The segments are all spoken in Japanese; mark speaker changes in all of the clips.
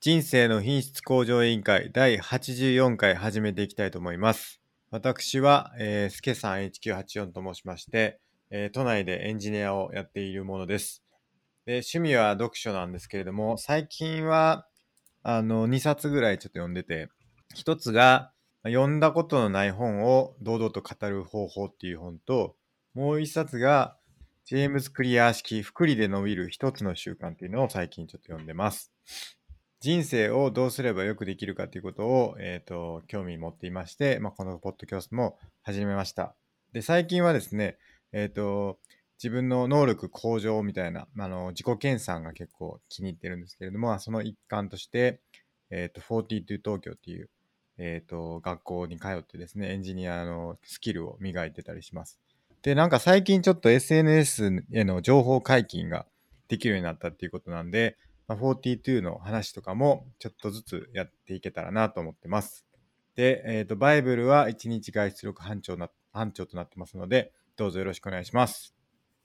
Speaker 1: 人生の品質向上委員会第84回始めていきたいと思います。私は、えー、すけさん1984と申しまして、えー都内でエンジニアをやっているものです。で趣味は読書なんですけれども、最近はあの2冊ぐらいちょっと読んでて、一つが読んだことのない本を堂々と語る方法っていう本と、もう一冊がジェームズ・クリアー式福利で伸びる一つの習慣っていうのを最近ちょっと読んでます。人生をどうすればよくできるかということを、えっ、と、興味持っていまして、まあ、このポッドキャストも始めました。で、最近はですね、えっ、と、自分の能力向上みたいな、あの、自己研鑽が結構気に入ってるんですけれども、その一環として、えっ、と、42東京っていう、えっ、と、学校に通ってですね、エンジニアのスキルを磨いてたりします。で、なんか最近ちょっと SNS への情報解禁ができるようになったっていうことなんで、まあ、42の話とかもちょっとずつやっていけたらなと思ってます。で、えっ、と、バイブルは1日外出力班長な、班長となってますので、どうぞよろしくお願いします。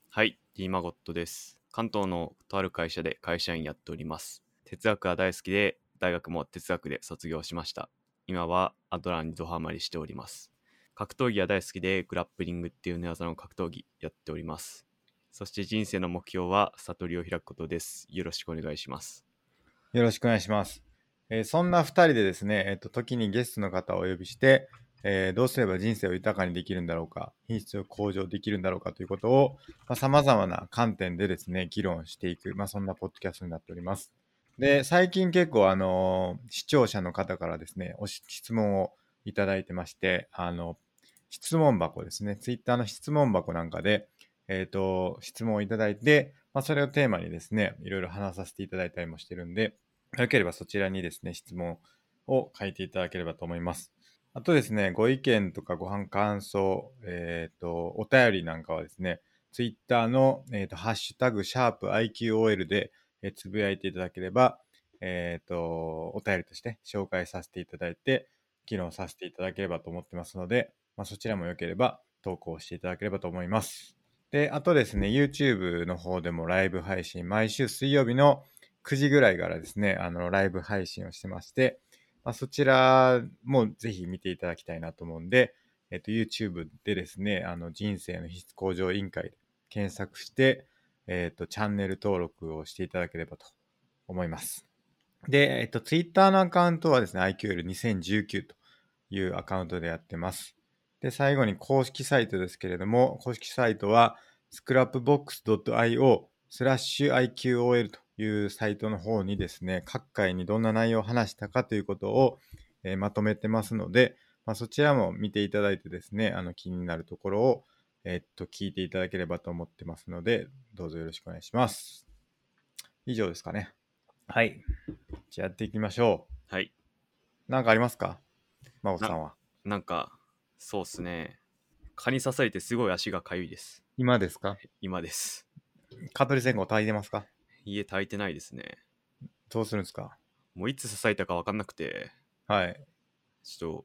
Speaker 2: はい、D マゴットです。関東のとある会社で会社員やっております。哲学が大好きで、大学も哲学で卒業しました。今はアドラーにドハマりしております。格闘技が大好きで、グラップリングっていう寝技の格闘技やっております。そして人生の目標は悟りを開くことです。よろしくお願いします。
Speaker 1: よろしくお願いします。えーそんな2人でですね、えっと時にゲストの方をお呼びして、えーどうすれば人生を豊かにできるんだろうか、品質を向上できるんだろうかということを、さまざ、まな観点でですね、議論していく、まあ、そんなポッドキャストになっております。で、最近結構、あのー視聴者の方からですね、おし質問をいただいてまして、あの、質問箱ですね、ツイッターの質問箱なんかで、えっ、と、質問をいただいて、まあ、それをテーマにですね、いろいろ話させていただいたりもしてるんで、よければそちらにですね、質問を書いていただければと思います。あとですね、ご意見とかご反感想、えっ、と、お便りなんかはですね、ツイッターの、えー、とハッシュタグ、シャープ i q o l で、えーつぶやいていただければ、えっ、と、お便りとして紹介させていただいて、議論させていただければと思ってますので、まあ、そちらもよければ投稿していただければと思います。で、あとですね、YouTube の方でもライブ配信、毎週水曜日の9時ぐらいからですね、あの、ライブ配信をしてまして、まあ、そちらもぜひ見ていただきたいなと思うんで、えっと、YouTube でですね、あの、人生の質向上委員会で検索して、えっと、チャンネル登録をしていただければと思います。で、えっと、Twitter のアカウントはですね、IQL2019 というアカウントでやってます。で、最後に公式サイトですけれども、公式サイトは、scrapbox.io スラッシュ IQOL というサイトの方にですね、各回にどんな内容を話したかということを、えーまとめてますので、まあ、そちらも見ていただいてですね、あの気になるところを、えーっと、聞いていただければと思ってますので、どうぞよろしくお願いします。以上ですかね。はい。じゃあやっていきましょ
Speaker 2: はい、
Speaker 1: う。なんかありますか真帆さんは。
Speaker 2: なんか、そうっすね。蚊に刺されてすごい足がかゆいです。
Speaker 1: 今ですか
Speaker 2: 今です。
Speaker 1: 蚊取り線香炊いてますか
Speaker 2: 家炊いてないですね。
Speaker 1: どうするんですか
Speaker 2: もういつ刺されたか分かんなくて、
Speaker 1: はい。
Speaker 2: ちょ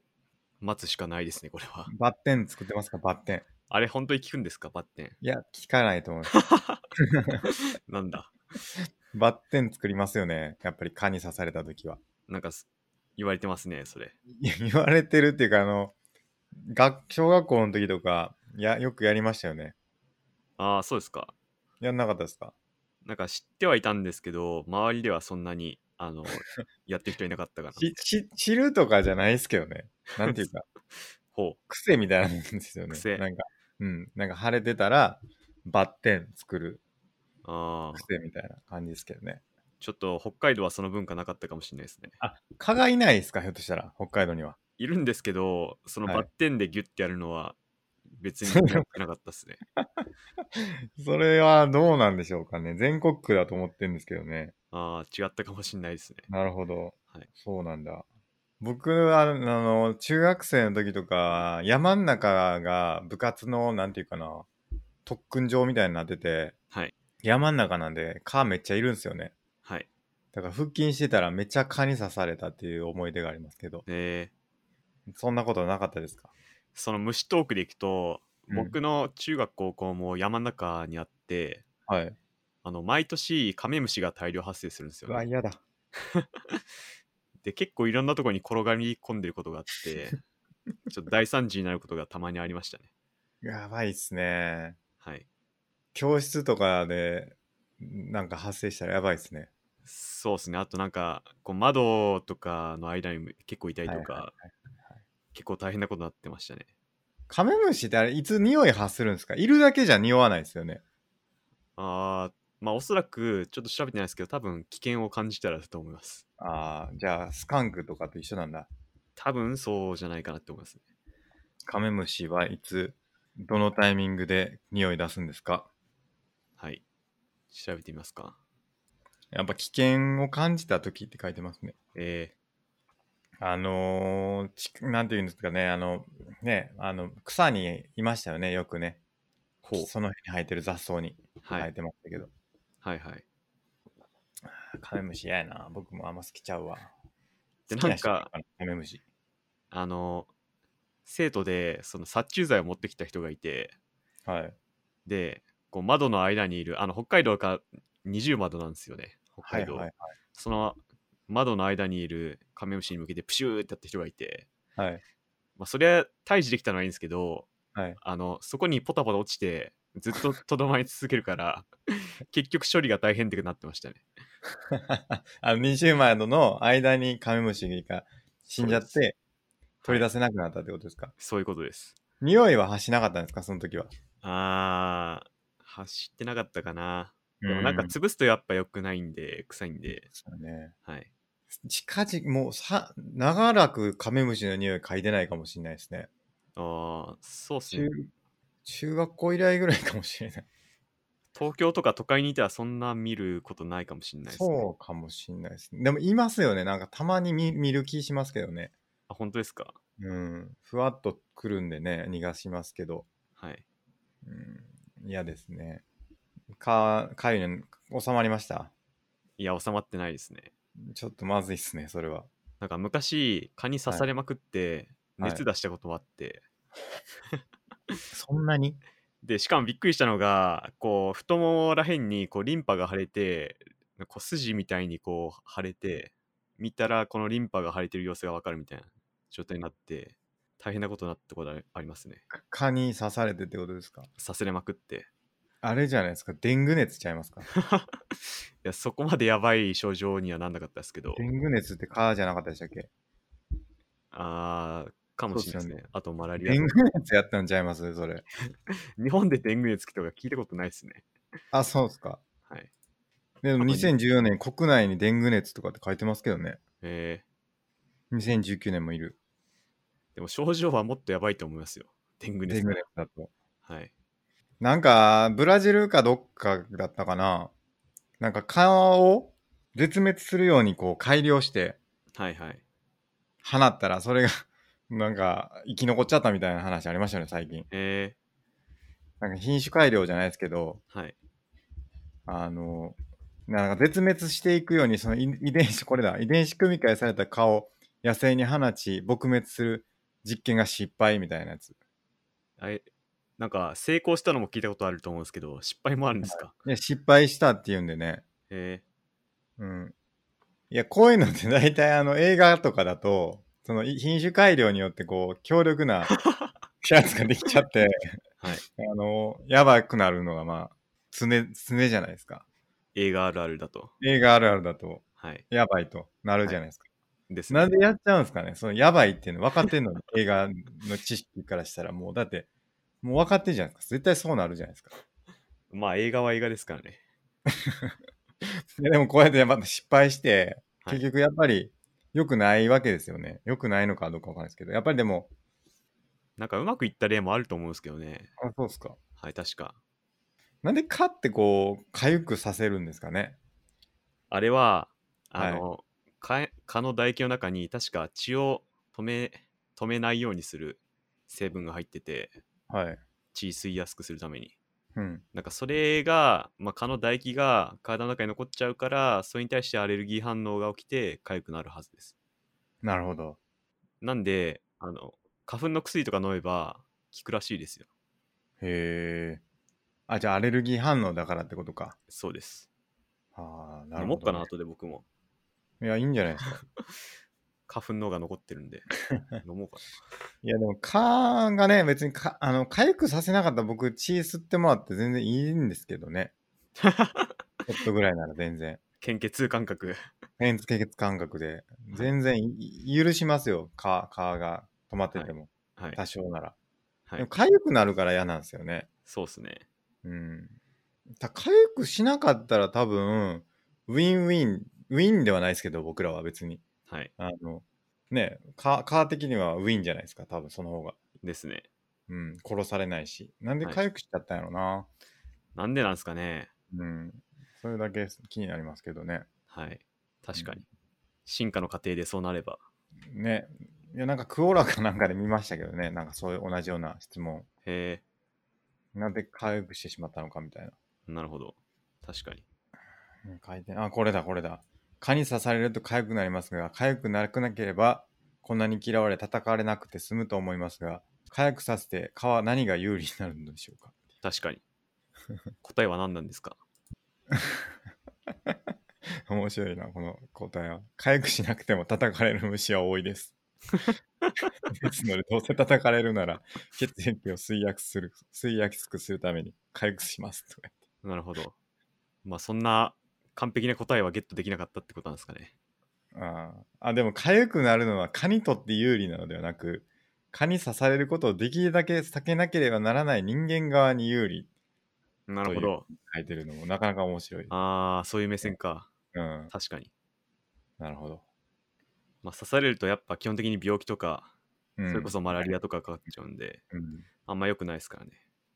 Speaker 2: っと待つしかないですね、これは。
Speaker 1: バッテン作ってますかバッテン。
Speaker 2: あれ、本当に効くんですか、バッテン。
Speaker 1: いや、聞かないと思います。
Speaker 2: なんだ。
Speaker 1: バッテン作りますよね。やっぱり蚊に刺された時は。
Speaker 2: なんかす言われてますね、それ。
Speaker 1: いや言われてるっていうか、あの、学小学校の時とか、や、よくやりましたよね。
Speaker 2: ああ、そうですか。
Speaker 1: やんなかったですか
Speaker 2: なんか知ってはいたんですけど、周りではそんなに、あ の、やってる人いなかったかな。
Speaker 1: し、し、知るとかじゃないですけどね。なんていう か、
Speaker 2: ほ
Speaker 1: 癖みたいなもんですよね。
Speaker 2: 癖
Speaker 1: なんか、うん。なんか腫れてたら、バッテン作る
Speaker 2: う。ああ、
Speaker 1: 癖みたいな感じですけどね。
Speaker 2: ちょっと北海道はその文化なかったかもしれないですね。
Speaker 1: 蚊がいないですかひょっとしたら、北海道には。
Speaker 2: いるんですけど、その
Speaker 1: はい
Speaker 2: バッテンでギュッてやるのは別にやってなかったですね。
Speaker 1: それはどうなんでしょうかね。全国区だと思ってるんですけどね。
Speaker 2: ああ、違ったかもしれないですね。
Speaker 1: なるほど。
Speaker 2: はい
Speaker 1: そうなんだ。僕は、あの、中学生の時とか、山ん中が部活の、なんていうかな、特訓場みたいになってて、
Speaker 2: はい
Speaker 1: 山ん中なんで、蚊めっちゃいるんですよね。
Speaker 2: はい。
Speaker 1: だから腹筋してたらめっちゃ蚊に刺されたっていう思い出がありますけど、
Speaker 2: え
Speaker 1: そんなことなかったですか
Speaker 2: その虫トークでいくと、
Speaker 1: うん
Speaker 2: 僕の中学高校も山の中にあって、
Speaker 1: はい。
Speaker 2: あの毎年カメムシが大量発生するんです
Speaker 1: う
Speaker 2: よ、
Speaker 1: わ、
Speaker 2: ね。
Speaker 1: 嫌だ。
Speaker 2: で結構いろんなとこに転がり込んでることがあって ちょっと大惨事になることがたまにありましたね
Speaker 1: やばいっすね。
Speaker 2: はい
Speaker 1: 教室とかで、なんか発生したらやばいっすね。
Speaker 2: そうですねあとなんかこう窓とかの間にも結構いたりとか、
Speaker 1: はいは
Speaker 2: 結構大変なことになってましたね
Speaker 1: カメムシってあれ、いつ匂い発するんですかいるだけじゃ匂わないですよね。
Speaker 2: あーまあおそらくちょっと調べてないですけど多分危険を感じたらだと思います
Speaker 1: ああ、じゃあ、スカンクとかと一緒なんだ。
Speaker 2: 多分そうじゃないかなって思いますね
Speaker 1: カメムシはいつ、どのタイミングで匂い出すんですか
Speaker 2: はい調べてみますか
Speaker 1: やっぱ危険を感じた時って書いてますね。
Speaker 2: え
Speaker 1: あのーちなんていうんですかね、あの、ね、あの、草にいましたよね、よくね。
Speaker 2: ー、ほう
Speaker 1: その辺に生えてる雑草に
Speaker 2: はい
Speaker 1: 生えてましたけど。
Speaker 2: はいはい
Speaker 1: カメムシ嫌やな。僕もあんま好きちゃうわ。
Speaker 2: で
Speaker 1: 好き
Speaker 2: なん
Speaker 1: 人いる
Speaker 2: か
Speaker 1: な、カメムシ。
Speaker 2: あの生徒でその殺虫剤を持ってきた人がいて
Speaker 1: はい。
Speaker 2: でこう窓の間にいるあの北海道か二重窓なんですよね北
Speaker 1: はい
Speaker 2: 海道、
Speaker 1: はい
Speaker 2: その窓の間にいるカメムシに向けてプシューってやった人がいて、
Speaker 1: はい。はい。
Speaker 2: まあ、それは退治できたのはいいんですけど
Speaker 1: はい、
Speaker 2: あのそこにポタポタ落ちてずっととどまり続けるから 結局処理が大変ってなってましたね
Speaker 1: あの、20枚の間にカメムシが死んじゃっ
Speaker 2: そう
Speaker 1: て、取り出せなくなったってことですか、
Speaker 2: そういうことです
Speaker 1: 匂いは発しなかったんですかその時は。
Speaker 2: あー走ってなかったかなでもなんか
Speaker 1: う
Speaker 2: 潰すとやっぱ良くないんで臭いんで
Speaker 1: そうね。
Speaker 2: はい
Speaker 1: 近々、もうさ、長らくカメムシの匂い嗅いでないかもしれないですね。
Speaker 2: あーそうっす
Speaker 1: 中
Speaker 2: ね、
Speaker 1: 中学校以来ぐらいかもしれない。
Speaker 2: 東京とか都会にいたらそんな見ることないかもしれないですね
Speaker 1: そうかもしれないですね。でもいますよね。なんかたまに見見る気しますけどね。
Speaker 2: あ本当ですか
Speaker 1: うん。ふわっと来るんでね、逃がしますけど。
Speaker 2: はい
Speaker 1: うん。嫌ですね。か、かゆいの収まりました
Speaker 2: いや収まってないですね
Speaker 1: ちょっとまずいっすね、それは。
Speaker 2: なんか昔蚊に刺されまくって
Speaker 1: はい
Speaker 2: 熱出したこともあって、
Speaker 1: そんなに
Speaker 2: でしかもびっくりしたのがこう太ももらへんにこうリンパが腫れてこう筋みたいにこう腫れて見たらこのリンパが腫れてる様子がわかるみたいな状態になって大変なことになったことありますね
Speaker 1: 蚊に刺されてってことですか
Speaker 2: さすれまくって
Speaker 1: あれじゃないですか。デング熱ちゃいますか
Speaker 2: いやそこまでやばい症状にはなんなかったですけど
Speaker 1: デング熱って蚊じゃなかったでしたっけ
Speaker 2: あーかもしれないです
Speaker 1: そう
Speaker 2: ね
Speaker 1: っすよ
Speaker 2: あとマラリア
Speaker 1: デング熱やったんちゃいますそれ。
Speaker 2: 日本でデング熱とか聞いたことないですね
Speaker 1: あ、そうですか。
Speaker 2: はい
Speaker 1: でも
Speaker 2: 過去に
Speaker 1: 2014年国内にデング熱とかって書いてますけどね。
Speaker 2: え
Speaker 1: 2019年もいる。
Speaker 2: ー、でも症状はもっとやばいと思いますよデング
Speaker 1: デ
Speaker 2: 熱
Speaker 1: ング
Speaker 2: は
Speaker 1: 熱だと。
Speaker 2: はい
Speaker 1: なんか、ブラジルかどっかだったかな。なんか蚊を絶滅するようにこう改良して
Speaker 2: はいはい
Speaker 1: 放ったらそれが なんか生き残っちゃったみたいな話ありましたよね、最近。
Speaker 2: え
Speaker 1: なんか品種改良じゃないですけど、
Speaker 2: ー、はい
Speaker 1: あの、なんか絶滅していくように、その遺遺伝子、これだ、遺伝子組み換えされた蚊を野生に放ち、撲滅する実験が失敗みたいなやつ。
Speaker 2: あれなんか成功したのも聞いたことあると思うんですけど失敗もあるんですか、
Speaker 1: で、失敗したっていうんでね、
Speaker 2: え
Speaker 1: うん。いや、こういうのって大体あの映画とかだと、そのい品種改良によってこう、強力 なやつができちゃって、
Speaker 2: はい
Speaker 1: あの、やばくなるのがまあ、常、常じゃないですか。
Speaker 2: ー、映画あるあるだと
Speaker 1: 映画あるあるだと、
Speaker 2: はい
Speaker 1: やばいとなるじゃないですか。
Speaker 2: ですね
Speaker 1: なんでやっちゃうんですかねそのやばいっていうの分かってんのに映画の知識からしたらもうだってもう分かってんじゃないですか絶対そうなるじゃないですか。
Speaker 2: まあ映画は映画ですからね
Speaker 1: いやでもこうやってまた失敗して
Speaker 2: はい
Speaker 1: 結局やっぱり良くないわけですよね。良くないのかどうか分かんないですけどやっぱりでも
Speaker 2: なんかうまくいった例もあると思うんですけどね
Speaker 1: あそうですか。
Speaker 2: はい確か
Speaker 1: なんで蚊ってこう痒くさせるんですかね
Speaker 2: あれは
Speaker 1: はい
Speaker 2: あの、蚊蚊の唾液の中に確か血を止め止めないようにする成分が入ってて
Speaker 1: はい。
Speaker 2: 血吸いやすくするために
Speaker 1: うん。
Speaker 2: なんかそれが、まあ、蚊の唾液が体の中に残っちゃうからそれに対してアレルギー反応が起きて痒くなるはずです
Speaker 1: なるほど。
Speaker 2: なんで、あの、花粉の薬とか飲めば効くらしいですよ。
Speaker 1: へえ。あじゃあアレルギー反応だからってことか。
Speaker 2: そうです。
Speaker 1: ああな
Speaker 2: 飲
Speaker 1: る
Speaker 2: も
Speaker 1: ほ
Speaker 2: っか
Speaker 1: ど、
Speaker 2: な、後で僕も。
Speaker 1: いや、いいんじゃないですか。
Speaker 2: 花粉の方が残ってるん で飲もうか
Speaker 1: いや、でも、蚊がね、別にか、あの、痒くさせなかったら僕、血吸ってもらって全然いいんですけど ね。ちょっとぐらいなら全然。
Speaker 2: 献血感覚
Speaker 1: 変血感覚で。全然い許しますよ、蚊、蚊が止まってても。
Speaker 2: はい、
Speaker 1: 多少なら。
Speaker 2: は
Speaker 1: で
Speaker 2: い
Speaker 1: も、、痒くなるから嫌なんですよね。
Speaker 2: そうっすね
Speaker 1: うん。だ痒くしなかったら多分、ウィンウィン、ウィンではないですけど、僕らは別に。
Speaker 2: はい
Speaker 1: あの、ね、カーカー的にはウィンじゃないですか、多分その方が。
Speaker 2: ですね
Speaker 1: うん、殺されないし。なんで
Speaker 2: はい
Speaker 1: 痒くしちゃったんやろな。
Speaker 2: なんでなんですかね
Speaker 1: うん。それだけ気になりますけどね。
Speaker 2: はい確かに、進化の過程でそうなれば
Speaker 1: ね。いや、なんかクオラかなんかで見ましたけどね。なんかそういう同じような質問。
Speaker 2: へ
Speaker 1: なんで痒くしてしまったのかみたいな。
Speaker 2: えなるほど確かに
Speaker 1: うん書いて、あ、これだ、これだ。蚊に刺されると痒くなりますが、痒くなくなければ、こんなに嫌われ、戦われなくて済むと思いますが、痒くさせて蚊は何が有利になるのでしょうか。
Speaker 2: 確かに答えは何なんですか
Speaker 1: 面白いな、この答えは。痒くしなくても叩かれる虫は多いです。 ですので、どうせ叩かれるなら、血液を水圧する、水圧くするために痒くします。とか
Speaker 2: なるほどまあそんな完璧な答えはゲットできなかったってことなんですかね
Speaker 1: 言ってあーあ、でも痒くなるのは蚊にとって有利なのではなく、蚊に刺されることをできるだけ避けなければならない人間側に有利って
Speaker 2: なる
Speaker 1: と
Speaker 2: ほど
Speaker 1: 書いてるのもなかなか面白い。
Speaker 2: ああそういう目線か
Speaker 1: うん、
Speaker 2: 確かに
Speaker 1: なるほど。
Speaker 2: まあ刺されるとやっぱ基本的に病気とか、
Speaker 1: うん、
Speaker 2: それこそマラリアとかかかっちゃうんで
Speaker 1: うん
Speaker 2: あんま良くないですからね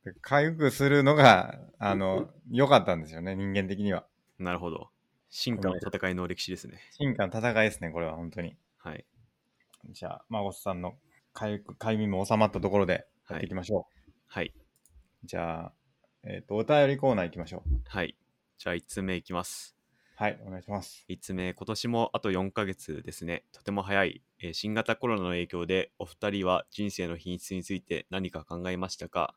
Speaker 1: で痒くするのが、あの、良かったんですよね、人間的には。
Speaker 2: なるほど進化の戦いの歴史ですね
Speaker 1: 進化の戦いですね、これは本当に。
Speaker 2: はい
Speaker 1: じゃあ、孫さんのかゆく、かゆみも収まったところでや
Speaker 2: は
Speaker 1: ってい
Speaker 2: い
Speaker 1: きましょ。
Speaker 2: はいう
Speaker 1: じゃあ、えっ、と、お便りコーナーいきましょう。
Speaker 2: はいじゃあ1つ目いきます
Speaker 1: はい、お願いします。
Speaker 2: 5つ目、今年もあと4ヶ月ですね。とても早い、えー新型コロナの影響で、お二人は人生の品質について何か考えましたか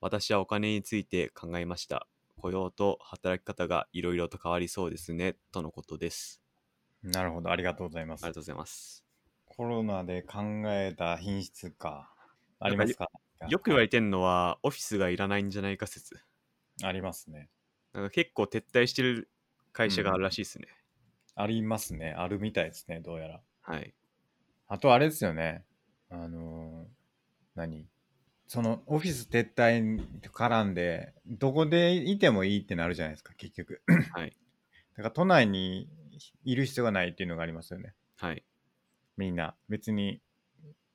Speaker 2: 私はお金について考えました。雇用と働き方がいろいろと変わりそうですね。とのことです。
Speaker 1: なるほど、ありがとうございま
Speaker 2: あり
Speaker 1: す
Speaker 2: が。とうございます。
Speaker 1: コロナで考えた品質か。ありますか
Speaker 2: よく言われてるのは、オフィスがいらないんじゃないか説。
Speaker 1: ありますね。
Speaker 2: なんか結構撤退してる会社があるらしいですね。
Speaker 1: ありますね。あるみたいですね、どうやら。
Speaker 2: はい。
Speaker 1: あと、あれですよね。あのー何そのオフィス撤退と絡んで、どこでいてもいいってなるじゃないですか、結局。
Speaker 2: はい。
Speaker 1: だから都内にいる必要がないっていうのがありますよね。
Speaker 2: はい。
Speaker 1: みんな。別に、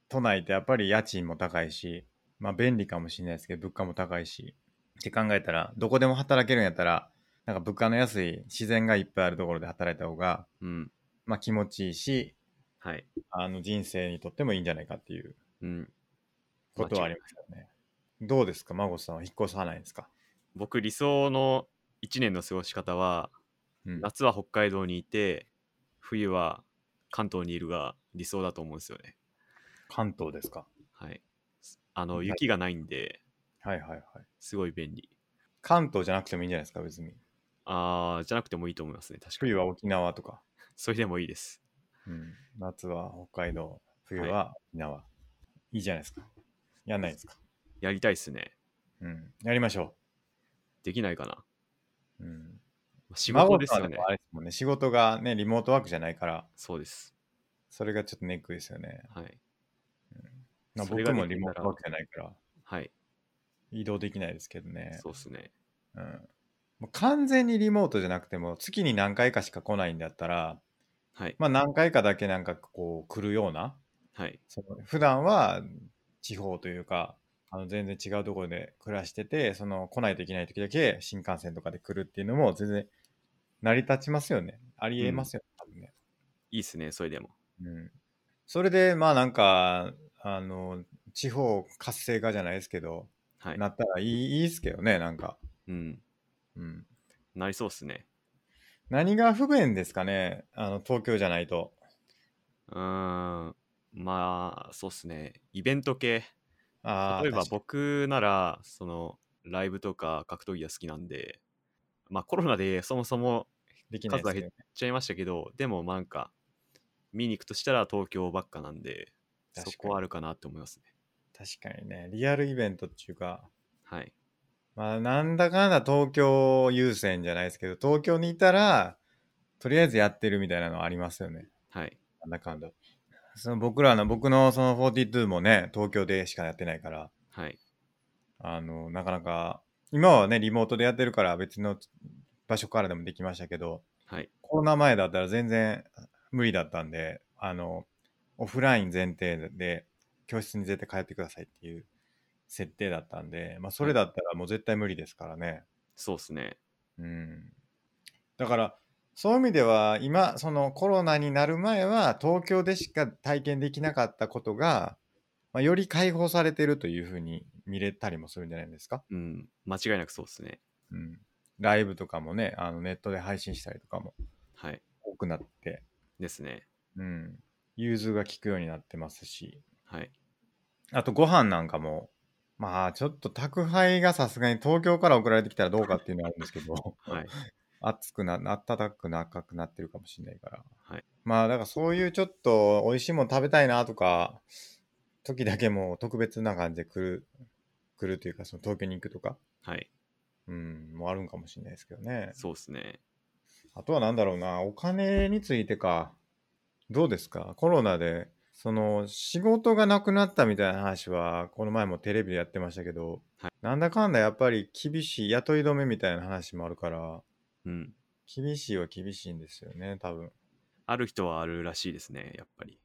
Speaker 1: 都内ってやっぱり家賃も高いし、まあ便利かもしれないですけど、物価も高いし。って考えたら、どこでも働けるんやったら、なんか物価の安い自然がいっぱいあるところで働いた方が、
Speaker 2: うん。
Speaker 1: まあ気持ちいいし、
Speaker 2: はい。
Speaker 1: あの人生にとってもいいんじゃないかっていう
Speaker 2: うん。
Speaker 1: ことはありますよね。どうですか孫さんは引っ越さないですか
Speaker 2: 僕、理想の1年の過ごし方は、
Speaker 1: うん。
Speaker 2: 夏は北海道にいて冬は関東にいるが理想だと思うんですよね
Speaker 1: 関東ですか
Speaker 2: はいあの
Speaker 1: はい
Speaker 2: 雪がないんで
Speaker 1: はいはいはい。
Speaker 2: すごい便利
Speaker 1: 関東じゃなくてもいいんじゃないですか別に。
Speaker 2: あーじゃなくてもいいと思いますね確かに
Speaker 1: 冬は沖縄とか。
Speaker 2: それでもいいです
Speaker 1: うん、夏は北海道、冬は沖縄、い、いじゃないですか。やんないですか。
Speaker 2: やりたいっすね
Speaker 1: うん、やりましょ
Speaker 2: できないかな
Speaker 1: う。うん、
Speaker 2: 仕事です
Speaker 1: 孫さ
Speaker 2: よ
Speaker 1: ん
Speaker 2: ね
Speaker 1: もあれですもんね。仕事がね、リモートワークじゃないから、
Speaker 2: そうです
Speaker 1: それがちょっとネックですよね。
Speaker 2: はい
Speaker 1: まあ、
Speaker 2: それ
Speaker 1: 僕
Speaker 2: が
Speaker 1: も
Speaker 2: でき
Speaker 1: リ
Speaker 2: んな
Speaker 1: モ
Speaker 2: ら
Speaker 1: ートワークじゃないから、
Speaker 2: はい
Speaker 1: 移動できないですけどね。
Speaker 2: そうっすね
Speaker 1: うん、もう完全にリモートじゃなくても、月に何回かしか来ないんだったら、
Speaker 2: はい
Speaker 1: まあ何回かだけなんかこう来るような
Speaker 2: はい
Speaker 1: その普段は地方というかあの全然違うところで暮らしててその来ないといけない時だけ新幹線とかで来るっていうのも全然成り立ちますよねありえますよね、多分ね、
Speaker 2: いいっすねそれでも
Speaker 1: うん、それでまあなんかあの地方活性化じゃないですけど、
Speaker 2: はい
Speaker 1: なったらいいいいですけどねなんか、
Speaker 2: うん
Speaker 1: うん、
Speaker 2: なりそうっすね
Speaker 1: 何が不便ですかねあの東京じゃないと
Speaker 2: うーんまあそうっすねイベント系
Speaker 1: あー
Speaker 2: 例えば
Speaker 1: 確か
Speaker 2: 僕ならそのライブとか格闘技が好きなんでまあコロナでそもそも
Speaker 1: できないですけどね。
Speaker 2: ちゃいましたけどでもなんか見に行くとしたら東京ばっかなんで
Speaker 1: 確か
Speaker 2: そ
Speaker 1: に
Speaker 2: こはあるかなって思いますね
Speaker 1: 確かにね、リアルイベントっていうか、
Speaker 2: はい
Speaker 1: まあ、なんだかんだ東京優先じゃないですけど、東京にいたら、とりあえずやってるみたいなのはありますよね。
Speaker 2: はい
Speaker 1: なんだかんだ。その僕らの、僕のその42もね、東京でしかやってないから、
Speaker 2: はい
Speaker 1: あの、なかなか、今はね、リモートでやってるから別の場所からでもできましたけど、
Speaker 2: はい
Speaker 1: コロナ前だったら全然無理だったんで、あの、オフライン前提で教室に絶対通ってくださいっていう設定だったんで、まあそれだったらもう絶対無理ですからね。
Speaker 2: そうっすね
Speaker 1: うん。だから、そういう意味では今、そのコロナになる前は東京でしか体験できなかったことが、まあ、より解放されてるというふうに見れたりもするんじゃないですか。
Speaker 2: うん間違いなくそうっすね
Speaker 1: うん。ライブとかもね、あのネットで配信したりとかも
Speaker 2: はい
Speaker 1: 多くなって、
Speaker 2: ですね
Speaker 1: うん、融通が効くようになってますし、
Speaker 2: はい
Speaker 1: あとご飯なんかも、まあちょっと宅配がさすがに東京から送られてきたらどうかっていうのはあるんですけど、
Speaker 2: はい
Speaker 1: 暑くな、暖かくな赤くなってるかもしれないから。
Speaker 2: はい
Speaker 1: まあだからそういうちょっと美味しいもの食べたいなとか、時だけもう特別な感じで来る、来るというかその東京に行くとか、
Speaker 2: はい
Speaker 1: うん、もあるんかもしれないですけどね。
Speaker 2: そうっすね
Speaker 1: あとはなんだろうな、お金についてか、どうですかコロナで、その、仕事がなくなったみたいな話は、この前もテレビでやってましたけど、
Speaker 2: はい
Speaker 1: なんだかんだやっぱり厳しい、雇い止めみたいな話もあるから、
Speaker 2: うん
Speaker 1: 厳しいは厳しいんですよね、多分。
Speaker 2: ある人はあるらしいですねやっぱり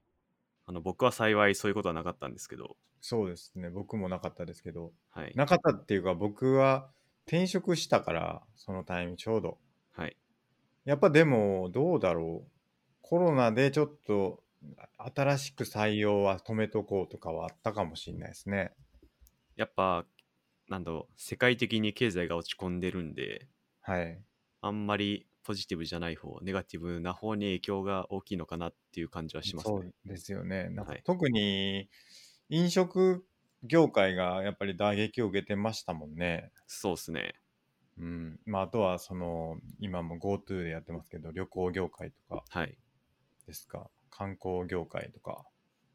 Speaker 2: あの僕は幸いそういうことはなかったんですけど
Speaker 1: そうですね、僕もなかったですけど、
Speaker 2: はい
Speaker 1: なかったっていうか、僕は転職したから、そのタイミングちょうど。
Speaker 2: はい
Speaker 1: やっぱでも、どうだろう。コロナでちょっと新しく採用は止めとこうとかはあったかもしれないですね。
Speaker 2: やっぱなんだろう世界的に経済が落ち込んでるんで
Speaker 1: はい。
Speaker 2: あんまりポジティブじゃない方ネガティブな方に影響が大きいのかなっていう感じはします
Speaker 1: そ
Speaker 2: ね
Speaker 1: うですよね。なんか
Speaker 2: はい
Speaker 1: 特に飲食業界がやっぱり打撃を受けてましたもんね。
Speaker 2: そうですね
Speaker 1: うん。まあ、あとはその、今も GoTo でやってますけど、旅行業界とか
Speaker 2: はい
Speaker 1: ですか、観光業界とか、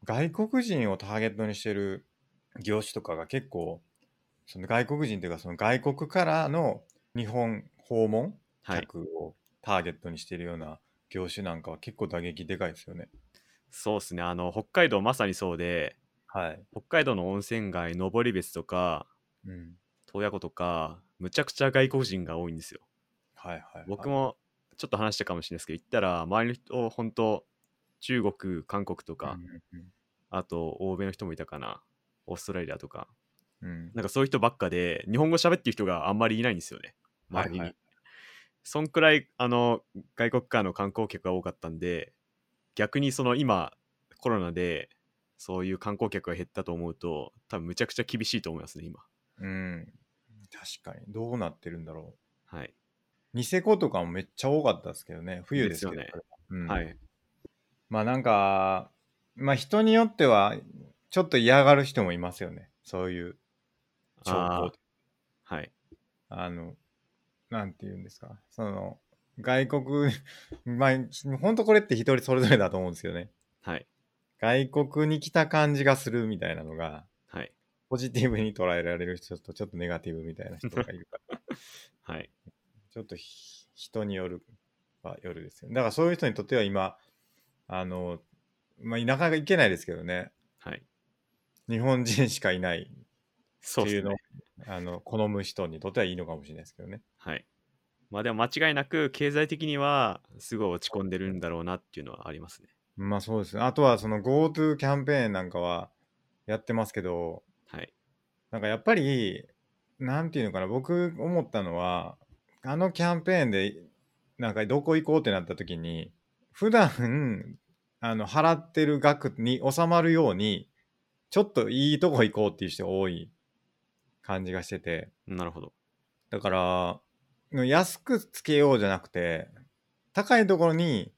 Speaker 1: 外国人をターゲットにしてる業種とかが結構、その外国人というか、その外国からの日本訪問
Speaker 2: はい
Speaker 1: 客をターゲットにしてるような業種なんかは結構打撃でかいですよね。
Speaker 2: そうですねあの北海道まさにそうで
Speaker 1: はい。
Speaker 2: 北海道の温泉街登別とか
Speaker 1: うん。
Speaker 2: 洞爺湖とかむちゃくちゃ外国人が多いんですよ
Speaker 1: はいはい、はい。
Speaker 2: 僕もちょっと話したかもしれないですけど行ったら周りの人本当中国韓国とか、
Speaker 1: うんうん
Speaker 2: あと欧米の人もいたかなオーストラリアとか
Speaker 1: うん。
Speaker 2: なんかそういう人ばっかで日本語喋ってる人があんまりいないんですよね周りに、
Speaker 1: はいはい
Speaker 2: そんくらいあの外国からの観光客が多かったんで逆にその今コロナでそういう観光客が減ったと思うと多分むちゃくちゃ厳しいと思いますね今
Speaker 1: うん。確かに。どうなってるんだろ
Speaker 2: はい、
Speaker 1: う。ニセコとかもめっちゃ多かったですけどね。冬ですけど。
Speaker 2: ですよ
Speaker 1: これうん、
Speaker 2: はい。
Speaker 1: まあなんか、まあ人によっては、ちょっと嫌がる人もいますよね。そういう兆
Speaker 2: あ
Speaker 1: 候
Speaker 2: ー。はい
Speaker 1: あの、なんて言うんですか。その、外国、 まあ、本当これって一人それぞれだと思うんですよね。
Speaker 2: はい
Speaker 1: 外国に来た感じがするみたいなのが、
Speaker 2: はい
Speaker 1: ポジティブに捉えられる人とちょっとネガティブみたいな人がい るから。
Speaker 2: はい
Speaker 1: ちょっとひ人によるはよるですよね。だからそういう人にとっては今、あの、まあ、田舎が行けないですけどね、
Speaker 2: はい
Speaker 1: 日本人しかいない
Speaker 2: そう
Speaker 1: って
Speaker 2: で
Speaker 1: いう
Speaker 2: す
Speaker 1: のを
Speaker 2: ね
Speaker 1: あの好む人にとってはいいのかもしれないですけどね。
Speaker 2: はいまあでも間違いなく経済的にはすごい落ち込んでるんだろうなっていうのはありますね
Speaker 1: まあそうですね。あとはその GoTo キャンペーンなんかはやってますけど、
Speaker 2: はい
Speaker 1: なんかやっぱり、なんていうのかな、僕思ったのは、あのキャンペーンで、なんかどこ行こうってなった時に、普段、あの、払ってる額に収まるように、ちょっといいとこ行こうっていう人が多い感じがしてて、
Speaker 2: なるほど
Speaker 1: だから、安くつけようじゃなくて、高いところに、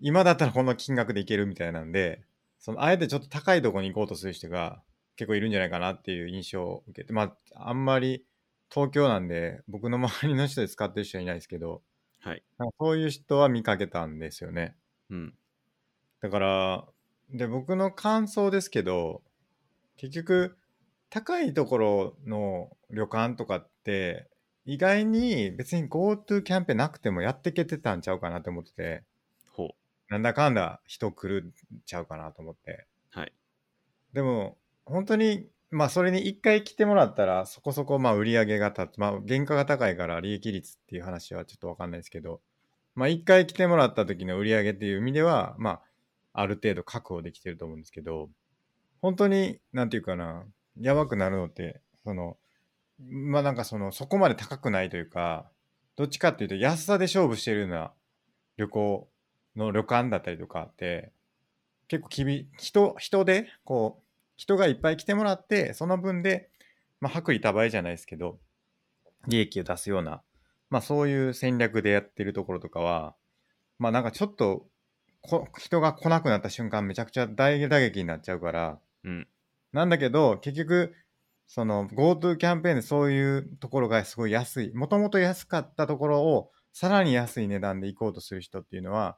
Speaker 1: 今だったらこの金額でいけるみたいなんで、そのあえてちょっと高いところに行こうとする人が結構いるんじゃないかなっていう印象を受けて、まあ、あんまり東京なんで、僕の周りの人で使ってる人はいないですけど、
Speaker 2: はい。
Speaker 1: なんかそういう人は見かけたんですよね。
Speaker 2: うん。
Speaker 1: だから、で、僕の感想ですけど、結局、高いところの旅館とかって、意外に別に GoTo キャンペーンなくてもやってけてたんちゃうかなって思ってて、
Speaker 2: ほ
Speaker 1: なんだかんだ人来るんちゃうかなと思って。
Speaker 2: う。はい。
Speaker 1: でも、本当に、まあ、それに一回来てもらったら、そこそこ、まあ、売り上げが立つ。まあ、原価が高いから利益率っていう話はちょっとわかんないですけど、まあ、一回来てもらった時の売り上げっていう意味では、まあ、ある程度確保できてると思うんですけど、本当に、なんていうかな、やばくなるのって、その、まあ、なんかその、そこまで高くないというか、どっちかっていうと、安さで勝負してるような旅行の旅館だったりとかって、結構厳し人、人で、こう、人がいっぱい来てもらってその分で、まあ、薄利多売じゃないですけど利益を出すような、まあ、そういう戦略でやってるところとかはまあなんかちょっとこ人が来なくなった瞬間めちゃくちゃ大打撃になっちゃうから
Speaker 2: うん。
Speaker 1: なんだけど結局その GoTo キャンペーンでそういうところがすごい安いもともと安かったところをさらに安い値段で行こうとする人っていうのは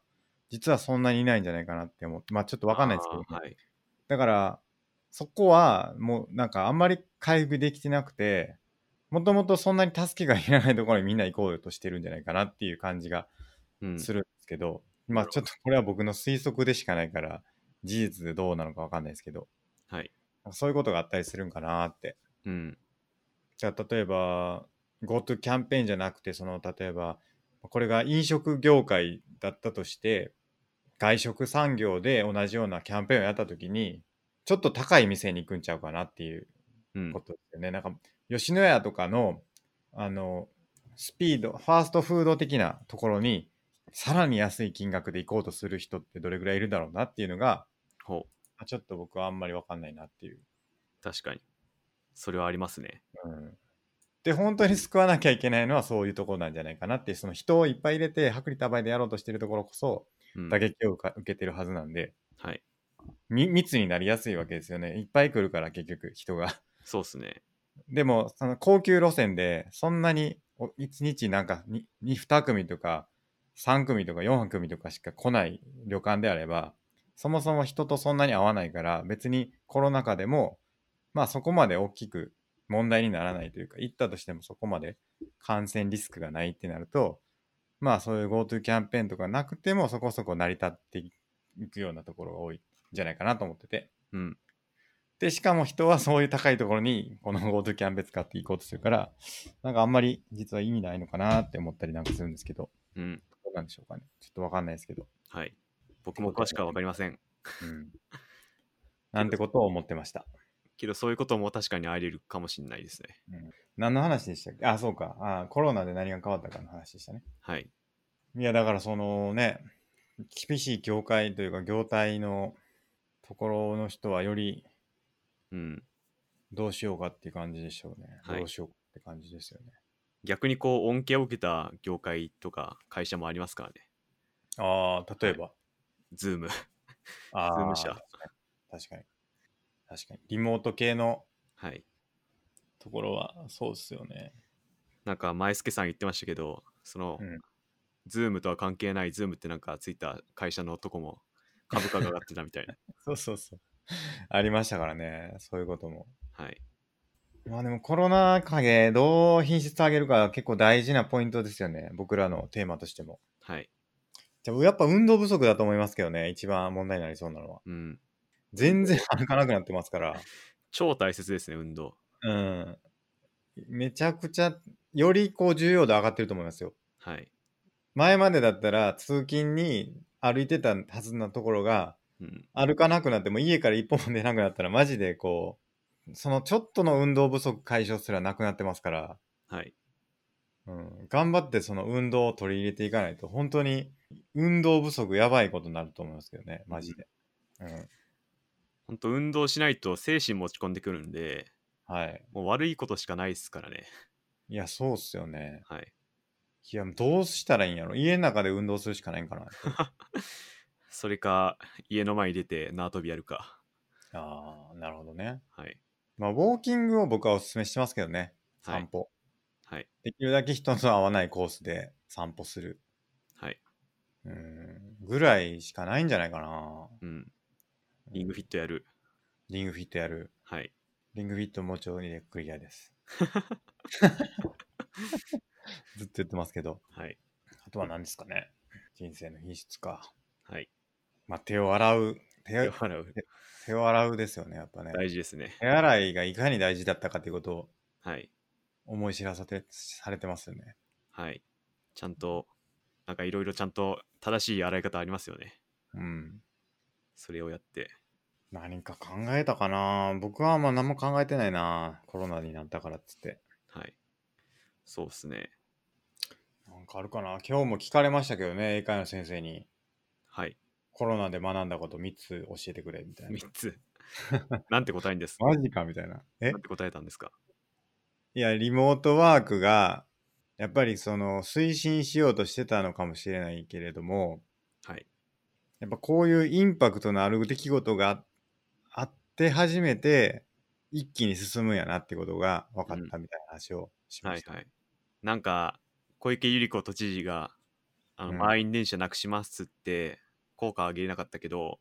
Speaker 1: 実はそんなにいないんじゃないかなって思ってまあちょっとわかんないですけど、
Speaker 2: あーはい。
Speaker 1: だから、そこはもうなんかあんまり回復できてなくて、もともとそんなに助けがいらないところにみんな行こうとしてるんじゃないかなっていう感じが
Speaker 2: うん。
Speaker 1: するんですけど、まあちょっとこれは僕の推測でしかないから、事実でどうなのかわかんないですけど、
Speaker 2: はい。
Speaker 1: そういうことがあったりするんかなって。
Speaker 2: うん。
Speaker 1: じゃあ例えば GoTo キャンペーンじゃなくてその例えばこれが飲食業界だったとして外食産業で同じようなキャンペーンをやった時にちょっと高い店に行くんちゃうかなっていう
Speaker 2: うん
Speaker 1: こ。とですよね。なんか吉野家とかのあのスピードファーストフード的なところにさらに安い金額で行こうとする人ってどれぐらいいるだろうなっていうのが
Speaker 2: ほう。
Speaker 1: まあちょっと僕はあんまり分かんないなっていう
Speaker 2: 確かに。それはありますね。
Speaker 1: うんで本当に救わなきゃいけないのはそういうところなんじゃないかなっていうその人をいっぱい入れて薄利多売でやろうとしてるところこそ
Speaker 2: うん。
Speaker 1: 打撃を受か受けてるはずなんで
Speaker 2: はい。
Speaker 1: み密になりやすいわけですよねいっぱい来るから結局人が
Speaker 2: そうっすね。
Speaker 1: でもその高級路線でそんなに1日なんか 2, 2組とか3組とか4組とかしか来ない旅館であればそもそも人とそんなに合わないから別にコロナ禍でもまあそこまで大きく問題にならないというか行ったとしてもそこまで感染リスクがないってなるとまあそういう GoTo キャンペーンとかなくてもそこそこ成り立っていくようなところが多いんじゃないかなと思ってて
Speaker 2: うん。
Speaker 1: でしかも人はそういう高いところにこの GoTo キャンペーン使っていこうとするからなんかあんまり実は意味ないのかなって思ったりなんかするんですけど
Speaker 2: うん。
Speaker 1: どうなんでしょうかねちょっとわかんないですけど、
Speaker 2: はい。僕も詳しくは分かりません。
Speaker 1: うん、なんてことを思ってました
Speaker 2: けど、そういうことも確かにあり得るかもしれないですね。
Speaker 1: 何の話でしたっけあそうかあコロナで何が変わったかの話でしたね
Speaker 2: はい。
Speaker 1: いや、だからそのね、厳しい業界というか業態のところの人はより
Speaker 2: うん。
Speaker 1: どうしようかっていう感じでしょうね。
Speaker 2: はい
Speaker 1: どうしようかって感じですよね。
Speaker 2: 逆にこう、恩恵を受けた業界とか会社もありますからね。
Speaker 1: ああ、例えば。
Speaker 2: ズーム。ズ
Speaker 1: あ
Speaker 2: ー
Speaker 1: あ
Speaker 2: ム、社。
Speaker 1: 確かに。確かに。リモート系の
Speaker 2: はい。
Speaker 1: ところはそうですよね。
Speaker 2: なんか、前助さん言ってましたけど、その、
Speaker 1: うん
Speaker 2: ズームとは関係ない、ズームってなんかついた会社の男も株価が上がってたみ たいな。
Speaker 1: そうそうそう。ありましたからね。そういうことも。
Speaker 2: はい。
Speaker 1: まあでもコロナ禍でどう品質上げるかは結構大事なポイントですよね。僕らのテーマとしても。
Speaker 2: はい。
Speaker 1: じゃあやっぱ運動不足だと思いますけどね。一番問題になりそうなのは。
Speaker 2: うん。
Speaker 1: 全然歩かなくなってますから、
Speaker 2: 超大切ですね、運動。
Speaker 1: うん、めちゃくちゃよりこう重要度上がってると思いますよ。
Speaker 2: はい。
Speaker 1: 前までだったら通勤に歩いてたはずなところが
Speaker 2: うん。
Speaker 1: 歩かなくなっても家から一歩も出なくなったらマジでこうそのちょっとの運動不足解消すらなくなってますから、
Speaker 2: はい。
Speaker 1: うん、頑張ってその運動を取り入れていかないと本当に運動不足やばいことになると思いますけどねマジで。うん、
Speaker 2: 本当運動しないと精神持ち込んでくるんで、
Speaker 1: はい。
Speaker 2: もう悪いことしかないですからね。
Speaker 1: いやそうっすよね。
Speaker 2: はい。
Speaker 1: いやどうしたらいいんやろ家の中で運動するしかないんかな。
Speaker 2: それか、家の前に出て縄跳びやるか。
Speaker 1: ああ、なるほどね。
Speaker 2: はい。
Speaker 1: まあ、ウォーキングを僕はお勧めしてますけどね。
Speaker 2: はい
Speaker 1: 散歩。
Speaker 2: はい。
Speaker 1: できるだけ人と合わないコースで散歩する。うん、ぐらいしかないんじゃないかな。
Speaker 2: うん。リングフィットやる。
Speaker 1: リングフィットやる。
Speaker 2: はい。
Speaker 1: リングフィットもうちょいでクリア です。ずっと言ってますけど。
Speaker 2: はい。
Speaker 1: あとは何ですかね。人生の品質か。
Speaker 2: はい。
Speaker 1: まあ、手を洗う。手
Speaker 2: 手を洗う。
Speaker 1: 手を洗うですよね、やっぱね。
Speaker 2: 大事ですね。
Speaker 1: 手洗いがいかに大事だったかということを
Speaker 2: はい。
Speaker 1: 思い知らさてされてますよね。
Speaker 2: はい。ちゃんと、なんかいろいろちゃんと正しい洗い方ありますよね。
Speaker 1: うん。
Speaker 2: それをやって。
Speaker 1: 何か考えたかな僕はまあ何も考えてないなコロナになったからっつって。
Speaker 2: はい。そうっすね。
Speaker 1: なんかあるかな今日も聞かれましたけどね、英会の先生に。
Speaker 2: はい。
Speaker 1: コロナで学んだこと3つ教えてくれみたいな。
Speaker 2: 3つ。 なんて答えんです
Speaker 1: マジかみたいな。え
Speaker 2: なんて答えたんですか
Speaker 1: いや、リモートワークが、やっぱりその推進しようとしてたのかもしれないけれども、
Speaker 2: はい。
Speaker 1: やっぱこういうインパクトのある出来事があって初めて一気に進むんやなってことが分かったみたいな話をしま
Speaker 2: はい
Speaker 1: した。
Speaker 2: はい。なんか、小池百合子都知事が、あの、
Speaker 1: うん
Speaker 2: 満員電車なくしますって、効果は上げれなかったけど、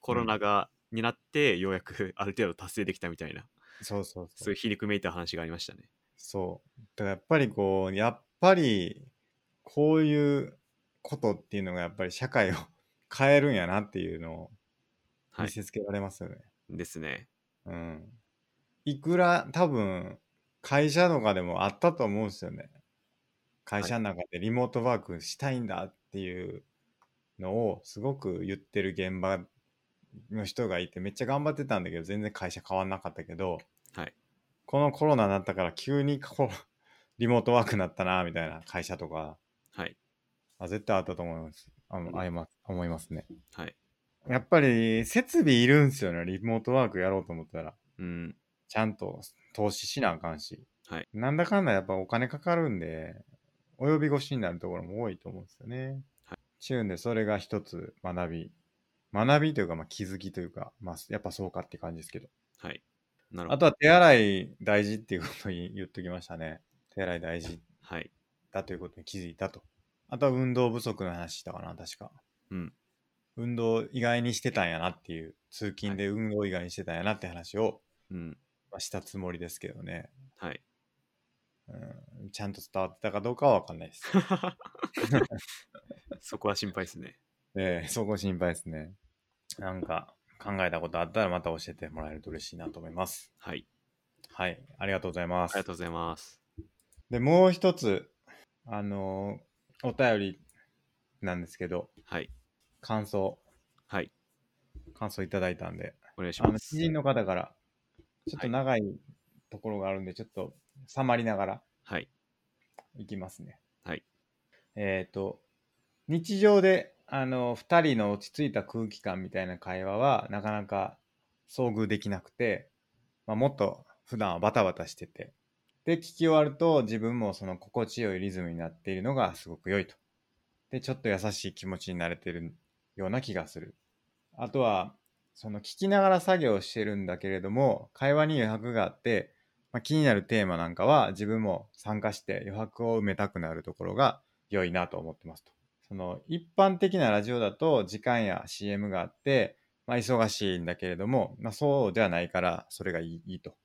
Speaker 2: コロナが、になって、ようやく ある程度達成できたみたいな、
Speaker 1: そうそう
Speaker 2: そう
Speaker 1: そ。
Speaker 2: いうう皮肉めいた話がありましたね。
Speaker 1: そう。だからやっぱりこう、やっぱりこういうことっていうのがやっぱり社会を変えるんやなっていうのを
Speaker 2: は
Speaker 1: 見
Speaker 2: い。
Speaker 1: せつけられますよね。
Speaker 2: ですね。
Speaker 1: うん。いくら多分会社とかでもあったと思うんですよね。会社の中でリモートワークしたいんだっていうのをすごく言ってる現場の人がいてめっちゃ頑張ってたんだけど全然会社変わんなかったけど、
Speaker 2: はい
Speaker 1: このコロナになったから急にこうリモートワークになったなみたいな会社とか
Speaker 2: はい。
Speaker 1: あ絶対あったと思います。あ
Speaker 2: うん
Speaker 1: あります思いますね。
Speaker 2: はい。
Speaker 1: やっぱり設備いるんですよねリモートワークやろうと思ったら。
Speaker 2: うん。
Speaker 1: ちゃんと投資しなあかんし、
Speaker 2: はい
Speaker 1: なんだかんだやっぱお金かかるんで、及び腰になるところも多いと思うんですよね。
Speaker 2: はい
Speaker 1: チューンでそれが一つ学び。学びというか、まあ、気づきというか、まあ、やっぱそうかって感じですけど。
Speaker 2: はい。なるほ
Speaker 1: あ
Speaker 2: ど。
Speaker 1: とは手洗い大事っていうことを言言っときましたね。手洗い大事
Speaker 2: はい。
Speaker 1: だということに気づいたと。あとは運動不足の話したかな、確か。
Speaker 2: うん。
Speaker 1: 運動意外にしてたんやなっていう、通勤で運動以外にしてたんやなって話を、
Speaker 2: うん。
Speaker 1: まあ、したつもりですけどね。
Speaker 2: はい。
Speaker 1: うんちゃんと伝わってたかどうかは分かんない です。
Speaker 2: そこは心配ですね。
Speaker 1: ええそこ心配ですね。なんか考えたことあったらまた教えてもらえると嬉しいなと思います。
Speaker 2: はい。
Speaker 1: はい、ありがとうございま
Speaker 2: あ
Speaker 1: す
Speaker 2: りが。とうございます。
Speaker 1: で、もう一つ、あのーお便りなんですけど、
Speaker 2: はい。
Speaker 1: 感想、
Speaker 2: はい。
Speaker 1: 感想いただいたんで、
Speaker 2: お願いし
Speaker 1: あ
Speaker 2: ま
Speaker 1: の、
Speaker 2: す
Speaker 1: 知。人の方から、ちょっ
Speaker 2: は
Speaker 1: と
Speaker 2: い
Speaker 1: 長いところがあるんで、ちょっとさまりながら
Speaker 2: はい。
Speaker 1: いきますね。
Speaker 2: はい。
Speaker 1: えっ、と、日常で、あの、二人の落ち着いた空気感みたいな会話は、なかなか遭遇できなくて、まあ、もっと普段はバタバタしてて、で、聞き終わると、自分もその心地よいリズムになっているのがすごく良いと。で、ちょっと優しい気持ちになれてるような気がする。あとは、その聞きながら作業をしてるんだけれども、会話に余白があって、まあ、気になるテーマなんかは自分も参加して余白を埋めたくなるところが良いなと思ってますと。その一般的なラジオだと時間や CM があって、まあ、忙しいんだけれども、まあ、そうではないからそれがいいいいと。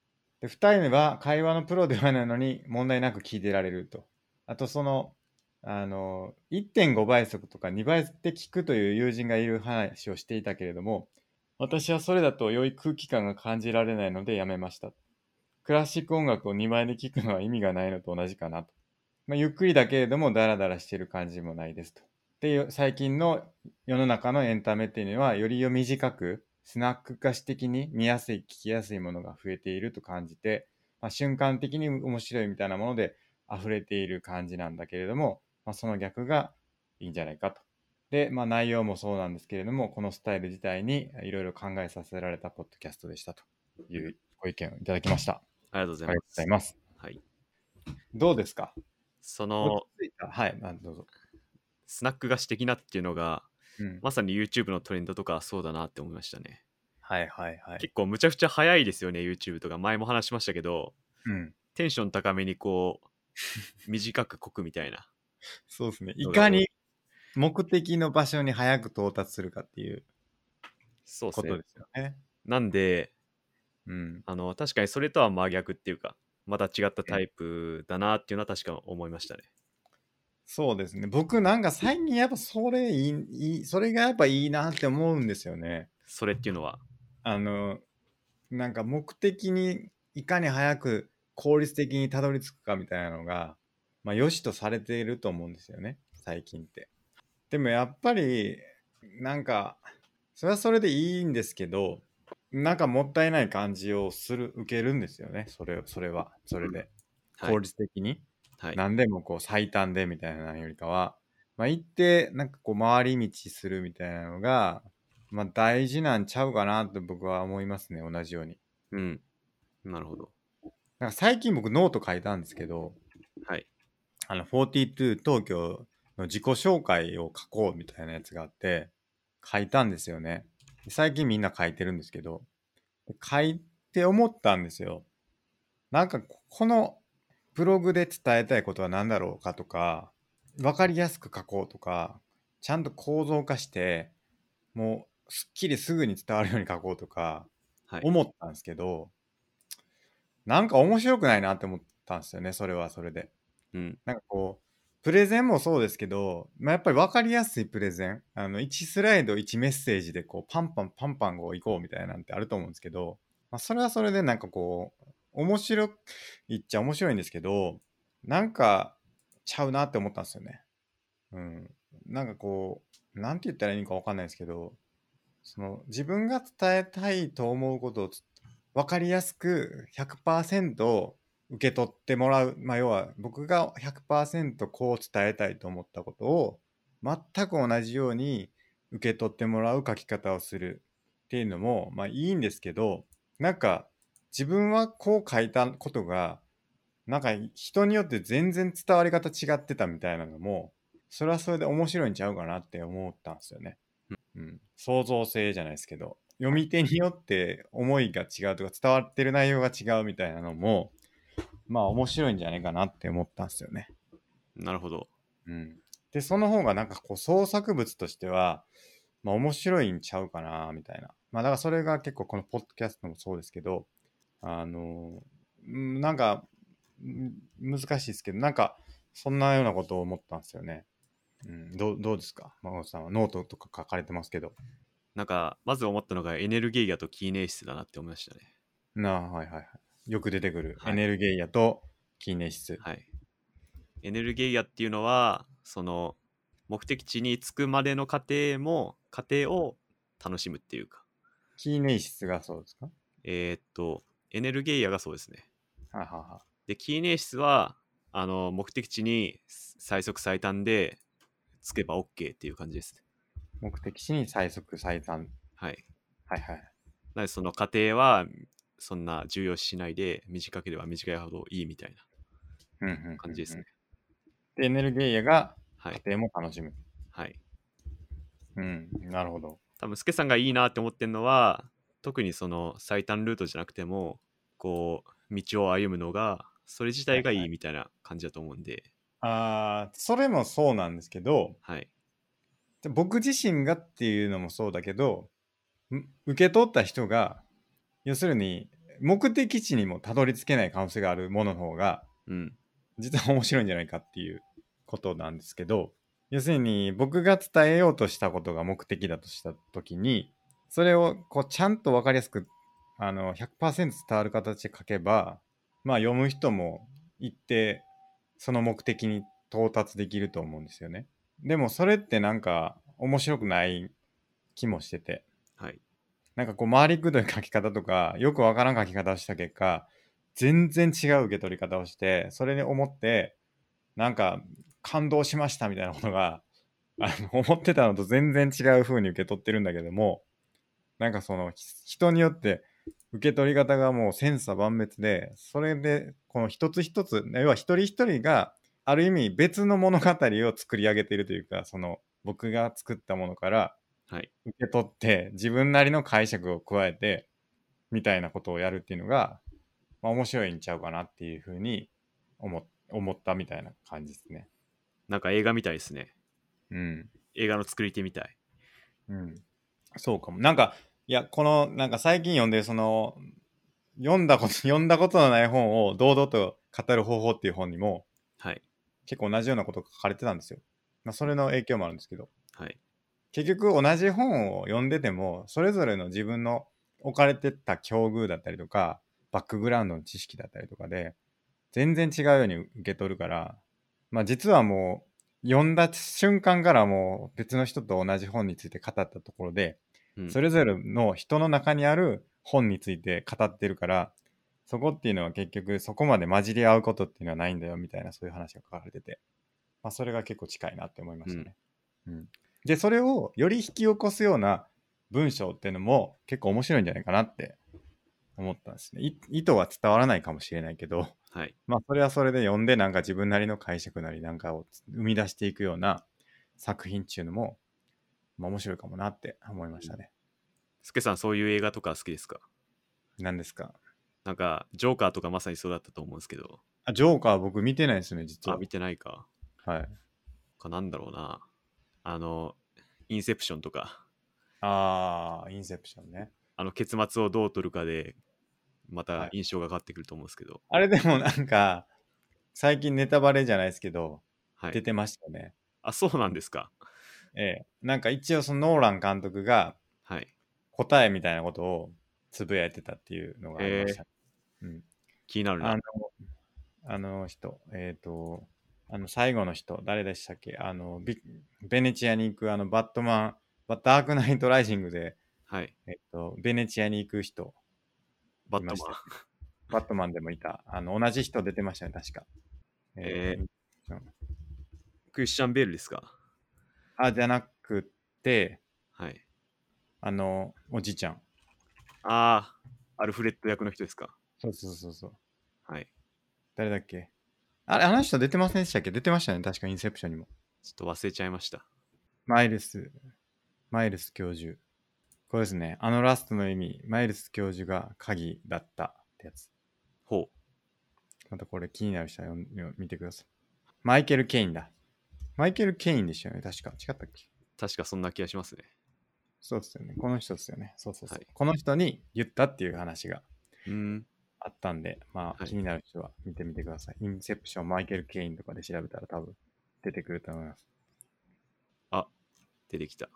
Speaker 1: で、二人目は会話のプロではないのに問題なく聞いてられると。あとその、あの、1.5倍速とか2倍で聞くという友人がいる話をしていたけれども、私はそれだと良い空気感が感じられないのでやめました。クラシック音楽を2倍で聞くのは意味がないのと同じかなと。まあ、ゆっくりだけれどもダラダラしてる感じもないですと。で、よ最近の世の中のエンタメっていうのは、よりよ短く、スナック菓子的に見やすい、聞きやすいものが増えていると感じて、まあ、瞬間的に面白いみたいなもので溢れている感じなんだけれども、まあ、その逆がいいんじゃないかと。で、まあ、内容もそうなんですけれども、このスタイル自体にいろいろ考えさせられたポッドキャストでしたというご意見をいただきました。
Speaker 2: ありがとうご
Speaker 1: あ
Speaker 2: ざ
Speaker 1: りが
Speaker 2: い
Speaker 1: とう
Speaker 2: ま
Speaker 1: ござ
Speaker 2: す
Speaker 1: い。ます。
Speaker 2: はい。
Speaker 1: どうですか
Speaker 2: その、
Speaker 1: 着いたはい、あどうぞ。
Speaker 2: スナック菓子的なっていうのが、
Speaker 1: うん、
Speaker 2: まさに YouTube のトレンドとかそうだなって思いましたね。
Speaker 1: はいはいはい。
Speaker 2: 結構むちゃくちゃ早いですよね、YouTube とか。前も話しましたけど、
Speaker 1: うん、
Speaker 2: テンション 高めにこう、短く濃くみたいな。
Speaker 1: そうですね。
Speaker 2: ど
Speaker 1: いう
Speaker 2: だろう
Speaker 1: かに目的の場所に早く到達するかっていう
Speaker 2: そうで
Speaker 1: こ
Speaker 2: す
Speaker 1: と
Speaker 2: ね
Speaker 1: で。すよね。
Speaker 2: なんで、
Speaker 1: うん。
Speaker 2: あの、確かにそれとは真逆っていうか、また違ったタイプだなっていうのは確か思いましたね。
Speaker 1: そうですね。僕なんか最近やっぱそれいい、いいそれがやっぱいいなって思うんですよね。
Speaker 2: それっていうのは。
Speaker 1: あの、なんか目的にいかに早く効率的にたどり着くかみたいなのが、まあ、良しとされていると思うんですよね、最近って。でもやっぱり、なんか、それはそれでいいんですけど、なんかもったいない感じをする、受けるんですよね、それ、それは、それで。
Speaker 2: はい
Speaker 1: 効。率的に。
Speaker 2: はい、
Speaker 1: 何でもこう最短でみたいなのよりかは、まあ、行ってなんかこう回り道するみたいなのが、まあ、大事なんちゃうかなと僕は思いますね同じように
Speaker 2: うん。なるほど。
Speaker 1: なんか最近僕ノート書いたんですけど
Speaker 2: はい。
Speaker 1: あの42東京の自己紹介を書こうみたいなやつがあって書いたんですよねで最近みんな書いてるんですけどで書いて思ったんですよなんかここのブログで伝えたいことは何だろうかとか分かりやすく書こうとかちゃんと構造化してもうすっきりすぐに伝わるように書こうとか
Speaker 2: はい。
Speaker 1: 思ったんですけど、なんか面白くないなって思ったんですよねそれはそれで。
Speaker 2: うん。
Speaker 1: なんかこう、プレゼンもそうですけど、まあ、やっぱり分かりやすいプレゼン、あの1スライド1メッセージでこうパンパンパンパンこういこうみたいなんてあると思うんですけど、まあ、それはそれでなんかこう、面白いっちゃ面白いんですけど、なんかちゃうなって思ったんですよね。うん。なんかこう、なんて言ったらいいのか分かんないですけど、その自分が伝えたいと思うことをつ分かりやすく100%受け取ってもらう、まあ、要は僕が100%こう伝えたいと思ったことを全く同じように受け取ってもらう書き方をするっていうのも、まあ、いいんですけどなんか自分はこう書いたことがなんか人によって全然伝わり方違ってたみたいなのもそれはそれで面白いんちゃうかなって思ったんですよね。うん、創造性じゃないですけど読み手によって思いが違うとか伝わってる内容が違うみたいなのもまあ面白いんじゃないかなって思ったんですよね。
Speaker 2: なるほど。
Speaker 1: うん、でその方がなんかこう創作物としては、まあ、面白いんちゃうかなみたいな。まあだからそれが結構このポッドキャストもそうですけどあのうんなんかうん難しいですけどなんかそんなようなことを思ったんですよね。うん、どうどうですか孫さんはノートとか書かれてますけど。
Speaker 2: なんか、まず思ったのがエネルギーやとキーネイシスだなって思いましたね。
Speaker 1: なあはいはいはい。よく出てくる、
Speaker 2: はい
Speaker 1: エネルゲイアとキーネシス。
Speaker 2: はい。エネルギーやっていうのは、その、目的地に着くまでの過程も、過程を楽しむっていうか、
Speaker 1: キーネシスがそうですか
Speaker 2: えーっと、エネルゲイヤがそうですね。
Speaker 1: はあはあはあ
Speaker 2: で、キーネーシスは、あの、目的地に最速最短で着けば OK っていう感じです。
Speaker 1: 目的地に最速最短。
Speaker 2: はい。
Speaker 1: はいはい。
Speaker 2: なので、その過程は、そんな重要視しないで、短ければ短いほどいいみたい
Speaker 1: うんうんうんうん
Speaker 2: な感じですね。。
Speaker 1: で、エネルゲイヤが
Speaker 2: はい。
Speaker 1: 家庭も楽しむ。
Speaker 2: はい。
Speaker 1: うん、なるほど。
Speaker 2: 多分、スケさんがいいなって思ってるのは、特にその最短ルートじゃなくても、こう、道を歩むのが、それ自体がいいみたいな感じだと思うんで、
Speaker 1: ああ、それもそうなんですけど、
Speaker 2: はい。
Speaker 1: で僕自身がっていうのもそうだけど、ん受け取った人が、要するに、目的地にもたどり着けない可能性があるものの方が、
Speaker 2: うん。
Speaker 1: 実は面白いんじゃないかっていうことなんですけど要するに僕が伝えようとしたことが目的だとした時にそれをこうちゃんと分かりやすくあの100%伝わる形で書けばまあ読む人も一定その目的に到達できると思うんですよね。でもそれってなんか面白くない気もしてて
Speaker 2: はい。
Speaker 1: なんかこう回りくどい書き方とかよくわからん書き方をした結果全然違う受け取り方をしてそれに思ってなんか感動しましたみたいなことがあの思ってたのと全然違う風に受け取ってるんだけどもなんかそのひ人によって受け取り方がもう千差万別でそれでこの一つ一つ要は一人一人がある意味別の物語を作り上げているというかその僕が作ったものから
Speaker 2: はい。
Speaker 1: 受け取って自分なりの解釈を加えてみたいなことをやるっていうのが、まあ、面白いんちゃうかなっていうふうに思っ思ったみたいな感じですね。
Speaker 2: なんか映画みたいですね。
Speaker 1: うん。
Speaker 2: 映画の作り手みたい。
Speaker 1: うん、そうかも。なんか、いや、この、なんか最近読んで、その、読んだこと、 読んだことのない本を堂々と語る方法っていう本にも、
Speaker 2: はい。
Speaker 1: 結構同じようなことが書かれてたんですよ。まあ、それの影響もあるんですけど、
Speaker 2: はい。
Speaker 1: 結局同じ本を読んでても、それぞれの自分の置かれてた境遇だったりとか、バックグラウンドの知識だったりとかで、全然違うように受け取るから、まあ実はもう、読んだ瞬間からもう別の人と同じ本について語ったところで、
Speaker 2: うん、
Speaker 1: それぞれの人の中にある本について語ってるから、そこっていうのは結局そこまで混じり合うことっていうのはないんだよみたいなそういう話が書かれてて、まあ、それが結構近いなって思いましたね。うんで、それをより引き起こすような文章っていうのも結構面白いんじゃないかなって思ったんですね。い意図は伝わらないかもしれないけど、
Speaker 2: はい。
Speaker 1: まあそれはそれで読んでなんか自分なりの解釈なりなんかを生み出していくような作品っていうのも、まあ、面白いかもなって思いましたね。
Speaker 2: スケさん、そういう映画とか好きですか
Speaker 1: 何ですか
Speaker 2: なんか、ジョーカーとかまさにそうだったと思うんですけど、
Speaker 1: あジョーカーは僕見てないですね、実
Speaker 2: あ、
Speaker 1: は
Speaker 2: 見。てないか。
Speaker 1: はい。
Speaker 2: かなんだろうな。あの、インセプションとか、
Speaker 1: ああ、インセプションね。
Speaker 2: あの、結末をどう取るかで、ま
Speaker 1: は
Speaker 2: た
Speaker 1: い
Speaker 2: 印象が変わってくると思うんですけど、
Speaker 1: あれでもなんか、最近ネタバレじゃないですけど、
Speaker 2: はい。
Speaker 1: 出てましたね。
Speaker 2: あ、そうなんですか。
Speaker 1: ええ。なんか一応そのノーラン監督が
Speaker 2: はい。
Speaker 1: 答えみたいなことをつぶやいてたっていうのがありました。うん。
Speaker 2: 気になる
Speaker 1: あ
Speaker 2: な
Speaker 1: の。、あの人、えっ、と、あの、最後の人、誰でしたっけあの、ビベネチアに行く、あの、バットマン、バダークナイトライジングで、
Speaker 2: はい。
Speaker 1: えっ、と、ベネチアに行く人、
Speaker 2: バット
Speaker 1: いました
Speaker 2: マン。
Speaker 1: バットマンでもいた。あの、同じ人出てましたね、確か。
Speaker 2: えクリスチャン・ベールですか。
Speaker 1: あ、じゃなくて、
Speaker 2: はい。
Speaker 1: あの、おじいちゃん。
Speaker 2: ああ、アルフレッド役の人ですか。
Speaker 1: そうそうそうそう。
Speaker 2: はい。
Speaker 1: 誰だっけあれ、あの人出てませんでしたっけ出てましたね、確かインセプションにも。
Speaker 2: ちょっと忘れちゃいました。
Speaker 1: マイルス、マイルス教授。これですね、あのラストの意味、マイルス教授が鍵だったってやつ。
Speaker 2: ほ
Speaker 1: またこれ気になる人は読ん読ん見てください。マイケル・ケインだ。マイケル・ケインでしたよね、確か。違ったっけ
Speaker 2: う。確かそんな気がしますね。
Speaker 1: そうですよね。この人ですよね。そうそうそう。
Speaker 2: はい
Speaker 1: この人に言ったっていう話が
Speaker 2: うーん。
Speaker 1: あったんで、まあ、
Speaker 2: はい
Speaker 1: 気になる人は見てみてください。インセプション、マイケル・ケインとかで調べたら多分出てくると思います。
Speaker 2: 出てきた。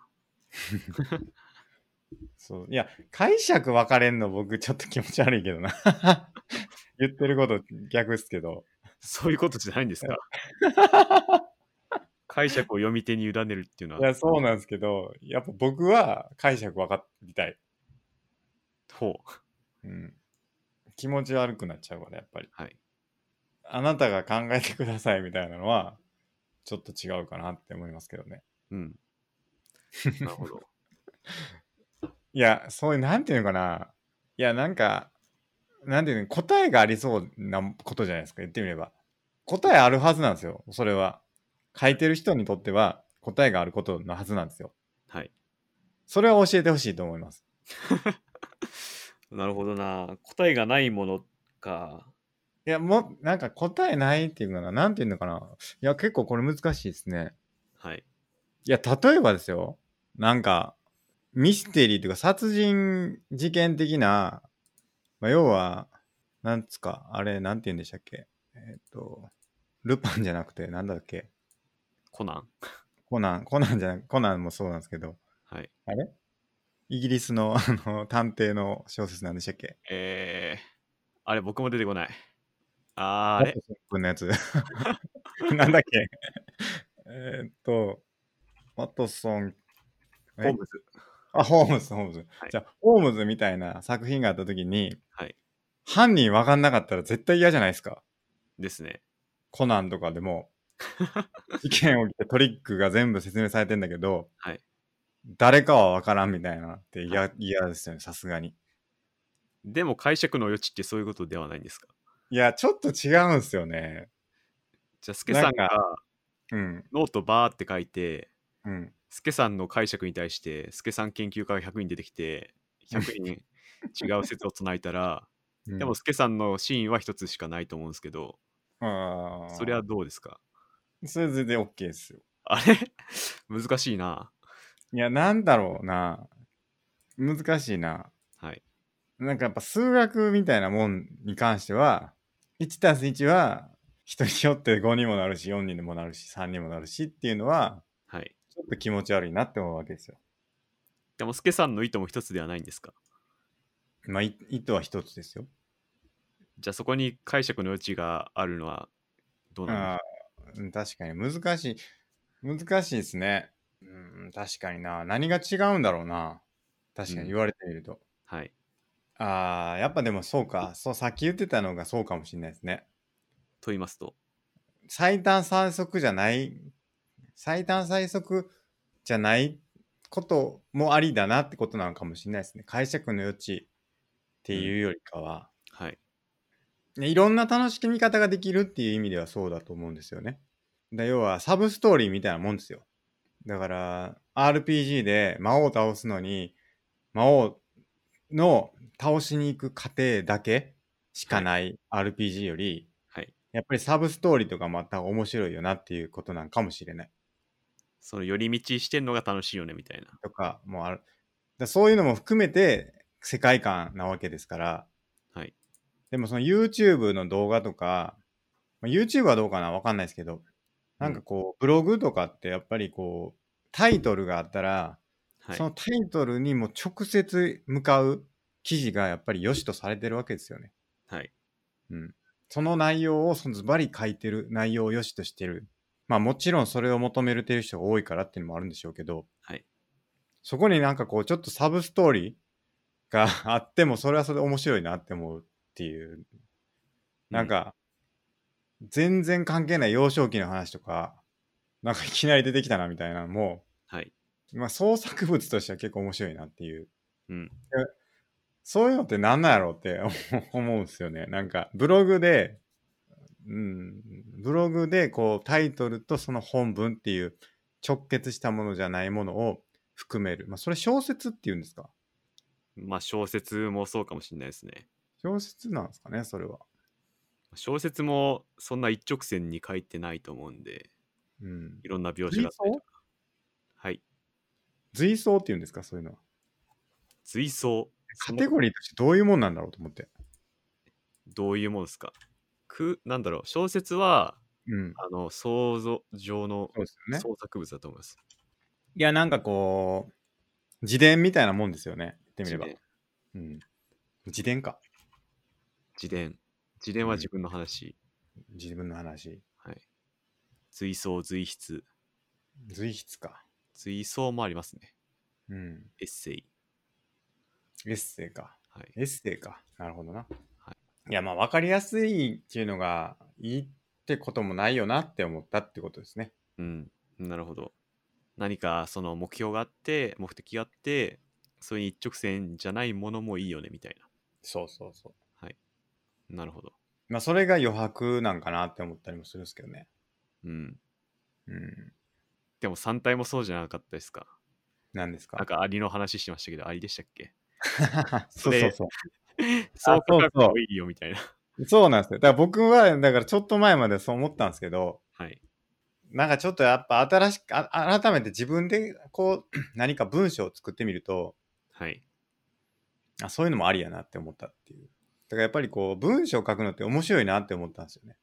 Speaker 1: そう。いや、解釈分かれんの僕ちょっと気持ち悪いけどな。 言ってること逆っすけど。
Speaker 2: そういうことじゃないんですか。 解釈を読み手に委ねるっていうの
Speaker 1: い
Speaker 2: は。
Speaker 1: や、そうなんですけど、やっぱ僕は解釈分かりたい。
Speaker 2: ほう。
Speaker 1: うん。気持ち悪くなっちゃうから、やっぱり。
Speaker 2: はい。
Speaker 1: あなたが考えてくださいみたいなのは、ちょっと違うかなって思いますけどね。
Speaker 2: うん。なるほど。
Speaker 1: いや、そういう、なんていうのかな。いや、なんか、なんていうの、答えがありそうなことじゃないですか、言ってみれば。答えあるはずなんですよ、それは。書いてる人にとっては答えがあることのはずなんですよ。
Speaker 2: はい。
Speaker 1: それは教えてほしいと思います。
Speaker 2: なるほどな。答えがないものか。
Speaker 1: いや、もう、なんか答えないっていうのかな、なんていうのかな。いや、結構これ難しいですね。
Speaker 2: はい。
Speaker 1: いや、例えばですよ。なんか、ミステリーというか、殺人事件的な、まあ、要は、なんつか、あれ、なんて言うんでしたっけえーっと、ルパンじゃなくて、なんだっけ
Speaker 2: コナン。
Speaker 1: コナン、コナンじゃなくコナンもそうなんですけど、
Speaker 2: はい。
Speaker 1: イギリスの、あの、探偵の小説なんでしたっけ
Speaker 2: えー、あれ、僕も出てこない。あーあ
Speaker 1: あ
Speaker 2: れ、
Speaker 1: のやつ。 なんだっけえーっと、ワトソン
Speaker 2: ホームズ。
Speaker 1: あ、ホームズ、ホームズ。
Speaker 2: はい
Speaker 1: じゃあ、ホームズみたいな作品があったときに、
Speaker 2: はい
Speaker 1: 犯人分かんなかったら絶対嫌じゃないですか。
Speaker 2: ですね。
Speaker 1: コナンとかで も、事件起きてトリックが全部説明されてんだけど、
Speaker 2: はい
Speaker 1: 誰かは分からんみたいなって嫌嫌ですよね、さすがに。
Speaker 2: でも解釈の余地ってそういうことではないんですか
Speaker 1: いや、ちょっと違うんすよね。
Speaker 2: じゃあ、スケさん
Speaker 1: なん
Speaker 2: が
Speaker 1: うん、
Speaker 2: ノートバーって書いて、
Speaker 1: うん。
Speaker 2: スケさんの解釈に対して、スケさん研究家が100人出てきて、100人違う説を唱えたら、でもスケさんのシーンは一つしかないと思うんですけど、
Speaker 1: うん、あー
Speaker 2: それはどうですか
Speaker 1: それ全然 OK ですよ。
Speaker 2: あれ難しいな。
Speaker 1: いや、なんだろうな。難しいな。
Speaker 2: はい。
Speaker 1: なんかやっぱ数学みたいなもんに関しては、1たす1は、人によって5にもなるし、4にもなるし、3にもなるしっていうのは、
Speaker 2: はい。
Speaker 1: ちょっと気持ち悪いなって思うわけですよ。
Speaker 2: でも、スケさんの意図も一つではないんですか
Speaker 1: まあ、い意図は一つですよ。
Speaker 2: じゃあ、そこに解釈の余地があるのはどうなん
Speaker 1: あーうん確かに難しい。難しいですね。うん、確かにな。何が違うんだろうな。確か
Speaker 2: うん
Speaker 1: に言われてみると。
Speaker 2: ですかはい。
Speaker 1: ああ、やっぱでもそうか。そう、さっき言ってたのがそうかもしれないですね。
Speaker 2: と言いますと。
Speaker 1: 最短最速じゃない、最短最速じゃないこともありだなってことなのかもしれないですね。解釈の余地っていうよりかは、
Speaker 2: はい。
Speaker 1: ねいろんな楽しみ方ができるっていう意味ではそうだと思うんですよね。だ要はサブストーリーみたいなもんですよ。だから、RPG で魔王を倒すのに、魔王の倒しに行く過程だけしかない RPG より、
Speaker 2: はい。
Speaker 1: やっぱりサブストーリーとかまた面白いよなっていうことなんかもしれない。
Speaker 2: その寄り道してんのが楽しいよねみたいな。
Speaker 1: とかもある。だそういうのも含めて世界観なわけですから。
Speaker 2: はい。
Speaker 1: でもその YouTube の動画とか、まあ YouTube はどうかなわかんないですけど、なんかこう、ブログとかってやっぱりこう、タイトルがあったら、
Speaker 2: はい
Speaker 1: そ。のタイトルにも直接向かう記事がやっぱり良しとされてるわけですよね。
Speaker 2: はい。
Speaker 1: うん、その内容をそのズバリ書いてる内容を良しとしてる。まあもちろんそれを求めてる人が多いからっていうのもあるんでしょうけど、
Speaker 2: はい
Speaker 1: そこになんかこうちょっとサブストーリーがあってもそれはそれで面白いなって思うっていう、なんか全然関係ない幼少期の話とか、なんかいきなり出てきたなみたいなのも、
Speaker 2: はい。
Speaker 1: まあ創作物としては結構面白いなっていう。
Speaker 2: うん。
Speaker 1: そういうのってなんなんやろうって 思うんですよね。なんか、ブログで、うん、ブログでこうタイトルとその本文っていう直結したものじゃないものを含める。まあ、それ小説っていうんですか
Speaker 2: まあ小説もそうかもしれないですね。
Speaker 1: 小説なんですかね、それは。
Speaker 2: 小説もそんな一直線に書いてないと思うんで、
Speaker 1: うん。
Speaker 2: いろんな描写があったりとか。はい。
Speaker 1: 随想っていうんですか、そういうのは。
Speaker 2: 随想。
Speaker 1: カテゴリーとしてどういうもんなんだろうと思って。
Speaker 2: どういうもんですかく、なんだろう。小説は、
Speaker 1: うん。
Speaker 2: あの、想像上の
Speaker 1: そうですよね。
Speaker 2: 創作物だと思います。
Speaker 1: いや、なんかこう、自伝みたいなもんですよね。言ってみれば。
Speaker 2: 自伝
Speaker 1: うん。自伝か。
Speaker 2: 自伝。自伝は自分の話。
Speaker 1: 自分の話。
Speaker 2: はい。随想、随筆。
Speaker 1: 随筆か。
Speaker 2: 随想もありますね。
Speaker 1: うん。
Speaker 2: エッセイ。
Speaker 1: エッセイか。
Speaker 2: はい。
Speaker 1: エッセイか。なるほどな。、
Speaker 2: はい
Speaker 1: や、まあ、わかりやすいっていうのがいいってこともないよなって思ったってことですね。
Speaker 2: うん、なるほど。何かその目標があって、目的があって、それに一直線じゃないものもいいよねみたい
Speaker 1: そうそうそう。
Speaker 2: な。なるほど。
Speaker 1: まあ、それが余白なんかなって思ったりもするんですけどね。
Speaker 2: うん。
Speaker 1: うん。
Speaker 2: でも3体もそうじゃなかったですか。
Speaker 1: なんですか
Speaker 2: なんかアリの話してましたけど、アリでしたっ け
Speaker 1: そうそうそ
Speaker 2: そ
Speaker 1: そ
Speaker 2: う
Speaker 1: う
Speaker 2: 書
Speaker 1: そう
Speaker 2: かもいいよみたいな。
Speaker 1: う。そうなんですよ。だから僕は、だからちょっと前までそう思ったんですけど、
Speaker 2: はい。
Speaker 1: なんかちょっとやっぱ新しく、あ改めて自分でこう、 何か文章を作ってみると、
Speaker 2: はい。
Speaker 1: あそういうのもありやなって思ったっていう。だからやっぱりこう、文章を書くのって面白いなって思ったんですよね。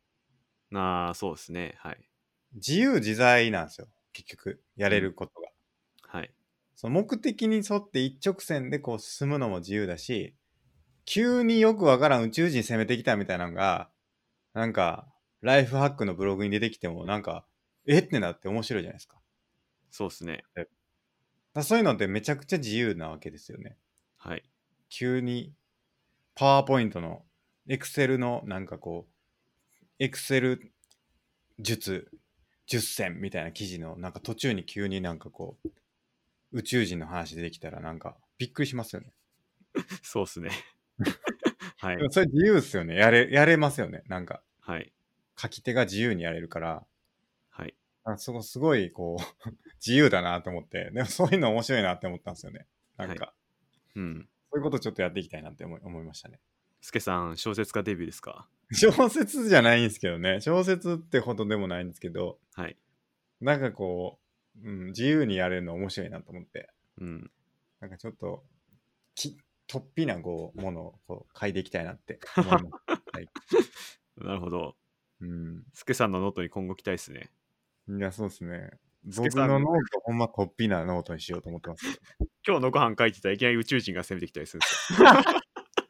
Speaker 2: なあ、そうですね。はい。
Speaker 1: 自由自在なんですよ結局やれることが、
Speaker 2: はい。
Speaker 1: その目的に沿って一直線でこう進むのも自由だし急によくわからん宇宙人攻めてきたみたいなのがなんかライフハックのブログに出てきてもなんかえってなって面白いじゃないですかだか
Speaker 2: そうですね。
Speaker 1: らそういうのってめちゃくちゃ自由なわけですよね
Speaker 2: はい。
Speaker 1: 急にパワーポイントのエクセルのなんかこうエクセル術10選みたいな記事のなんか途中に急になんかこう宇宙人の話出てきたらなんかびっくりしますよね。
Speaker 2: そうです ね。はい
Speaker 1: で。もそれ自由ですよね。やれ、やれますよね。なんか
Speaker 2: はい。
Speaker 1: 書き手が自由にやれるから、
Speaker 2: はい。
Speaker 1: あそこすごいこう 自由だなと思って、でもそういうの面白いなって思ったんですよね。なんか、
Speaker 2: うん。
Speaker 1: そういうことちょっとやっていきたいなって思い思いましたね。
Speaker 2: スケさん、小説家デビューですか
Speaker 1: 小説じゃないんですけどね。小説ってほどでもないんですけど、
Speaker 2: はい。
Speaker 1: なんかこう、うん、自由にやれるの面白いなと思って、
Speaker 2: うん。
Speaker 1: なんかちょっと、き突飛なこうものをこう嗅いでいきたいなって思い ます。
Speaker 2: なるほど。
Speaker 1: うん
Speaker 2: スケさんのノートに今後期待ですね。
Speaker 1: いや、そうですね。
Speaker 2: スケ
Speaker 1: 僕
Speaker 2: さん
Speaker 1: のノート、ほんま、こっぴなノートにしようと思ってますけど。
Speaker 2: 今日のご飯書いてたらいきなり宇宙人が攻めてきたりするんです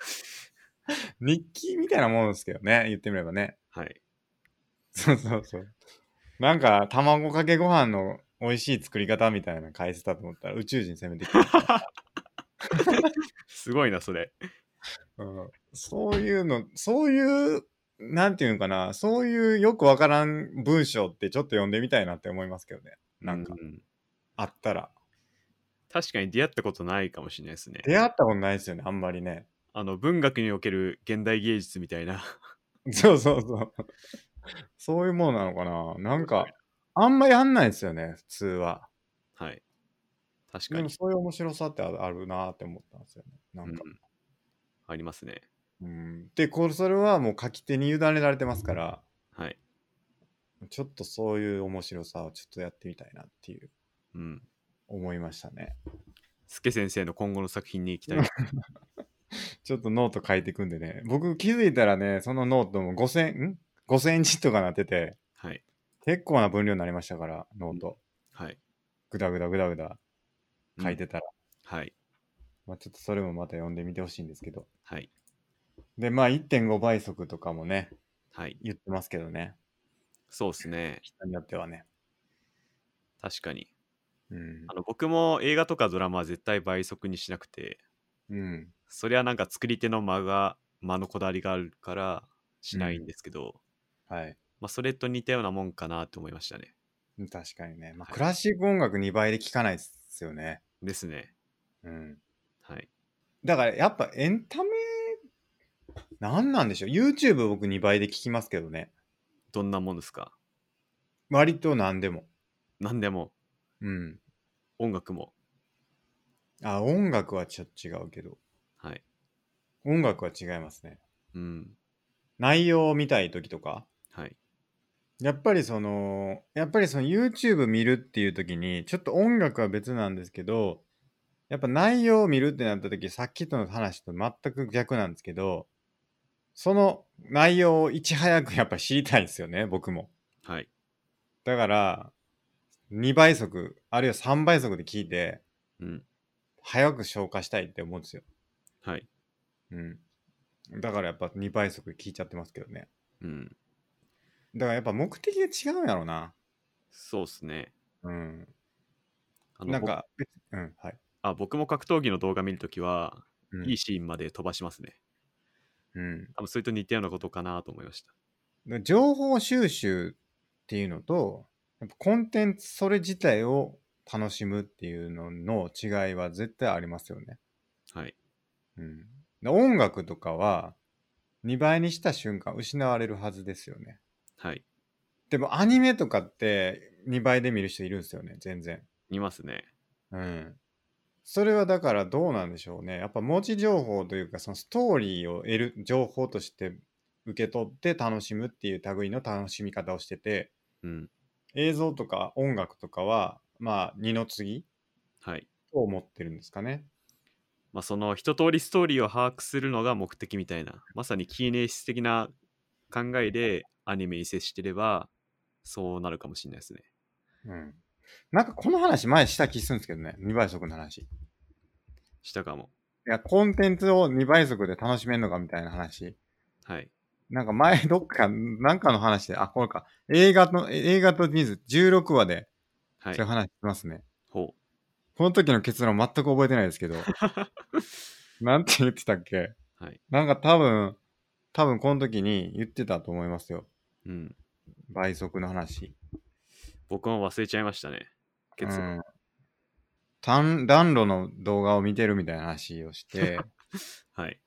Speaker 1: 日記みたいなものですけどね、言ってみればね。
Speaker 2: よ。はい。
Speaker 1: そうそうそう。なんか、卵かけご飯の美味しい作り方みたいなの返せたと思ったら、宇宙人攻めてきた。
Speaker 2: すごいな、それ。
Speaker 1: うん、そういうの、そういう、なんていうのかな、そういうよくわからん文章ってちょっと読んでみたいなって思いますけどね。なんか、
Speaker 2: う
Speaker 1: あったら。
Speaker 2: 確かに出会ったことないかもしれないですね。
Speaker 1: 出会ったことないですよね、あんまりね。
Speaker 2: あの文学における現代芸術みたいな。
Speaker 1: そうそうそう。そういうものなのかな。なんか、あんまりやんないですよね、普通は。
Speaker 2: はい。確か
Speaker 1: でも
Speaker 2: に。
Speaker 1: そういう面白さってああるなって思ったんですよね。なんか。
Speaker 2: うんありますね。
Speaker 1: うんで、これそれはもう書き手に委ねられてますから、
Speaker 2: はい。
Speaker 1: ちょっとそういう面白さをちょっとやってみたいなっていう
Speaker 2: うん。
Speaker 1: 思いましたね。
Speaker 2: スケ先生の今後の作品に行きたい。
Speaker 1: ちょっとノート書いていくんでね。僕気づいたらね、そのノートも5000、ん ?5 センチとかなってて、
Speaker 2: はい。
Speaker 1: 結構な分量になりましたから、ノート。
Speaker 2: はい。
Speaker 1: ぐだぐだぐだぐだ書い
Speaker 2: うん
Speaker 1: てたら。
Speaker 2: はい。
Speaker 1: まあちょっとそれもまた読んでみてほしいんですけど。
Speaker 2: はい。
Speaker 1: で、まあ1.5倍速とかもね、
Speaker 2: はい。
Speaker 1: 言ってますけどね。
Speaker 2: そうですね。
Speaker 1: 人によってはね。
Speaker 2: 確かに。
Speaker 1: うん
Speaker 2: あ。の僕も映画とかドラマは絶対倍速にしなくて、
Speaker 1: うん。
Speaker 2: それはなんか作り手の間が、間のこだわりがあるからしないんですけど、
Speaker 1: はい。
Speaker 2: まあそれと似たようなもんかなと思いましたね。
Speaker 1: 確かにね。ま
Speaker 2: は
Speaker 1: あ、
Speaker 2: い
Speaker 1: クラシック音楽2倍で聴かないっすよね。
Speaker 2: ですね。
Speaker 1: うん。
Speaker 2: はい。
Speaker 1: だからやっぱエンタメ、なんなんでしょう。YouTube 僕2倍で聴きますけどね。
Speaker 2: どんなもんですか
Speaker 1: 割と何でも。
Speaker 2: 何でも、
Speaker 1: うん。
Speaker 2: 音楽も。
Speaker 1: あ、音楽はちょっと違うけど。
Speaker 2: はい。
Speaker 1: 音楽は違いますね。
Speaker 2: うん。
Speaker 1: 内容を見たい時とか。
Speaker 2: はい。
Speaker 1: やっぱりその、やっぱりその YouTube 見るっていう時に、ちょっと音楽は別なんですけど、やっぱ内容を見るってなった時、さっきとの話と全く逆なんですけど、その内容をいち早くや っぱ知りたいんですよね、僕も。
Speaker 2: はい。
Speaker 1: だから、2倍速、あるいは3倍速で聞いて、
Speaker 2: うん。
Speaker 1: 早く消化したいって思うんですよ。
Speaker 2: はい。
Speaker 1: うん。だからやっぱ2倍速で聞いちゃってますけどね。
Speaker 2: うん。
Speaker 1: だからやっぱ目的が違うんやろな。
Speaker 2: そうっすね。
Speaker 1: うん。
Speaker 2: あの
Speaker 1: なん
Speaker 2: 僕
Speaker 1: か、別うん、はい。
Speaker 2: あ僕も格闘技の動画見るときは、
Speaker 1: うん
Speaker 2: いいシーンまで飛ばしますね。
Speaker 1: うん、
Speaker 2: 多分それと似たようなことかなと思いました。
Speaker 1: で情報収集っていうのとやっぱコンテンツそれ自体を楽しむっていうのの違いは絶対ありますよね。
Speaker 2: はい。
Speaker 1: うん、で音楽とかは2倍にした瞬間失われるはずですよね。
Speaker 2: はい。
Speaker 1: でもアニメとかって2倍で見る人いるんですよね全然。
Speaker 2: いますね。
Speaker 1: うん。それはだからどうなんでしょうね。やっぱ文字情報というかそのストーリーを得る情報として受け取って楽しむっていう類の楽しみ方をしてて。
Speaker 2: うん。
Speaker 1: 映像とか音楽とかはまあ二の次
Speaker 2: はい。
Speaker 1: と思ってるんですかね。
Speaker 2: まあ、その一通りストーリーを把握するのが目的みたいな、まさにキーネーシス的な考えでアニメに接してれば、そうなるかもしれないですね。
Speaker 1: うん。なんかこの話前した気するんですけどね。2倍速の話。い
Speaker 2: したかも。
Speaker 1: や、コンテンツを2倍速で楽しめるのかみたいな話。
Speaker 2: はい。
Speaker 1: なんか前どっか、なんかの話で、あ、これか。映画の、映画とニーズ16話で、
Speaker 2: は
Speaker 1: そう
Speaker 2: い
Speaker 1: いう。話しますね。
Speaker 2: ほう。
Speaker 1: この時の結論全く覚えてないです けど。なんて言ってたっけ
Speaker 2: はい。
Speaker 1: なんか多分、多分この時に言ってたと思いますよ。
Speaker 2: うん。
Speaker 1: 倍速の話。
Speaker 2: 僕も忘れちゃいましたね。結論。
Speaker 1: うん暖暖炉の動画を見てるみたいな話をして、
Speaker 2: はい。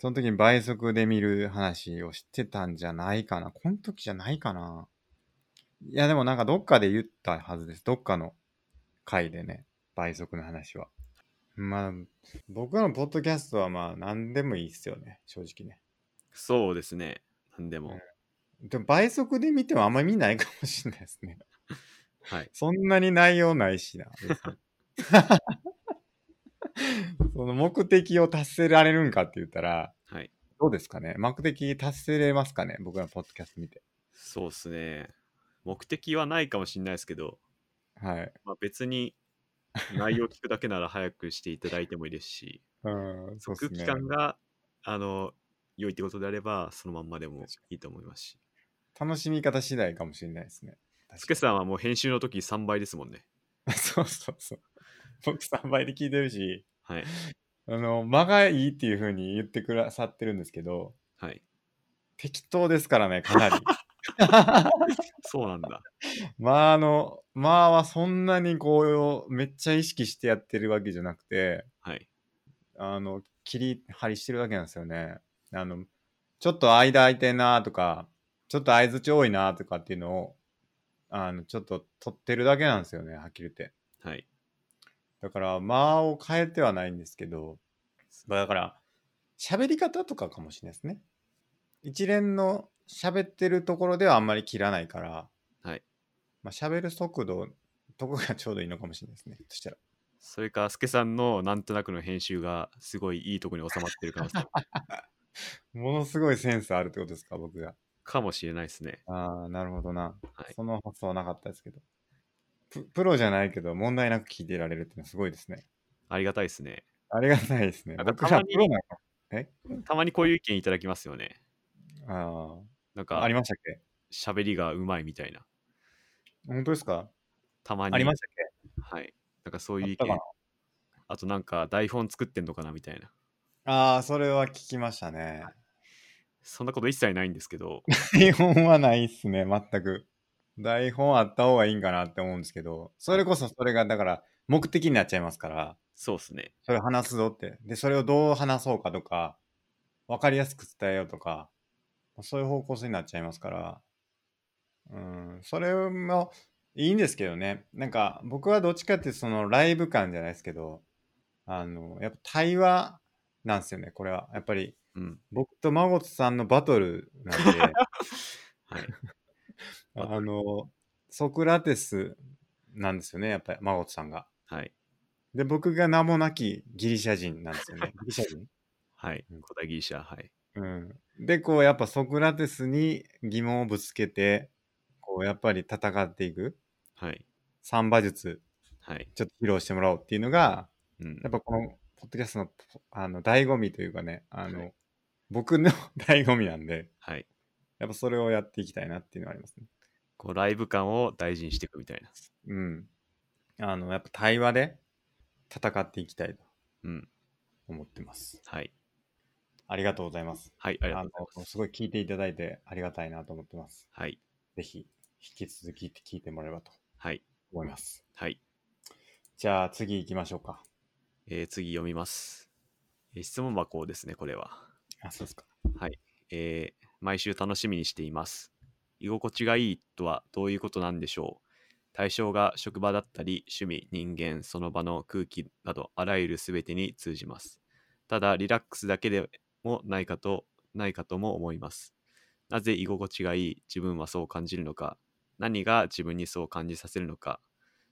Speaker 1: その時に倍速で見る話をしてたんじゃないかな。この時じゃないかな。いや、でもなんかどっかで言ったはずです。どっかの回でね、倍速の話は。まあ、僕らのポッドキャストはまあ何でもいいっすよね、正直ね。
Speaker 2: そうですね。なんで
Speaker 1: う
Speaker 2: も。
Speaker 1: でも倍速で見てもあんまり見ないかもしれないですね。
Speaker 2: はい。
Speaker 1: そんなに内容ないしな。別にその目的を達せられるんかって言ったら、
Speaker 2: はい。
Speaker 1: どうですかね目的達せれますかね僕らポッドキャスト見て。
Speaker 2: そうですね。目的はないかもしれないですけど、
Speaker 1: はい。
Speaker 2: まあ、別に内容聞くだけなら早くしていただいてもいいですし、
Speaker 1: うん、そうです
Speaker 2: 空
Speaker 1: ね
Speaker 2: 期。間が、あの、良いってことであれば、そのまんまでもいいと思いますし。
Speaker 1: 楽しみ方次第かもしれないですね。
Speaker 2: スケさんはもう編集の時3倍ですもんね。
Speaker 1: そうそうそう。僕3倍で聞いてるし、
Speaker 2: はい。
Speaker 1: あの、間がいいっていう風に言ってくださってるんですけど、
Speaker 2: はい。
Speaker 1: 適当ですからね、かなり。
Speaker 2: そうなんだ。
Speaker 1: まあ、あの、まあはそんなにこう、めっちゃ意識してやってるわけじゃなくて、
Speaker 2: はい。
Speaker 1: あの、切り張りしてるわけなんですよね。あの、ちょっと間空いてんなとか、ちょっと相づち多いなとかっていうのを、あの、ちょっと取ってるだけなんですよね、はっきり言って。
Speaker 2: はい。
Speaker 1: だから、間を変えてはないんですけど、まあだから、喋り方とかかもしれないですね。一連の喋ってるところではあんまり切らないから、
Speaker 2: はい。
Speaker 1: まあ、喋る速度とこがちょうどいいのかもしれないですね。そしたら。
Speaker 2: それか、スケさんのなんとなくの編集がすごいいいとこに収まってる 可能性も
Speaker 1: ものすごいセンスあるってことですか、僕が。
Speaker 2: かもしれないですね。
Speaker 1: ああ、なるほどな。
Speaker 2: はい
Speaker 1: その発想はなかったですけど。ププロじゃないけど、問題なく聞いてられるっていうのはすごいですね。
Speaker 2: ありがたいですね。
Speaker 1: ありがたいですね。
Speaker 2: なんか
Speaker 1: 僕ら
Speaker 2: たまに
Speaker 1: プロなのか
Speaker 2: たまにこういう意見いただきますよね。
Speaker 1: あ
Speaker 2: なん
Speaker 1: あー、あ
Speaker 2: か
Speaker 1: り、ましたっけ
Speaker 2: 喋りがうまいみたいな。
Speaker 1: 本当ですか
Speaker 2: たまに。
Speaker 1: ありましたっけ
Speaker 2: はい。なんかそういう意
Speaker 1: あったか
Speaker 2: 見
Speaker 1: な。
Speaker 2: あとなんか台本作ってんのかなみたいな。
Speaker 1: ああ、それは聞きましたね。
Speaker 2: そんなこと一切ないんです けど、
Speaker 1: 台本はないっすね、全く。台本あった方がいいんかなって思うんですけど、それこそそれがだから目的になっちゃいますから、
Speaker 2: そうですね。
Speaker 1: それ話すぞって。で、それをどう話そうかとか、わかりやすく伝えようとか、そういう方向性になっちゃいますから、うん、それもいいんですけどね。なんか僕はどっちかっていうとそのライブ感じゃないですけど、あの、やっぱ対話なんですよね、これは。やっぱり
Speaker 2: うん。
Speaker 1: 僕と孫さんのバトルなん で、
Speaker 2: はい。バトル
Speaker 1: あの、ソクラテスなんですよね、やっぱり、マゴトさんが。
Speaker 2: はい。
Speaker 1: で、僕が名もなきギリシャ人なんです よね。ギリシャ人
Speaker 2: はい。
Speaker 1: うん
Speaker 2: 古代ギリシャ、はい。
Speaker 1: うん。で、こう、やっぱソクラテスに疑問をぶつけて、こう、やっぱり戦っていく、
Speaker 2: はい。
Speaker 1: サンバ術、
Speaker 2: はい。
Speaker 1: ちょっと披露してもらおうっていうのが、
Speaker 2: うん
Speaker 1: やっ。ぱこの、ポッドキャストの、あの、醍醐味というかね、あの、
Speaker 2: はい
Speaker 1: 僕の 醍醐味なんで、
Speaker 2: はい。
Speaker 1: やっぱそれをやっていきたいなっていうのはありますね。
Speaker 2: こう、ライブ感を大事にしていくみたいな。
Speaker 1: うん。あの、やっぱ対話で戦っていきたいと
Speaker 2: うん。
Speaker 1: 思ってます。
Speaker 2: はい。
Speaker 1: ありがとうございます。
Speaker 2: はい。ありが
Speaker 1: あ
Speaker 2: とうございま
Speaker 1: の、
Speaker 2: す。
Speaker 1: すごい聞いていただいてありがたいなと思ってます。
Speaker 2: はい。
Speaker 1: ぜひ、引き続き聞いてもらえればと
Speaker 2: はい。
Speaker 1: 思います。
Speaker 2: はい。
Speaker 1: じゃあ次行きましょうか。
Speaker 2: えー次読みます。えー質問箱ですね、これは。
Speaker 1: あ、そうですか。
Speaker 2: えー毎週楽しみにしています。居心地がいいとはどういうことなんでしょう対象が職場だったり、趣味、人間、その場の空気など、あらゆる全てに通じます。ただ、リラックスだけでもないかと、ないかとも思います。なぜ居心地がいい、自分はそう感じるのか、何が自分にそう感じさせるのか、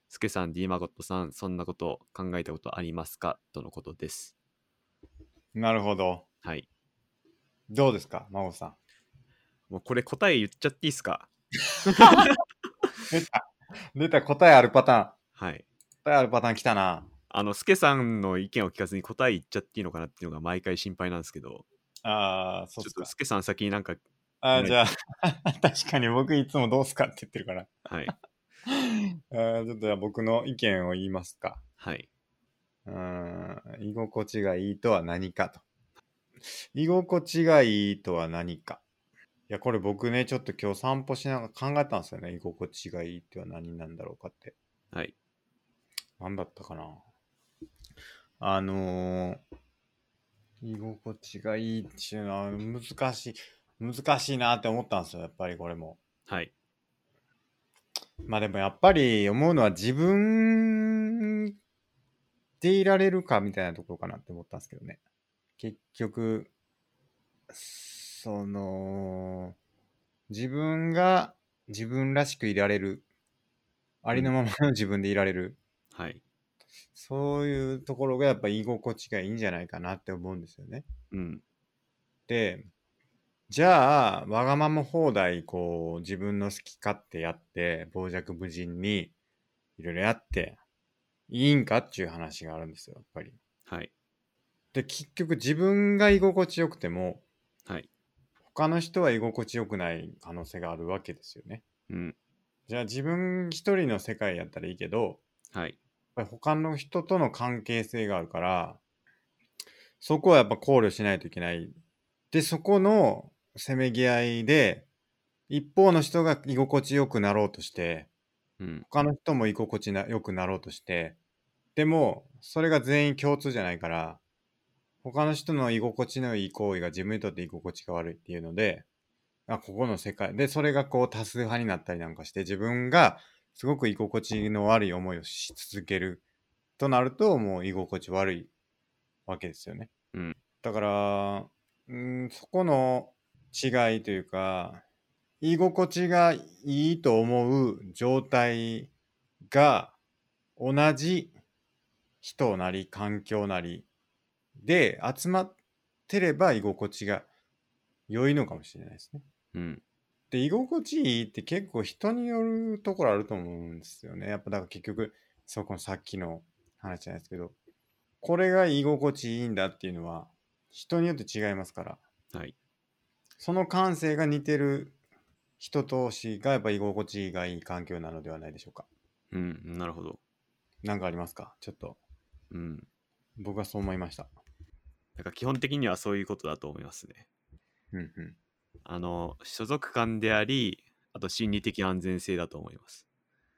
Speaker 2: スケさん、D マゴットさん、そんなこと考えたことありますかとのことです。
Speaker 1: なるほど。
Speaker 2: はい。
Speaker 1: どうですか、真帆さん。
Speaker 2: もうこれ答え言っちゃっていいですか
Speaker 1: 出た。出た答えあるパターン。
Speaker 2: はい。
Speaker 1: 答えあるパターン来たな。
Speaker 2: あの、スケさんの意見を聞かずに答え言っちゃっていいのかなっていうのが毎回心配なんですけど、
Speaker 1: あー、
Speaker 2: ち
Speaker 1: そ
Speaker 2: ょ
Speaker 1: うで
Speaker 2: っ
Speaker 1: すか
Speaker 2: と。スケさん先になん か、
Speaker 1: あ
Speaker 2: ね
Speaker 1: ー、じゃあ、 確かに僕いつもどうすかって言ってるから。
Speaker 2: はい、
Speaker 1: あーちょっとじゃあ僕の意見を言いますか。
Speaker 2: はい、
Speaker 1: うーん居心地がいいとは何かと。居心地がいいとは何か。いや、これ僕ね、ちょっと今日散歩しながら考えたんですよね。居心地がいいっては何なんだろうかって。
Speaker 2: はい、
Speaker 1: 何だったかな。あのー居心地がいいっていうのは難しい、難しいなって思ったんですよ。やっぱりこれも。
Speaker 2: はい、
Speaker 1: まあでもやっぱり思うのは自分でいられるかみたいなところかなって思ったんですけどね。結局、その、自分が自分らしくいられるありのままの自分でいられる、
Speaker 2: はい。
Speaker 1: そういうところがやっぱ居心地がいいんじゃないかなって思うんですよね。
Speaker 2: うん。
Speaker 1: で、じゃあ、わがまま放題、こう、自分の好き勝手やって、傍若無人にいろいろやって、いいんかっていう話があるんですよ、やっぱり。
Speaker 2: はい。
Speaker 1: で、結局自分が居心地よくても、
Speaker 2: はい。
Speaker 1: 他の人は居心地よくない可能性があるわけですよね。
Speaker 2: うん。
Speaker 1: じゃあ自分一人の世界やったらいいけど、
Speaker 2: はい。
Speaker 1: やっぱり他の人との関係性があるから、そこはやっぱ考慮しないといけない。で、そこのせめぎ合いで、一方の人が居心地よくなろうとして、
Speaker 2: うん。
Speaker 1: 他の人も居心地な良くなろうとして、でも、それが全員共通じゃないから、他の人の居心地のいい行為が自分にとって居心地が悪いっていうので、あ、ここの世界。で、それがこう多数派になったりなんかして、自分がすごく居心地の悪い思いをし続けるとなると、もう居心地悪いわけですよね。
Speaker 2: うん
Speaker 1: だから、うん、そこの違いというか、居心地がいいと思う状態が同じ人なり環境なりで集まってれば居心地が良いのかもしれないですね。
Speaker 2: うん。
Speaker 1: で居心地いいって結構人によるところあると思うんですよね。やっぱだから結局そこのさっきの話じゃないですけどこれが居心地いいんだっていうのは人によって違いますから
Speaker 2: はい。
Speaker 1: その感性が似てる人同士がやっぱ居心地がいい環境なのではないでしょうか。
Speaker 2: うん。なるほど。
Speaker 1: 何かありますかちょっと
Speaker 2: うん。
Speaker 1: 僕はそう思いました。
Speaker 2: なんか基本的にはそういうことだと思いますね。
Speaker 1: うんうん。
Speaker 2: あの、所属感であり、あと心理的安全性だと思います。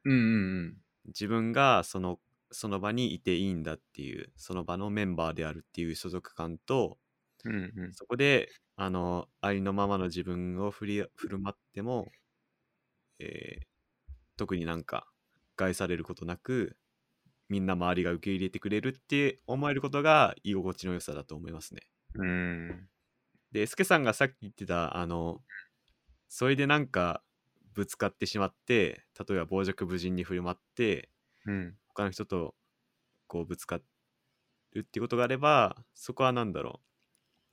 Speaker 1: うんうんうん。
Speaker 2: 自分がその、その場にいていいんだっていう、その場のメンバーであるっていう所属感と、
Speaker 1: うんうん、
Speaker 2: そこで、あの、ありのままの自分を振り振る舞っても、えー特になんか、害されることなく、みんな周りが受け入れてくれるって思えることが居心地の良さだと思いますね。
Speaker 1: うん
Speaker 2: で、スケさんがさっき言ってた、あの、それでなんかぶつかってしまって、例えば傍若無人に振る舞って、
Speaker 1: うん
Speaker 2: 他の人とこうぶつかるっていうことがあれば、そこはなんだろ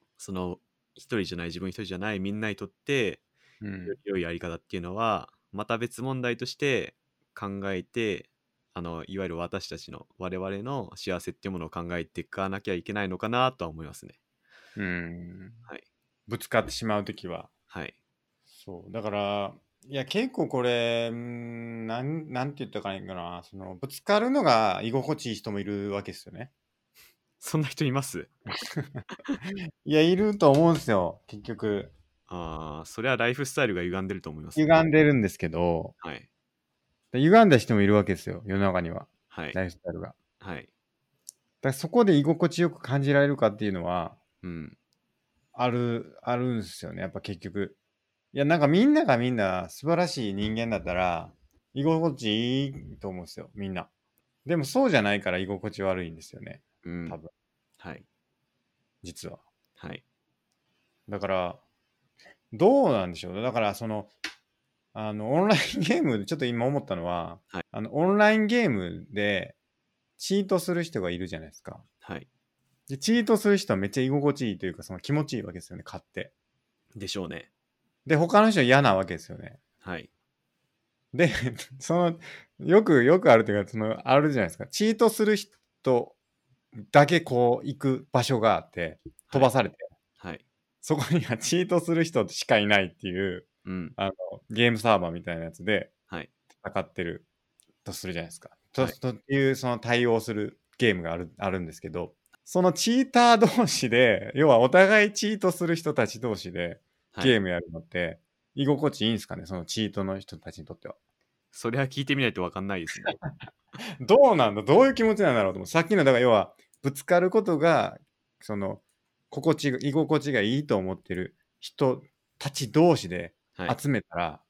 Speaker 2: う、その、一人じゃない、自分一人じゃない、みんなにとって、
Speaker 1: うん
Speaker 2: より良いやり方っていうのは、また別問題として考えて、あの、いわゆる私たちの、我々の幸せっていうものを考えていかなきゃいけないのかなとは思いますね。
Speaker 1: うん
Speaker 2: はい。
Speaker 1: ぶつかってしまうときは。
Speaker 2: はい。
Speaker 1: そう。だから、いや、結構これ、うんなん、なんて言ったらいいんかな。その、ぶつかるのが居心地いい人もいるわけですよね。
Speaker 2: そんな人います
Speaker 1: いや、いると思うんですよ。結局、
Speaker 2: ああ、それはライフスタイルが歪んでると思います、
Speaker 1: 歪んでるんですけど、
Speaker 2: はい。
Speaker 1: で歪んだ人もいるわけですよ。世の中には。
Speaker 2: はい。
Speaker 1: ライフスタイルが。だか
Speaker 2: はい。
Speaker 1: らそこで居心地よく感じられるかっていうのは、
Speaker 2: うん。
Speaker 1: ある、あるんですよね。やっぱ結局。いや、なんかみんながみんな素晴らしい人間だったら、居心地いいと思うんですよ、みんな。でもそうじゃないから居心地悪いんですよね、
Speaker 2: うん。
Speaker 1: 多分
Speaker 2: はい。
Speaker 1: 実は。
Speaker 2: はい。
Speaker 1: だから、どうなんでしょうね。だから、その、あの、オンラインゲームで、ちょっと今思ったのは、
Speaker 2: はい
Speaker 1: あの、オンラインゲームで、チートする人がいるじゃないですか。
Speaker 2: はい。
Speaker 1: で、チートする人はめっちゃ居心地いいというか、その気持ちいいわけですよね、買って。
Speaker 2: でしょうね。
Speaker 1: で、他の人は嫌なわけですよね。
Speaker 2: はい。
Speaker 1: で、 その、よく、よくあるというか、その、あるじゃないですか。チートする人だけこう、行く場所があって、飛ばされて、
Speaker 2: はい。
Speaker 1: そこにはチートする人しかいないっていう、
Speaker 2: うん。
Speaker 1: あの、ゲームサーバーみたいなやつで
Speaker 2: はい。
Speaker 1: 戦ってるとするじゃないですか。
Speaker 2: はい
Speaker 1: と、という、その対応するゲームがある、あるんですけど、そのチーター同士で、要はお互いチートする人たち同士で
Speaker 2: はい、
Speaker 1: ゲームやるのって、居心地いいんですかねそのチートの人たちにとっては。
Speaker 2: それは聞いてみないとわかんないです ね。
Speaker 1: どうなんだどういう気持ちなんだろうと思う。さっきの、だから要は、ぶつかることが、その、心地が、居心地がいいと思ってる人たち同士で
Speaker 2: はい。
Speaker 1: 集めたら、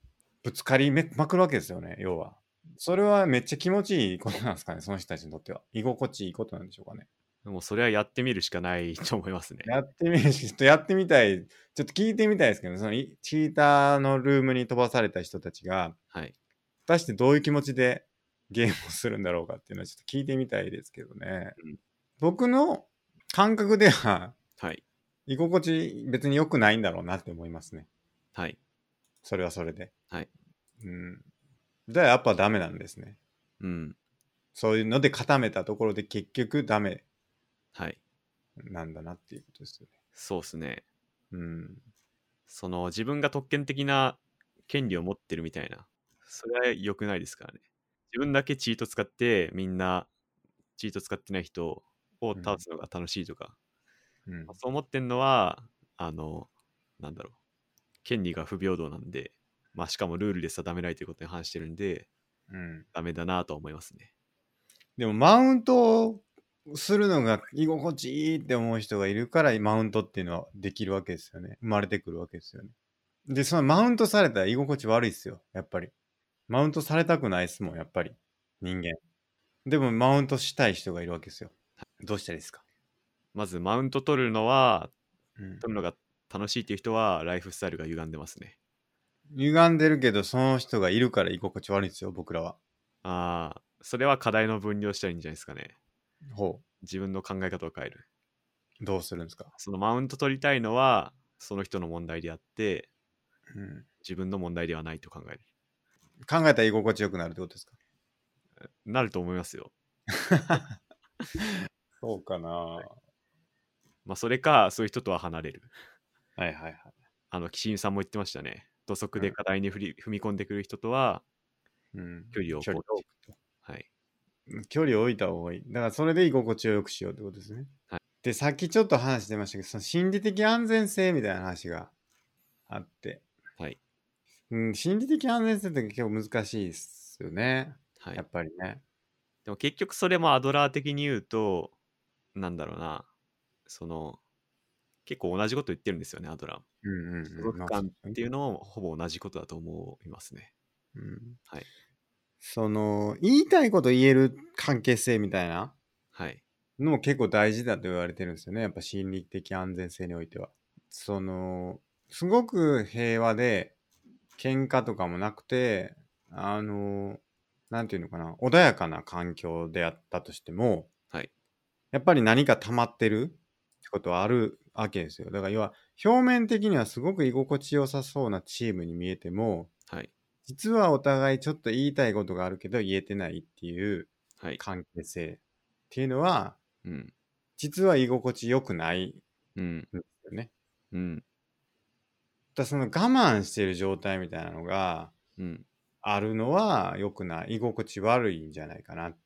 Speaker 1: ぶつかりめまくるわけですよね、要は。それはめっちゃ気持ちいいことなんですかね、その人たちにとっては。居心地いいことなんでしょうかね。
Speaker 2: でもそれはやってみるしかないと思いますね。
Speaker 1: やってみるし、ちょっとやってみたい、ちょっと聞いてみたいですけど、そのいチーターのルームに飛ばされた人たちが、
Speaker 2: はい。
Speaker 1: 果たしてどういう気持ちでゲームをするんだろうかっていうのはちょっと聞いてみたいですけどね。
Speaker 2: うん
Speaker 1: 僕の感覚では
Speaker 2: はい。
Speaker 1: 居心地別に良くないんだろうなって思いますね。
Speaker 2: はい。
Speaker 1: それはそれで。
Speaker 2: はい。
Speaker 1: うん。じゃあやっぱダメなんですね。
Speaker 2: うん。
Speaker 1: そういうので固めたところで結局ダメ
Speaker 2: はい。
Speaker 1: なんだなっていうことですよね。
Speaker 2: そうですね。
Speaker 1: うん。
Speaker 2: その自分が特権的な権利を持ってるみたいな。それは良くないですからね。自分だけチート使って、みんなチート使ってない人を倒すのが楽しいとか、
Speaker 1: うん
Speaker 2: そう思ってんのは、あの、なんだろう、権利が不平等なんで、まあ、しかもルールで定めないということに反してるんで、
Speaker 1: うん、
Speaker 2: ダメだなとは思いますね。
Speaker 1: でもマウントをするのが居心地いいって思う人がいるからマウントっていうのはできるわけですよね。生まれてくるわけですよね。で、そのマウントされたら居心地悪いっすよ。やっぱり。マウントされたくないっすもん、やっぱり。人間。でもマウントしたい人がいるわけですよ。どうしたらいいですか、
Speaker 2: まず、マウント取るのは、
Speaker 1: うん
Speaker 2: 取るのが楽しいっていう人は、ライフスタイルが歪んでますね。
Speaker 1: 歪んでるけど、その人がいるから居心地悪いんですよ、僕らは。
Speaker 2: ああ、それは課題の分量したらいいんじゃないですかね。
Speaker 1: ほ
Speaker 2: 自分の考え方を変える。
Speaker 1: う。どうするんですか、
Speaker 2: そのマウント取りたいのは、その人の問題であって、
Speaker 1: うん、
Speaker 2: 自分の問題ではないと考える。
Speaker 1: 考えたら居心地よくなるってことですか
Speaker 2: なると思いますよ。
Speaker 1: そうかな、はい、
Speaker 2: まあ、それか、そういう人とは離れる。
Speaker 1: はいはいはい
Speaker 2: あの、岸井さんも言ってましたね。土足
Speaker 1: う
Speaker 2: で
Speaker 1: ん
Speaker 2: 課題に振り、踏み込んでくる人とは、
Speaker 1: うん
Speaker 2: 距離を置
Speaker 1: 距離
Speaker 2: こ
Speaker 1: を
Speaker 2: う
Speaker 1: 置くと
Speaker 2: はい。
Speaker 1: 距離を置いた方がいい。だからそれで居心地を良くしようってことですね。
Speaker 2: はい
Speaker 1: で、さっきちょっと話してましたけど、その心理的安全性みたいな話があって、
Speaker 2: はい。
Speaker 1: うん、心理的安全性って結構難しいですよね。
Speaker 2: はい
Speaker 1: や。っぱりね。
Speaker 2: でも結局それもアドラー的に言うと、なんだろうな。その、結構同じこと言ってるんですよね、アドラーも。
Speaker 1: うんうん
Speaker 2: 所
Speaker 1: うん。
Speaker 2: 属感っていうのもほぼ同じことだと思いますね。
Speaker 1: うん
Speaker 2: はい
Speaker 1: その、言いたいこと言える関係性みたいな
Speaker 2: はい。
Speaker 1: のも結構大事だと言われてるんですよね。やっぱ心理的安全性においては。その、すごく平和で、喧嘩とかもなくて、あの、なんていうのかな、穏やかな環境であったとしても、
Speaker 2: はい
Speaker 1: やっぱり何か溜まってるってことはあるわけですよ。だから要は、表面的にはすごく居心地よさそうなチームに見えても、
Speaker 2: はい。
Speaker 1: 実はお互いちょっと言いたいことがあるけど言えてないっていう
Speaker 2: はい。
Speaker 1: 関係性っていうのは、
Speaker 2: うん。
Speaker 1: 実は居心地良くないんで
Speaker 2: うん。
Speaker 1: すよね。
Speaker 2: うん。
Speaker 1: だからその我慢してる状態みたいなのが
Speaker 2: うん。
Speaker 1: あるのは良くない。居心地悪いんじゃないかなって。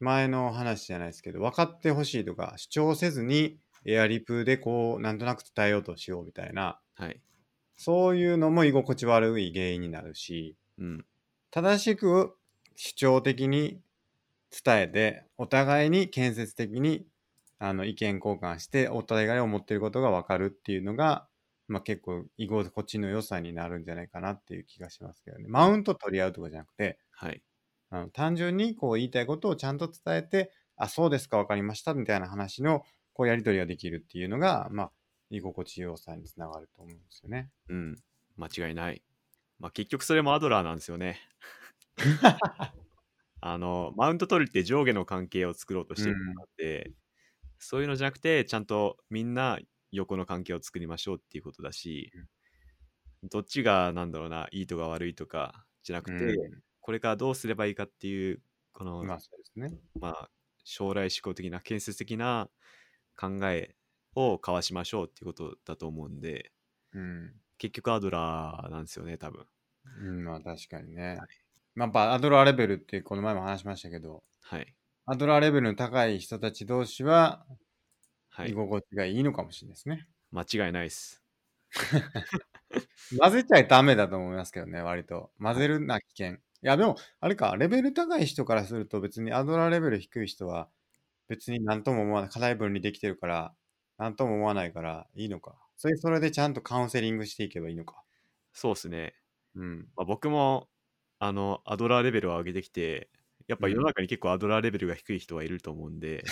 Speaker 1: 前の話じゃないですけど、分かってほしいとか、主張せずにエアリプでこう、なんとなく伝えようとしようみたいな、
Speaker 2: はい。
Speaker 1: そういうのも居心地悪い原因になるし、
Speaker 2: うん。
Speaker 1: 正しく主張的に伝えて、お互いに建設的にあの意見交換して、お互いが思ってることが分かるっていうのが、まあ、結構居心地の良さになるんじゃないかなっていう気がしますけどね。マウント取り合うとかじゃなくて、
Speaker 2: はい。
Speaker 1: あの単純にこう言いたいことをちゃんと伝えて、あ、そうですか、分かりましたみたいな話のこうやり取りができるっていうのが、まあ、居心地良さにつながると思うんですよね。
Speaker 2: うん。間違いない。まあ結局それもアドラーなんですよね。あの、マウント取るって上下の関係を作ろうとしてるので、そういうのじゃなくて、ちゃんとみんな横の関係を作りましょうっていうことだし、どっちがなんだろうな、いいとか悪いとかじゃなくて、これからどうすればいいかっていう、この、
Speaker 1: うん、まあそうですね。
Speaker 2: まあ、将来志向的な建設的な考えを交わしましょうっていうことだと思うんで
Speaker 1: うん
Speaker 2: 結局アドラーなんですよね多分
Speaker 1: うん、まあ確かにね。まあやっぱアドラーレベルってこの前も話しましたけど、
Speaker 2: はい
Speaker 1: アドラーレベルの高い人たち同士は
Speaker 2: は
Speaker 1: 居
Speaker 2: い
Speaker 1: 心地がいいのかもしれないですね。
Speaker 2: 間違いないです
Speaker 1: 混ぜちゃダメだと思いますけどね、割と。混ぜるな危険。いやでも、あれか、レベル高い人からすると別にアドラーレベル低い人は別に何とも思わない。課題分離できてるから、何とも思わないからいいのか。それそれでちゃんとカウンセリングしていけばいいのか。
Speaker 2: そうですね、
Speaker 1: うん。
Speaker 2: まあ、僕もあのアドラーレベルを上げてきてやっぱ世の中に結構アドラーレベルが低い人はいると思うんで、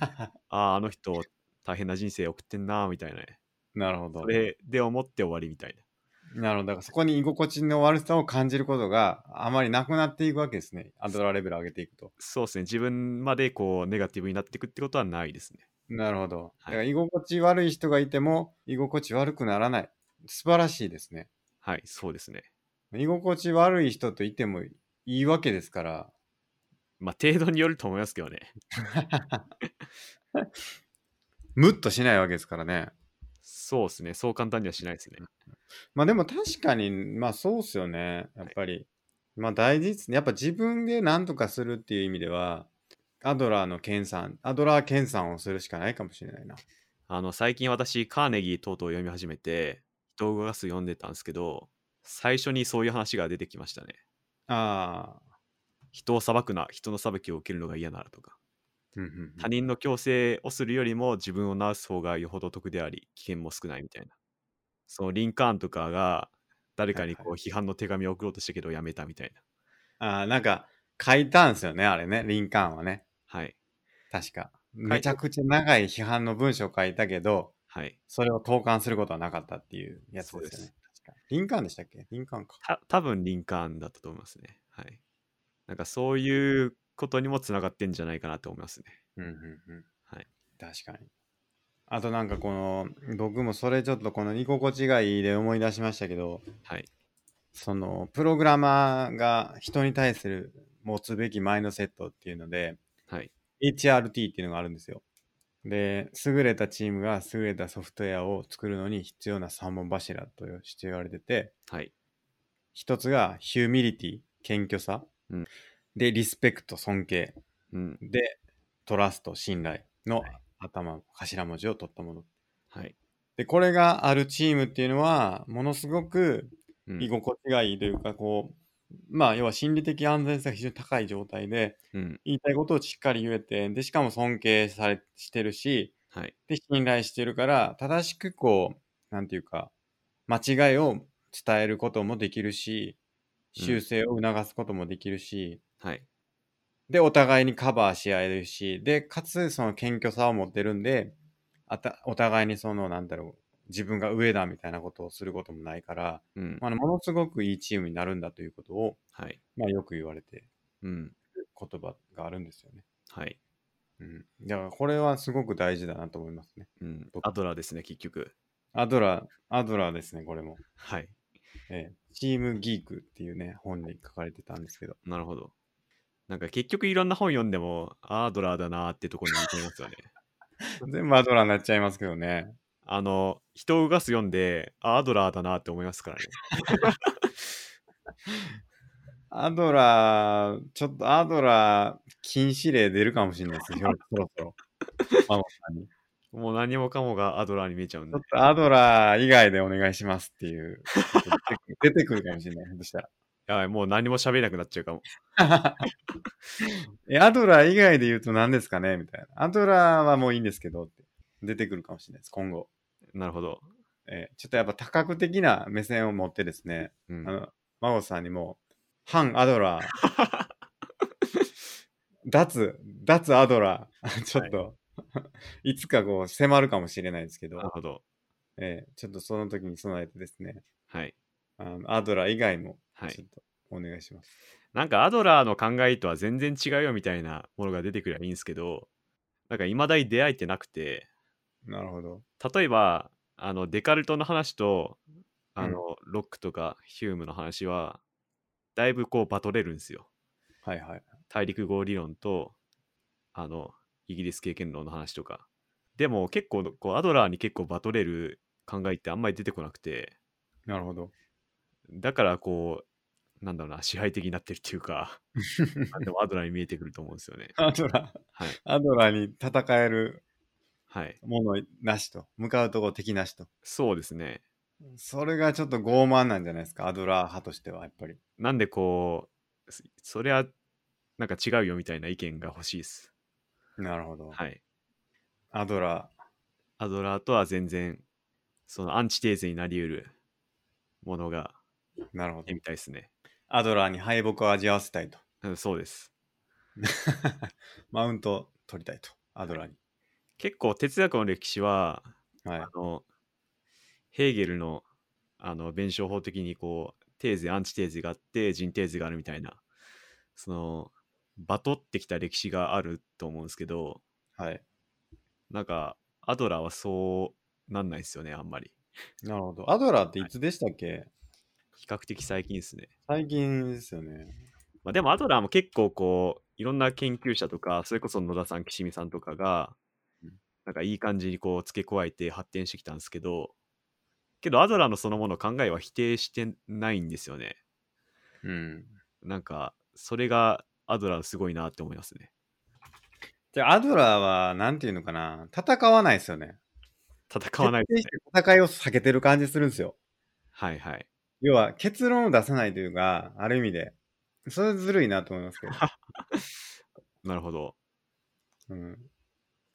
Speaker 2: あああの人大変な人生送ってんなみたいなね
Speaker 1: なるほど。
Speaker 2: それで思って終わりみたいな
Speaker 1: なるほど。だからそこに居心地の悪さを感じることがあまりなくなっていくわけですね。アドラーレベル上げていくと。
Speaker 2: そうですね。自分までこう、ネガティブになっていくってことはないですね。
Speaker 1: なるほど。だ
Speaker 2: はい
Speaker 1: から居心地悪い人がいても居心地悪くならない。素晴らしいですね。
Speaker 2: はい、そうですね。
Speaker 1: 居心地悪い人といてもいいわけですから。
Speaker 2: まあ、程度によると思いますけどね。
Speaker 1: ムッとしないわけですからね。
Speaker 2: そうですね。そう簡単にはしないですね。
Speaker 1: まあでも確かに、まあそうっすよね。やっぱり。まあ大事ですね。やっぱ自分で何とかするっていう意味では、アドラーの研鑽、アドラー研鑽をするしかないかもしれないな。
Speaker 2: あの、最近私、カーネギー等々を読み始めて、人を動かす読んでたんですけど、最初にそういう話が出てきましたね。
Speaker 1: ああ。
Speaker 2: 人を裁くな、人の裁きを受けるのが嫌ならとか、
Speaker 1: うんうんうん
Speaker 2: 他人の強制をするよりも自分を治す方がよほど得であり、危険も少ないみたいな。そのリンカーンとかが、誰かにこう批判の手紙を送ろうとしたけどやめたみたいな。
Speaker 1: ああ、なんか書いたんすよね、あれね、リンカーンはね。
Speaker 2: はい。
Speaker 1: 確か。めちゃくちゃ長い批判の文章を書いたけど、
Speaker 2: はい。
Speaker 1: それを投函することはなかったっていうやつ
Speaker 2: そう
Speaker 1: で
Speaker 2: ですす
Speaker 1: よね。確かリンカーンでしたっけリンカーンか。
Speaker 2: た多分リンカーンだったと思いますね。はい。なんかそういうことにもつながってんじゃないかなと思いますね。
Speaker 1: うんうんうん。
Speaker 2: はい。
Speaker 1: 確かに。あとなんかこの、僕もそれちょっとこの居心地がいいで思い出しましたけど、
Speaker 2: はい。
Speaker 1: そのプログラマーが人に対する持つべきマインドセットっていうので、
Speaker 2: はい。
Speaker 1: HRT っていうのがあるんですよ。で、優れたチームが優れたソフトウェアを作るのに必要な三本柱として言われてて、
Speaker 2: はい。
Speaker 1: 一つがヒューミリティ、謙虚さ。
Speaker 2: うん
Speaker 1: で、リスペクト、尊敬。
Speaker 2: うん。
Speaker 1: で、トラスト、信頼の
Speaker 2: はい
Speaker 1: 頭、頭文字を取ったもの。
Speaker 2: はい。
Speaker 1: で、これがあるチームっていうのは、ものすごく
Speaker 2: うん
Speaker 1: 居心地がいいというか、こう、まあ、要は心理的安全性が非常に高い状態で、
Speaker 2: うん。
Speaker 1: 言いたいことをしっかり言えて、で、しかも尊敬され、してるし、
Speaker 2: はい。
Speaker 1: で信頼してるから正しくこうなんていうか間違いを伝えることもできるし
Speaker 2: うん
Speaker 1: 修正を促すこともできるし、
Speaker 2: はい。
Speaker 1: でお互いにカバーし合えるしでかつその謙虚さを持ってるんであたお互いにそのなんだろう自分が上だみたいなことをすることもないから、
Speaker 2: うん。
Speaker 1: まあ、ものすごくいいチームになるんだということを、
Speaker 2: はい。
Speaker 1: まあ、よく言われて
Speaker 2: うん。
Speaker 1: る言葉があるんですよね。
Speaker 2: はい。
Speaker 1: うん、だからこれはすごく大事だなと思いますね。
Speaker 2: うん
Speaker 1: 僕。
Speaker 2: アドラーですね、結局。
Speaker 1: アドラー、アドラーですね、これも。
Speaker 2: はい。
Speaker 1: ええ、チームギークっていうね、本に書かれてたんですけど。
Speaker 2: なるほど。なんか結局いろんな本読んでも、アドラーだなーってところに行きます よね。
Speaker 1: 全部アドラーになっちゃいますけどね。
Speaker 2: あの、人を動かす読んで、あアドラーだなって思いますからね。
Speaker 1: アドラー、ちょっとアドラー禁止令出るかもしれないですよ、ひょ そろそろ。ママさんに。ち
Speaker 2: もう何もかもがアドラーに見えちゃうんで
Speaker 1: ょっ。とアドラー以外でお願いしますっていう、出てくるかもしれない、ひょっとした
Speaker 2: やばい、もう何も喋れなくなっちゃうかも。
Speaker 1: ら。え、アドラー以外で言うと何ですかねみたいな。アドラーはもういいんですけどって、出てくるかもしれないです、今後。
Speaker 2: なるほど。
Speaker 1: ええちょっとやっぱ多角的な目線を持ってですね、
Speaker 2: うん
Speaker 1: あの、真帆さんにも、反アドラー、 脱、脱アドラー、ちょっと、い、つかこう迫るかもしれないですけど
Speaker 2: なる、ほど。
Speaker 1: ええちょっとその時に備えてですね、
Speaker 2: はい。
Speaker 1: あのアドラー以外も、
Speaker 2: は
Speaker 1: ちょ
Speaker 2: い
Speaker 1: っ。とお願いします。
Speaker 2: なんかアドラーの考えとは全然違うよみたいなものが出てくればいいんですけど、なんか未だに出会えてなくて、
Speaker 1: なるほど。
Speaker 2: 例えば、あの、デカルトの話と、あの、ロックとかヒュームの話は、だいぶこうバトれるんですよ。
Speaker 1: はいはい。
Speaker 2: 大陸合理論とあのイギリス経験論の話とかでも結構こうアドラーに結構バトれる考えってあんまり出てこなくて
Speaker 1: なるほど。
Speaker 2: だからこうなんだろうな支配的になってるっていうかなんでもアドラーに見えてくると思うんですよね
Speaker 1: アドラー、
Speaker 2: はい
Speaker 1: アドラーに戦える
Speaker 2: はい
Speaker 1: ものなしと、向かうとこ敵なしと。
Speaker 2: そうですね
Speaker 1: それがちょっと傲慢なんじゃないですか、アドラー派としては、やっぱり。
Speaker 2: なんでこうそそりゃなんか違うよみたいな意見が欲しいです
Speaker 1: なるほど。
Speaker 2: はい
Speaker 1: アドラ
Speaker 2: アドラーとは全然そのアンチテーゼになり得るものが
Speaker 1: ー、なるほど
Speaker 2: み。たいですね
Speaker 1: アドラーに敗北を味わわせたいと。
Speaker 2: うんそうです
Speaker 1: マウント取りたいと、アドラーに。
Speaker 2: 結構哲学の歴史は
Speaker 1: はい
Speaker 2: あ。のヘーゲルのあの弁証法的にこうテーゼアンチテーゼがあって人テーゼがあるみたいなそのバトってきた歴史があると思うんですけど
Speaker 1: はい。
Speaker 2: なんかアドラーはそうなんないですよねあんまり
Speaker 1: なるほど。アドラーっていつでしたっけ、
Speaker 2: 比較的最近ですね、
Speaker 1: 最近ですよね。
Speaker 2: まあ、でもアドラーも結構こういろんな研究者とかそれこそ野田さん岸見さんとかが
Speaker 1: うん
Speaker 2: なんかいい感じにこう付け加えて発展してきたんですけどけどアドラーのそのもの考えは否定してないんですよね
Speaker 1: うん。
Speaker 2: なんかそれがアドラーのすごいなって思いますね
Speaker 1: じゃあ、アドラーは、なんていうのかな、戦わないですよね。
Speaker 2: 戦わないで
Speaker 1: 徹
Speaker 2: す
Speaker 1: 底
Speaker 2: ね
Speaker 1: して戦いを避けてる感じするんですよ。
Speaker 2: はいはい
Speaker 1: 要は、結論を出さないというか、ある意味で。それずるいなと思います けど。
Speaker 2: なるほど
Speaker 1: うん、
Speaker 2: 例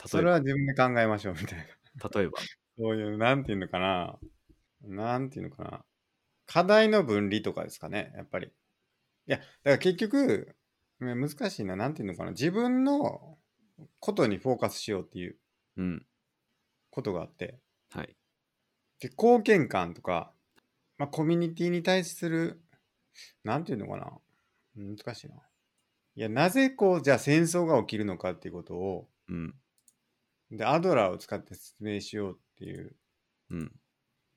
Speaker 1: そ
Speaker 2: え
Speaker 1: れ
Speaker 2: ば
Speaker 1: は自分で考えましょうみたいな。
Speaker 2: 例えば
Speaker 1: そういう、なんていうのかな、なんていうのかな、課題の分離とかですかね、やっぱり。いや、だから結局、ね難しいな、なんていうのかな、自分のことにフォーカスしようっていう
Speaker 2: うん
Speaker 1: ことがあって、
Speaker 2: はい
Speaker 1: で貢献感とか、まあ、コミュニティに対するなんていうのかなうん難しいないやなぜこうじゃあ戦争が起きるのかっていうことを
Speaker 2: うん
Speaker 1: でアドラーを使って説明しようっていうだか
Speaker 2: うん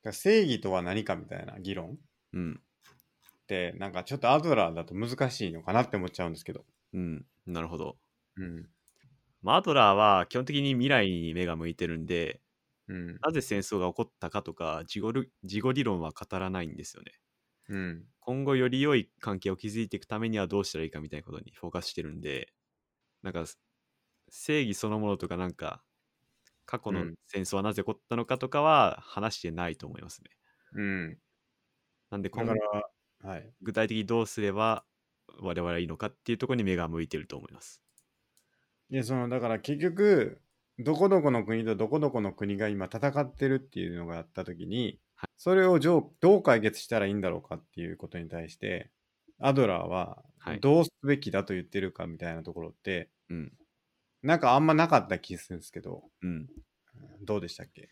Speaker 1: ら正義とは何かみたいな議論っ
Speaker 2: うん
Speaker 1: てなんかちょっとアドラーだと難しいのかなって思っちゃうんですけど
Speaker 2: うんなるほど
Speaker 1: うん
Speaker 2: まあ、アドラーは基本的に未来に目が向いてるんで
Speaker 1: うん
Speaker 2: なぜ戦争が起こったかとか自己る自己理論は語らないんですよね
Speaker 1: うん
Speaker 2: 今後より良い関係を築いていくためにはどうしたらいいかみたいなことにフォーカスしてるんでなんか正義そのものとかなんか過去の
Speaker 1: うん
Speaker 2: 戦争はなぜ起こったのかとかは話してないと思いますね、
Speaker 1: うん
Speaker 2: なんで
Speaker 1: だ
Speaker 2: 今
Speaker 1: か
Speaker 2: 後
Speaker 1: らはい
Speaker 2: 具体的にどうすれば我々はいいのかっていうところに目が向いてると思います
Speaker 1: でそのだから結局どこどこの国とどこどこの国が今戦ってるっていうのがあった時に、
Speaker 2: は
Speaker 1: それをじょうどう解決したらいいんだろうかっていうことに対してアドラーは
Speaker 2: はい
Speaker 1: どうすべきだと言ってるかみたいなところって、
Speaker 2: うん
Speaker 1: なんかあんまなかった気するんですけど
Speaker 2: うん
Speaker 1: どうでしたっけ、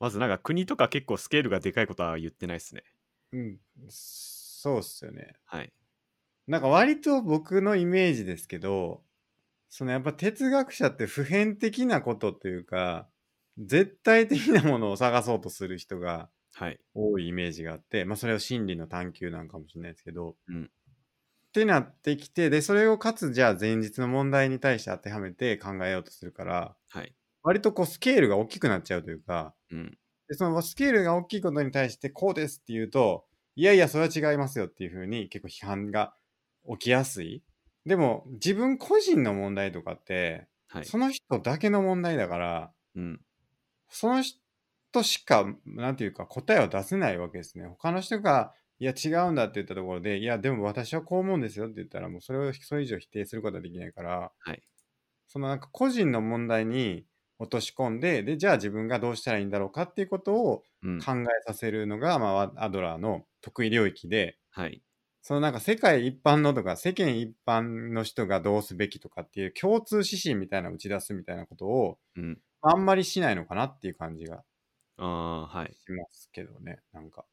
Speaker 2: まずなんか国とか結構スケールがでかいことは言ってないですね
Speaker 1: うん、そうっすよね
Speaker 2: はい
Speaker 1: なんか割と僕のイメージですけど、そのやっぱ哲学者って普遍的なことというか、絶対的なものを探そうとする人が
Speaker 2: はい
Speaker 1: 多いイメージがあって、まあそれを真理の探求なんかもしれないですけど、
Speaker 2: うん
Speaker 1: ってなってきて、で、それをかつじゃあ前日の問題に対して当てはめて考えようとするから、
Speaker 2: はい。
Speaker 1: 割とこうスケールが大きくなっちゃうというか、
Speaker 2: うん。
Speaker 1: でそのスケールが大きいことに対してこうですって言うと、いやいや、それは違いますよっていうふうに結構批判が起きやすい。でも、自分個人の問題とかって、
Speaker 2: はい。
Speaker 1: その人だけの問題だから、
Speaker 2: うん。
Speaker 1: その人しか、なんていうか、答えを出せないわけですね。他の人が、いや、違うんだって言ったところで、いや、でも私はこう思うんですよって言ったら、もうそれをそれ以上否定することはできないから、
Speaker 2: はい
Speaker 1: そのなんか個人の問題に落とし込んで、で、じゃあ自分がどうしたらいいんだろうかっていうことを
Speaker 2: うん。
Speaker 1: 考えさせるのが、まあ、アドラーの得意領域で、
Speaker 2: はい。
Speaker 1: そのなんか世界一般のとか世間一般の人がどうすべきとかっていう共通指針みたいなのを打ち出すみたいなことを
Speaker 2: うん。
Speaker 1: あんまりしないのかなっていう感じが
Speaker 2: ああー、はい。
Speaker 1: しますけどね、なんか。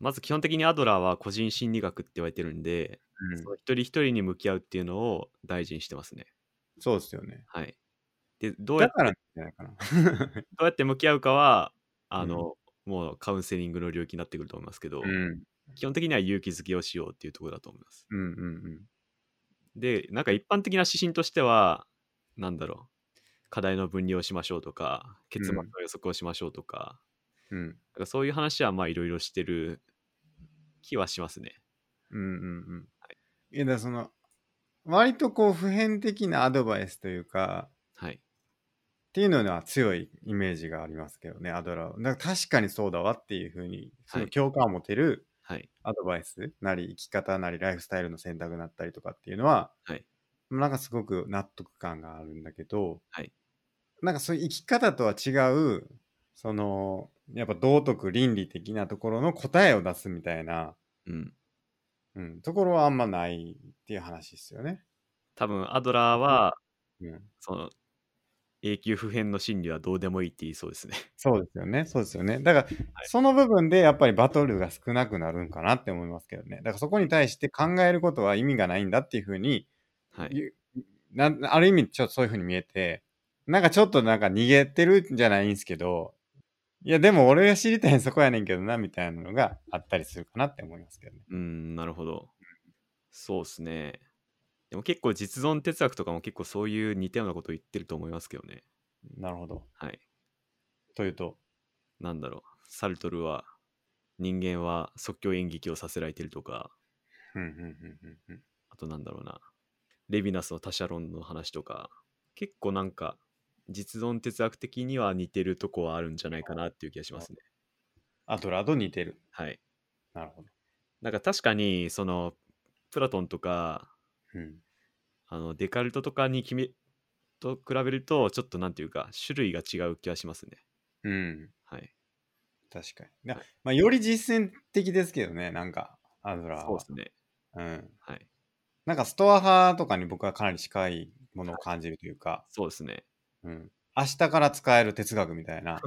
Speaker 2: まず基本的にアドラーは個人心理学って言われてるんで、
Speaker 1: うん
Speaker 2: その一人一人に向き合うっていうのを大事にしてますね。
Speaker 1: そうですよね。
Speaker 2: はい。で、どうや
Speaker 1: だ
Speaker 2: ど
Speaker 1: からじゃないかな。
Speaker 2: うやって向き合うかは、あの、もうカウンセリングの領域になってくると思いますけど、
Speaker 1: うん。
Speaker 2: 基本的には勇気づけをしようっていうところだと思います。
Speaker 1: うんうん
Speaker 2: で、なんか一般的な指針としては、なんだろう、課題の分離をしましょうとか、結末の予測をしましょうとか、
Speaker 1: うん。うん。
Speaker 2: なんかそういう話はまあいろいろしてる気はしますね。
Speaker 1: うんうんうん。いや、だからその、割とこう普遍的なアドバイスというか、
Speaker 2: はい。
Speaker 1: っていうのは強いイメージがありますけどね、アドラーは。だから確かにそうだわっていうふうに、その共感を持てる
Speaker 2: はい。
Speaker 1: アドバイスなり、生き方なり、ライフスタイルの選択だったりとかっていうのは、
Speaker 2: はい
Speaker 1: なんかすごく納得感があるんだけど、
Speaker 2: はい
Speaker 1: なんかそういう生き方とは違う、その、やっぱ道徳、倫理的なところの答えを出すみたいな、
Speaker 2: うん。
Speaker 1: うん、ところはあんまないっていう話ですよね。
Speaker 2: 多分アドラーは、
Speaker 1: うん、
Speaker 2: その、永久不変の真理はどうでもいいって言いそうですね。
Speaker 1: そうですよね。そうですよね。だから、その部分でやっぱりバトルが少なくなるんかなって思いますけどね。だからそこに対して考えることは意味がないんだっていうふうに、
Speaker 2: はい。
Speaker 1: ゆなある意味ちょっとそういうふうに見えて、なんかちょっとなんか逃げてるんじゃないんですけど、いやでも俺が知りたいのそこやねんけどなみたいなのがあったりするかなって思いますけどね。
Speaker 2: うん、なるほど。そうですね。でも結構実存哲学とかも結構そういう似たようなこと言ってると思いますけどね。
Speaker 1: なるほど。
Speaker 2: はい。
Speaker 1: というと、
Speaker 2: なんだろう。サルトルは人間は即興演劇をさせられてるとか、
Speaker 1: うんうんうんうんうん。
Speaker 2: あとなんだろうな。レヴィナスの他者論の話とか、結構なんか実存哲学的には似てるとこはあるんじゃないかなっていう気がしますね。
Speaker 1: アトラーと似てる。
Speaker 2: はい。
Speaker 1: なるほど。
Speaker 2: なんか確かにそのプラトンとか
Speaker 1: うん。
Speaker 2: あのデカルトとかに決めと比べるとちょっとなんていうか種類が違う気がしますね。
Speaker 1: うん。
Speaker 2: はい。
Speaker 1: 確かに。なまあ、より実践的ですけどね、なんか、アドラー
Speaker 2: そう
Speaker 1: は
Speaker 2: で。すね。
Speaker 1: うん。
Speaker 2: はい。
Speaker 1: なんかストア派とかに僕はかなり近いものを感じるというか、
Speaker 2: そうですね。
Speaker 1: うん、明日から使える哲学みたい な、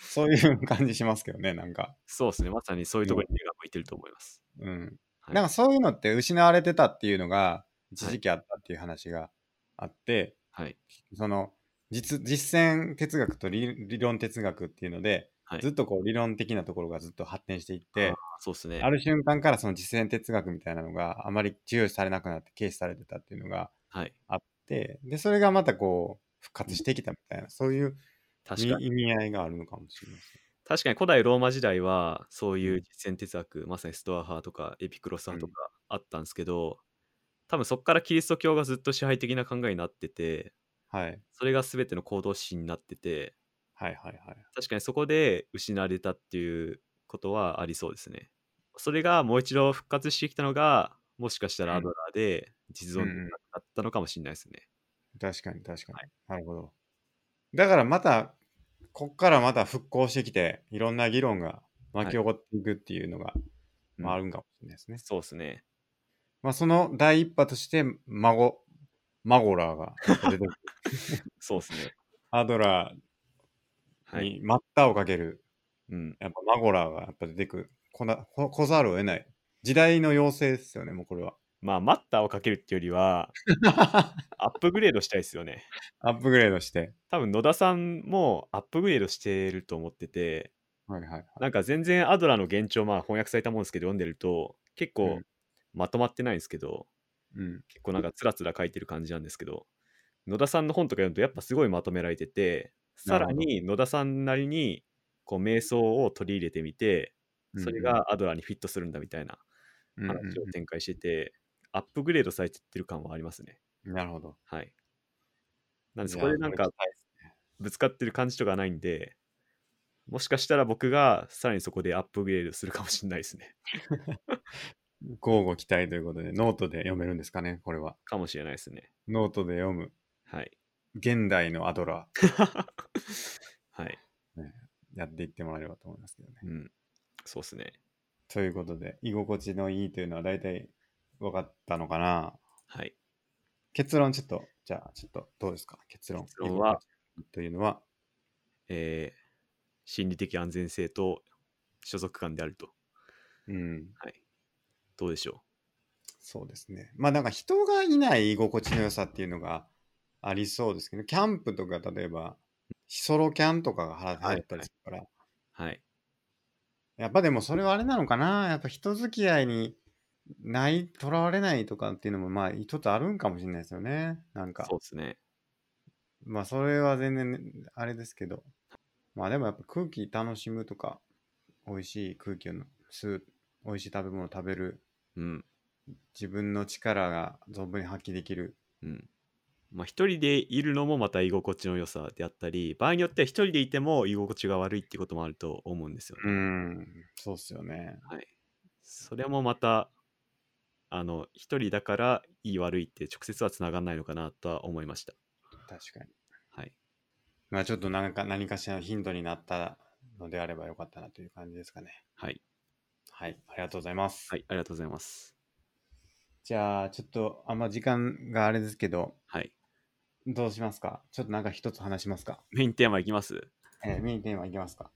Speaker 1: そういう感じしますけどね、なんか。
Speaker 2: そうですね。まさにそういうところに手が向いてると思います。
Speaker 1: うん。
Speaker 2: はい
Speaker 1: なんかそういうのって失われてたっていうのが、一時期あったっていう話があって、
Speaker 2: はい。
Speaker 1: その、実実践哲学と理理論哲学っていうので、
Speaker 2: はい
Speaker 1: ずっとこう理論的なところがずっと発展していって、
Speaker 2: そうですね。
Speaker 1: ある瞬間からその実践哲学みたいなのがあまり重視されなくなって軽視されてたっていうのが
Speaker 2: はい。
Speaker 1: あってでそれがまたこう復活してきたみたいなそういう
Speaker 2: 確か
Speaker 1: に
Speaker 2: に。
Speaker 1: 意味合いがあるのかもしれない
Speaker 2: 確かに古代ローマ時代はそういう実践哲学、まさにストア派とかエピクロス派とかあったんですけど、多分そこからキリスト教がずっと支配的な考えになってて、
Speaker 1: はい
Speaker 2: それが全ての行動指針になってて、
Speaker 1: はいはいはい
Speaker 2: 確かにそこで失われたっていうことはありそうですね。それがもう一度復活してきたのが、もしかしたらアドラーで実存
Speaker 1: うんうん
Speaker 2: だったのかもしれないですね。
Speaker 1: 確かに確かに、
Speaker 2: は
Speaker 1: なるほどだからまたこっからまた復興してきていろんな議論が巻き起こっていくっていうのが、まあ、あるんかもしれないですね、
Speaker 2: そうですね。
Speaker 1: まあその第一波として孫マゴラーが出てくる
Speaker 2: そうですね。
Speaker 1: アドラ
Speaker 2: は
Speaker 1: ー
Speaker 2: い。
Speaker 1: に待ったをかける
Speaker 2: うん。
Speaker 1: やっぱマゴラーがやっぱ出てくる。こな、ここざるを得ない。時代の要請ですよね、もうこれは。
Speaker 2: まあ、マッターをかけるっていうよりは、アップグレードしたいですよね。
Speaker 1: アップグレードして。
Speaker 2: 多分野田さんもアップグレードしてると思ってて、
Speaker 1: はいはいはい。
Speaker 2: なんか全然アドラーの現状、まあ翻訳されたもんですけど、読んでると、結
Speaker 1: う
Speaker 2: 構
Speaker 1: ん
Speaker 2: まとまってないんですけど、
Speaker 1: うん。
Speaker 2: 結構な んかつらつら書いてる感じなんですけど、野田さんの本とか読むとやっぱすごいまとめられてて、さらに野田さんなりにこう瞑想を取り入れてみて、それがアドラーにフィットするんだみたいな
Speaker 1: うんうん、うんうん
Speaker 2: 話を展開してて、アップグレードされてってる感はありますね。
Speaker 1: なるほど。
Speaker 2: はい。なんでそこでなん
Speaker 1: いや
Speaker 2: か
Speaker 1: これ期
Speaker 2: ぶつかってる感じとかないんで、もしかしたら僕がさらにそこでアップグレードするかもしれないですね。
Speaker 1: 待交互期待ということで、ノートで読めるんですかね、これは。
Speaker 2: かもしれないですね。
Speaker 1: ノートで読む。
Speaker 2: はい。
Speaker 1: 現代のアドラ
Speaker 2: はい。
Speaker 1: ーやっていってもらえればと思いますけどね。
Speaker 2: うん。そうですね。
Speaker 1: ということで、居心地のいいというのは大体分かったのかな。
Speaker 2: はい。
Speaker 1: 結論ちょっと、じゃあちょっとどうですか結論。
Speaker 2: 結論は
Speaker 1: 居心地のいいというのは、
Speaker 2: えー心理的安全性と所属感であると。
Speaker 1: うん、
Speaker 2: はい。どうでしょ
Speaker 1: そうですね。まあなんか人がいない居心地の良さっていうのがありそうですけど、キャンプとか例えばソロキャンとかがは
Speaker 2: はい
Speaker 1: 入ったりするから、
Speaker 2: うはい。
Speaker 1: やっぱでもそれはあれなのかな、やっぱ人付き合いにない、とらわれないとかっていうのもまあ一つあるんかもしれないですよね。なんか
Speaker 2: そ、うですね。
Speaker 1: まあそれは全然ねあれですけど、まあでもやっぱ空気楽しむとか、美味しい空気を吸う、美味しい食べ物を食べる、
Speaker 2: うん。
Speaker 1: 自分の力が存分に発揮できる。
Speaker 2: うん。まあ、一人でいるのもまた居心地の良さであったり、場合によっては一人でいても居心地が悪いってこともあると思うんですよね。
Speaker 1: うん、そうっすよね。
Speaker 2: はい。それもまた、あの、一人だからいい悪いって直接はつながらないのかなとは思いました。
Speaker 1: 確かに。
Speaker 2: はい。
Speaker 1: まあちょっと何か何かしらのヒントになったのであればよかったなという感じですかね。
Speaker 2: はい。
Speaker 1: はい、ありがとうございます。
Speaker 2: はい。ありがとうございます。
Speaker 1: じゃあ、ちょっとあんま時間があれですけど、
Speaker 2: はい。
Speaker 1: どうしますかちょっとなんか一つ話しますか
Speaker 2: メインテーマいきます
Speaker 1: えー、メインテーマいきますか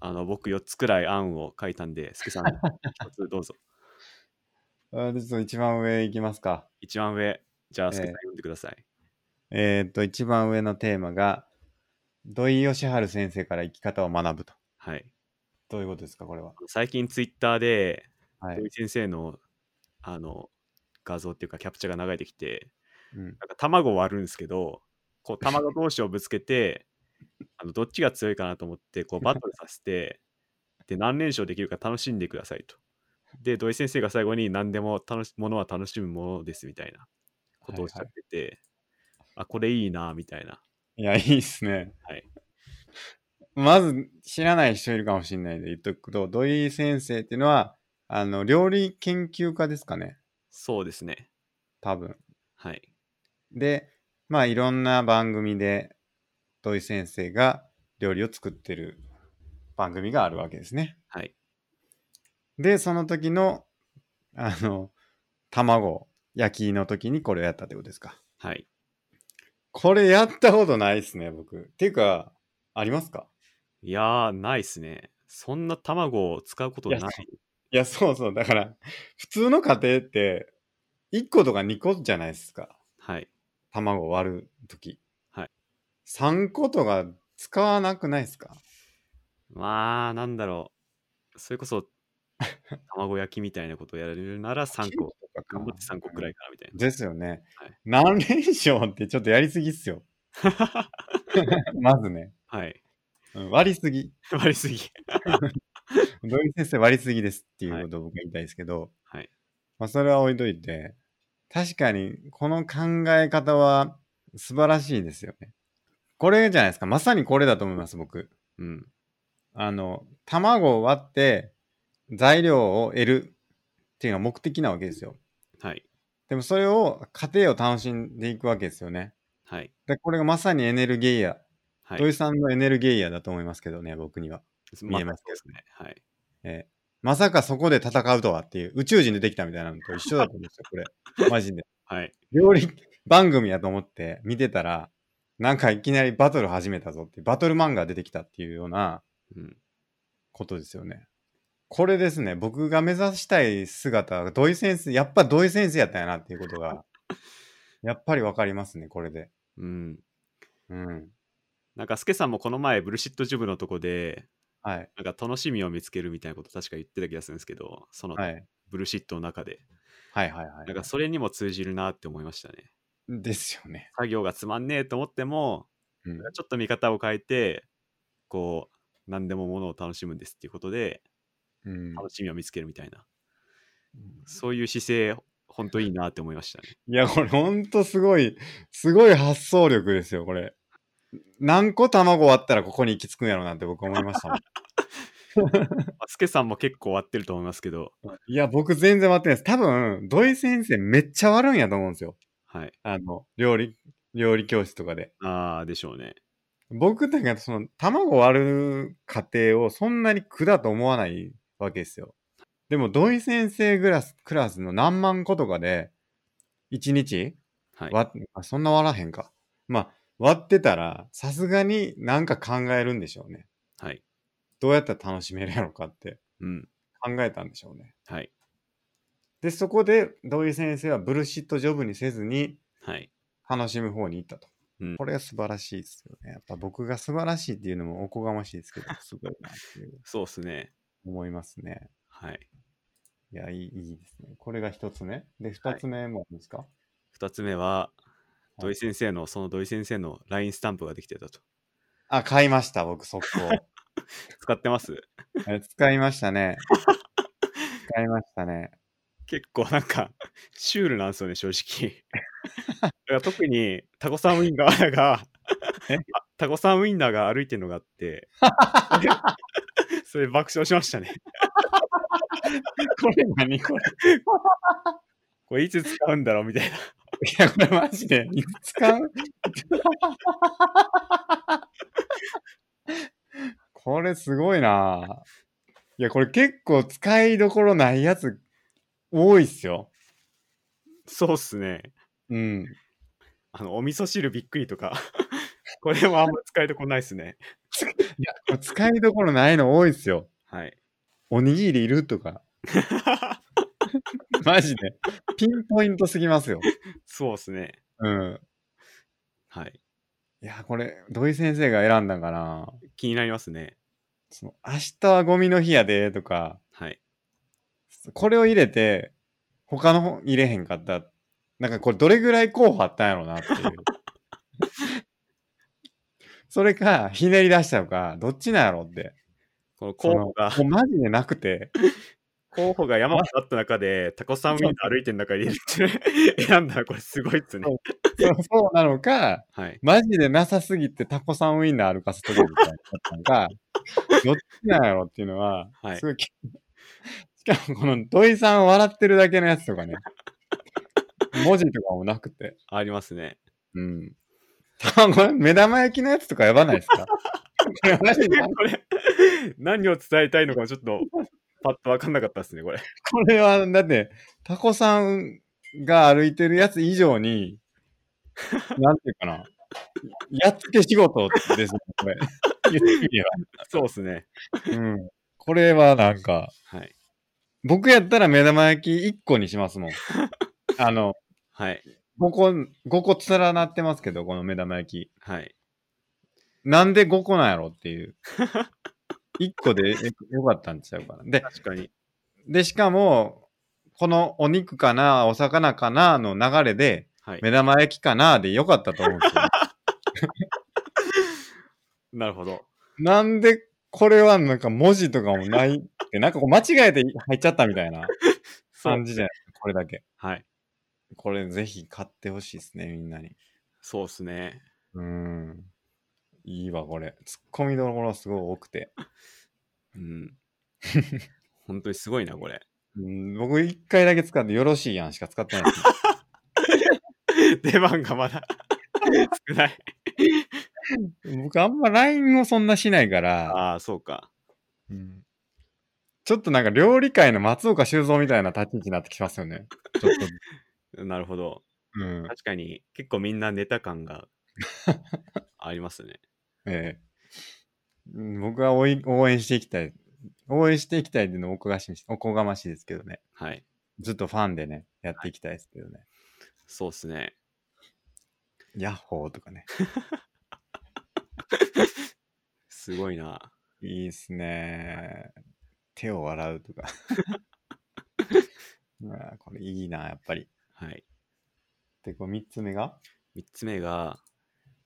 Speaker 2: あの僕4つくらい案を書いたんで、すけさん、一つどうぞ。
Speaker 1: あちょっと一番上いきますか。
Speaker 2: 一番上、じゃあ、
Speaker 1: ええ
Speaker 2: すけさん読んでください。
Speaker 1: えーっと、一番上のテーマが、土井善晴先生から生き方を学ぶと。
Speaker 2: はい。
Speaker 1: どういうことですか、これは。
Speaker 2: 最近、ツイッターで、
Speaker 1: はい
Speaker 2: 土。井先生のあの画像っていうか、キャプチャーが流れてきて、
Speaker 1: うん、
Speaker 2: なんか卵を割るんですけど、こう卵同士をぶつけて、あのどっちが強いかなと思って、こうバトルさせて、で、何連勝できるか楽しんでくださいと。で、土井先生が最後に何でも楽しものは楽しむものですみたいなことをおっしゃってて、あ、これいいな、みたいな。
Speaker 1: いや、いいっすね。
Speaker 2: はい。
Speaker 1: まず、知らない人いるかもしれないんで言っとくと、土井先生っていうのは、あの、料理研究家ですかね。
Speaker 2: そうですね。
Speaker 1: 多分。
Speaker 2: はい。
Speaker 1: で、まあ、いろんな番組で、土井先生が料理を作ってる番組があるわけですね。
Speaker 2: はい。
Speaker 1: で、その時の、あの、卵、焼きの時にこれをやったってことですか。
Speaker 2: はい。
Speaker 1: これやったことないですね、僕。っていうか、ありますか
Speaker 2: いやー、ないっすね。そんな卵を使うことない
Speaker 1: いや。いや、そうそう。だから、普通の家庭って、1個とか2個じゃないですか。
Speaker 2: はい。
Speaker 1: 卵割る時
Speaker 2: はい。
Speaker 1: 3個とか使わなくないですか
Speaker 2: まあ、なんだろう。それ こそ、卵焼きみたいなことをやれるなら3個。
Speaker 1: とか
Speaker 2: 頑張って3個くら
Speaker 1: い。
Speaker 2: いかなみたい
Speaker 1: ですよね。
Speaker 2: はい
Speaker 1: 何連勝ってちょっとやりすぎっす よ。
Speaker 2: な。
Speaker 1: まずね。
Speaker 2: はい。
Speaker 1: うん割りすぎ。
Speaker 2: 割りすぎ。
Speaker 1: 土井先生割りすぎですっていうことを僕は言いたいですけど、
Speaker 2: はい。
Speaker 1: まあそれは置いといて、確かにこの考え方は素晴らしいですよね。これじゃないですか。まさにこれだと思います、僕。
Speaker 2: うん。
Speaker 1: あの、卵を割って材料を得るっていうのが目的なわけですよ。
Speaker 2: はい。
Speaker 1: でもそれを家庭を楽しんでいくわけですよね。
Speaker 2: はい。
Speaker 1: で、これがまさにエネルギーや。
Speaker 2: はい。
Speaker 1: 土井さんのエネルギーやだと思いますけどね、僕には。見えますけど
Speaker 2: そうですね。はい。
Speaker 1: えーまさかそこで戦うとはっていう、宇宙人出てきたみたいなのと一緒だと思うんですよ、これ。マジで。
Speaker 2: はい。
Speaker 1: 料理番組やと思って見てたら、なんかいきなりバトル始めたぞって、バトル漫画出てきたっていうような
Speaker 2: うん。
Speaker 1: ことですよね。これですね、僕が目指したい姿は、土井先生、やっぱ土井先生やったんやなっていうこと が、やっぱりわかりますね、これで。
Speaker 2: うん。
Speaker 1: うん。
Speaker 2: なんか、スケさんもこの前、ブルシットジュブのとこで、
Speaker 1: はい。
Speaker 2: なんか楽しみを見つけるみたいなこと確か言ってた気がするんですけど、その
Speaker 1: はい。
Speaker 2: ブルシットの中で、
Speaker 1: はいはいは
Speaker 2: なんかそれにも通じるなって思いましたね。
Speaker 1: い。ですよね。
Speaker 2: 作業がつまんねえと思っても、
Speaker 1: うん。
Speaker 2: ちょっと見方を変えて、こう、何でもものを楽しむんですっていうことで、
Speaker 1: うん、
Speaker 2: 楽しみを見つけるみたいな、そういう姿勢、ほんといいなって思いました ね。
Speaker 1: いや、これほんとすごい、すごい発想力ですよ、これ。何個卵割ったらここに行き着くんやろうなんて僕思いましたもん。
Speaker 2: まあスケさんも結構割ってると思いますけど、
Speaker 1: いや、僕全然割ってないです。多分、土井先生めっちゃ割るんやと思うんですよ。
Speaker 2: はい。
Speaker 1: あの、料理、料理教室とかで。
Speaker 2: ああ、でしょうね。
Speaker 1: 僕だけその、卵割る過程をそんなに苦だと思わないわけですよ。でも、土井先生クラス、クラスの何万個とかで、1日
Speaker 2: はい。
Speaker 1: わあそんな割らへんか。まあ、割ってたら、さすがになんか考えるんでしょうね。
Speaker 2: はい。
Speaker 1: どうやったら楽しめるやろうかって
Speaker 2: うん。
Speaker 1: 考えたんでしょうね。
Speaker 2: はい。
Speaker 1: で、そこで土井先生はブルシットジョブにせずに
Speaker 2: はい。
Speaker 1: 楽しむ方に行ったと。
Speaker 2: うん
Speaker 1: これは素晴らしいですよね。やっぱ僕が素晴らしいっていうのもおこがましいですけど、すごいなっていう
Speaker 2: そうっすね。
Speaker 1: 思いますね。
Speaker 2: はい。
Speaker 1: いや、いいいいですね。これが一つ目。で、二つ目もあるんですか、
Speaker 2: 二つ目は、
Speaker 1: い
Speaker 2: 土井先生の、その土井先生の LINE スタンプができてたと。
Speaker 1: あ、買いました、僕、速攻。
Speaker 2: 使ってます
Speaker 1: え使いましたね。使いましたね。
Speaker 2: 結構なんか、シュールなんですよね、正直。だから特にタコさんウインナーが
Speaker 1: え
Speaker 2: あタコさんウインナーが歩いてるのがあって、それ爆笑しましたね。
Speaker 1: これ何これ
Speaker 2: これいつ使うんだろうみたい
Speaker 1: い
Speaker 2: な。
Speaker 1: や、これマジで、いつ使う これすごいな。いや、これ結構使いどころないやつ多いっすよ。
Speaker 2: そうっすね。
Speaker 1: うん。
Speaker 2: あのお味噌汁びっくりとかこれもあんま使いどこないですね
Speaker 1: これ使いどころないの多いですよ。
Speaker 2: はい
Speaker 1: おにぎりいるとか。マジで。ピンポイントすぎますよ。
Speaker 2: そうですね
Speaker 1: うん。
Speaker 2: はい
Speaker 1: いや、これ、土井先生が選んだんかな。
Speaker 2: 気になりますね
Speaker 1: その、明日はゴミの日やで、とか、
Speaker 2: はい
Speaker 1: これを入れて、他の入れへんかった。なんかこれどれぐらい候補あったんやろうなっていう。それか、ひねり出したのか、どっちなんやろうって。
Speaker 2: この候補が
Speaker 1: そのもうマジでなくて。
Speaker 2: 候補が山ほどあった中でタコさんウィンド歩いてる中で入れて選んだらこれすごいっすね
Speaker 1: そうそうそうなのか、
Speaker 2: はい
Speaker 1: マジでなさすぎてタコさんウィンナー歩かせとけみたいになったのが、どっちなんやろっていうのは、
Speaker 2: はい
Speaker 1: すごい気、しかもこの土井さん笑ってるだけのやつとかね、文字とかもなくて、
Speaker 2: ありますね
Speaker 1: うん。たこれ目玉焼きのやつとかやばないですかこれマジで
Speaker 2: これ何を伝えたいのかもちょっとパッと分かんなかったですねこれ
Speaker 1: これは、だって、タコさんが歩いてるやつ以上に、なんていうかな、やっつけ仕事ですね、これ。言ってみれば
Speaker 2: そうですね
Speaker 1: うんこれはなんか、
Speaker 2: はい
Speaker 1: 僕やったら目玉焼き1個にし ますもん。あの、
Speaker 2: はい
Speaker 1: 5個、5個連なってますけど、この目玉焼き。
Speaker 2: はい
Speaker 1: なんで5個なんやろって いう。1個でよよかったんちゃうかな。で、
Speaker 2: 確かに
Speaker 1: で、しかも、このお肉かな、お魚かなの流れで、
Speaker 2: はい
Speaker 1: 目玉焼きかなでよかったと思うん ですよ。
Speaker 2: なるほど
Speaker 1: なんで、これはなんか文字とかもないって、なんかこう間違えて入っちゃったみたいな
Speaker 2: そう
Speaker 1: 感じじゃないですか、これだけ。
Speaker 2: はい
Speaker 1: これぜひ買ってほしいですね、みんなに。
Speaker 2: そうですね
Speaker 1: うーん。いいわ、これ。ツッコミどころすごい多くて。
Speaker 2: うん。本当にすごいな、これ。
Speaker 1: うん、僕、一回だけ使って、よろしいやんしか使ってないですね。
Speaker 2: 出番がまだ 少ない。
Speaker 1: 僕、あんま LINE をそんなしないから、
Speaker 2: ああ、そうか。
Speaker 1: うんちょっとなんか料理界の松岡修造みたいな立ち位置になってきますよね。ちょっ と。
Speaker 2: なるほど。
Speaker 1: うん。
Speaker 2: 確かに、結構みんなネタ感がありますね。
Speaker 1: ええうん僕は応援応援していきたい。応援していきたいっていうのもおこがしいおこがましいですけどね。
Speaker 2: はい。
Speaker 1: ずっとファンでね、やっていきたいですけどね。
Speaker 2: そうですね。
Speaker 1: ヤッホーとかね。
Speaker 2: すごいな。
Speaker 1: いいっすね。手を洗う とか。うわこれいいな、やっぱり。
Speaker 2: はい。
Speaker 1: で、こう3つ目が
Speaker 2: 3つ目が、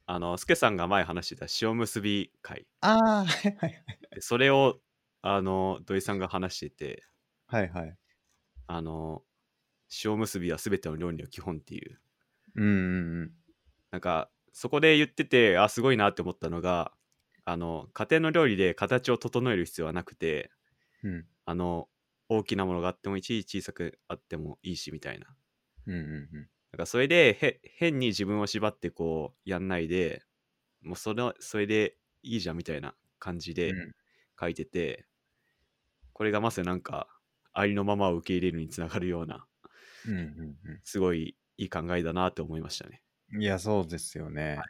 Speaker 2: あの、スケさんが前話してた塩結び会。
Speaker 1: ああ、はいはい
Speaker 2: でそれを、あの、土井さんが話してて、
Speaker 1: はい。はいはい。
Speaker 2: あの、塩結びは全ての料理の基本っていう
Speaker 1: うんうんうん。
Speaker 2: なんかそこで言っててあすごいなって思ったのがあの家庭の料理で形を整える必要はなくて
Speaker 1: うん
Speaker 2: あの大きなものがあってもいいし小さくあってもいいしみたいな
Speaker 1: うんうん
Speaker 2: なんかそれでへ変に自分を縛ってこうやんないでもうそれそれでいいじゃんみたいな感じ
Speaker 1: う
Speaker 2: で
Speaker 1: んうん
Speaker 2: 書いてて、これがまさになんかありのままを受け入れるにつながるような
Speaker 1: うんうん
Speaker 2: すごいいい考えだなって思いましたね。
Speaker 1: うん。いや、そうですよね。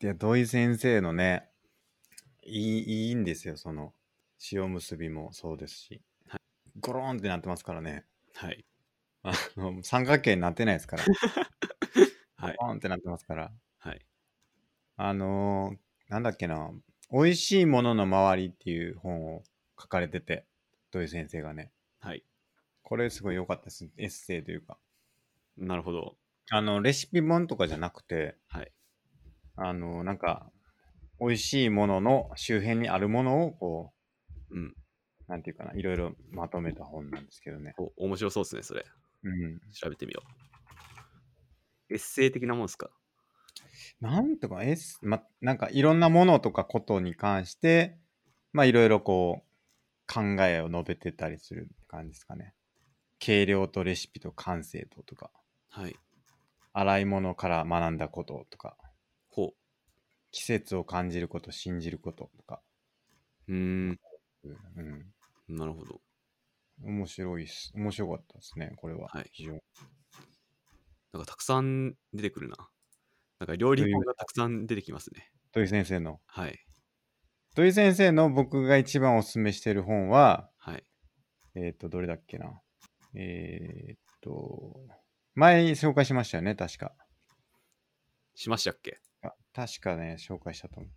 Speaker 1: い、や、土井先生のね、いい、いいんですよ、その、塩結びもそうですし。
Speaker 2: は
Speaker 1: ゴローンってなってますからね。
Speaker 2: はい、
Speaker 1: あの三角形になってないです から。
Speaker 2: はい、
Speaker 1: ゴローンってなってますから。
Speaker 2: はい、
Speaker 1: あのーなんだっけな、美味しいものの周りっていう本を書かれてて、土井先生がね。
Speaker 2: はい、
Speaker 1: これすごい良かったです。エッセイというか。
Speaker 2: なるほど。
Speaker 1: あの、レシピ本とかじゃなくて、
Speaker 2: はい、
Speaker 1: あのーなんか、美味しいものの周辺にあるものを、こ
Speaker 2: うん、
Speaker 1: う、なんていうかな、いろいろまとめた本なんですけどね。
Speaker 2: お面白そうですね、それ。
Speaker 1: うん。
Speaker 2: 調べてみよう。エッセイ的なもんですか
Speaker 1: なんとか、エッセイま、なんかいろんなものとかことに関して、まあいろいろこう、考えを述べてたりする感じですかね。計量とレシピと感性ととか、
Speaker 2: はい。
Speaker 1: 洗い物から学んだこととか、
Speaker 2: ほ
Speaker 1: 季節を感じること、信じることとか、
Speaker 2: う。うーん、
Speaker 1: うん。
Speaker 2: なるほど。
Speaker 1: 面白いっす。面白かったですね、これは。
Speaker 2: はい
Speaker 1: 非常に。
Speaker 2: なんかたくさん出てくるな。なんか料理本がたくさん出てきますね。
Speaker 1: 土井先生の。
Speaker 2: はい。
Speaker 1: 土井先生の僕が一番おすすめしてる本は、
Speaker 2: はい。
Speaker 1: えっ、と、どれだっけな。えっ、と、前紹介しましたよね、確か。
Speaker 2: しましたっけ
Speaker 1: あ確かね、紹介したと思う。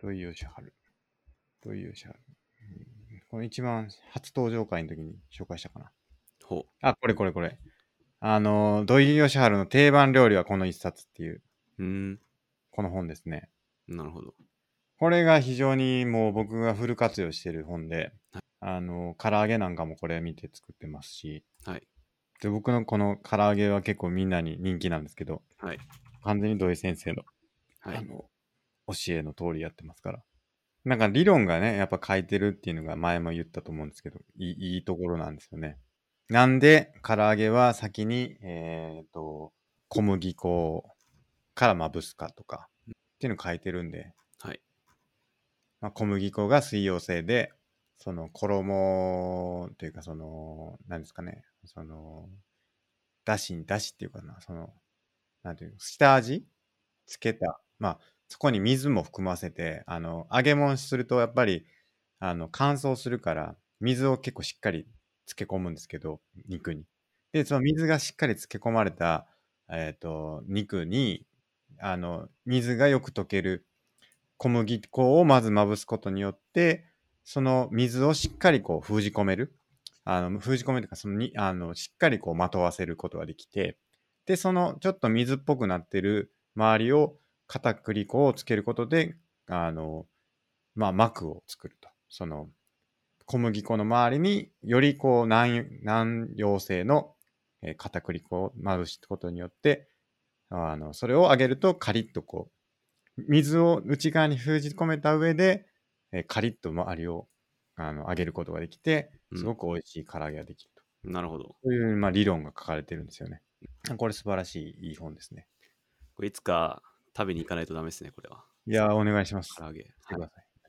Speaker 1: 土井善晴。土井善晴。うんこの一番初登場回の時に紹介したかな。
Speaker 2: ほ
Speaker 1: あ、これこれこれ。あの、土井善晴の定番料理はこの一冊っていう、
Speaker 2: う。うーん。
Speaker 1: この本ですね。
Speaker 2: なるほど。
Speaker 1: これが非常にもう僕がフル活用してる本で
Speaker 2: は、
Speaker 1: あの、唐揚げなんかもこれ見て作ってますし、
Speaker 2: はい。
Speaker 1: で僕のこの唐揚げは結構みんなに人気なんですけど、
Speaker 2: はい。
Speaker 1: 完全に土井先生の,、
Speaker 2: は
Speaker 1: あ
Speaker 2: い。
Speaker 1: の教えの通りやってますから。なんか理論がね、やっぱ書いてるっていうのが前も言ったと思うんですけど、いいいいところなんですよね。なんで、唐揚げは先に、えっ、と、小麦粉からまぶすかとか、っていうの書いてるんで、
Speaker 2: はい。
Speaker 1: まあ、小麦粉が水溶性で、その衣というか、その、何ですかね、その、だしに、だしっていうかな、その、なんていうの、下味つけた、まあ、そこに水も含ませて、あの、揚げ物すると、やっぱり、あの、乾燥するから、水を結構しっかり漬け込むんですけど、肉に。で、その水がしっかり漬け込まれた、えっ、と、肉に、あの、水がよく溶ける小麦粉をまずまぶすことによってその水をしっかりこう封じ込めるあの封じ込めるというかそのにあのしっかりこうまとわせることができてでそのちょっと水っぽくなってる周りを片栗粉をつけることであのまあ膜を作るとその小麦粉の周りによりこう南南溶性のえー片栗粉をまぶすことによってあのそれを揚げるとカリッとこう水を内側に封じ込めた上で、えーカリッと周りをあの揚げることができて
Speaker 2: うん
Speaker 1: すごく美味しい唐揚げができると、
Speaker 2: なるほど。
Speaker 1: そういう、まあ、理論が書かれてるんですよねこれ素晴らしいいい本ですね
Speaker 2: これいつか食べに行かないとダメですね、これは。
Speaker 1: いやーお願いします
Speaker 2: 唐揚げ。
Speaker 1: 来てくだ
Speaker 2: はい
Speaker 1: さ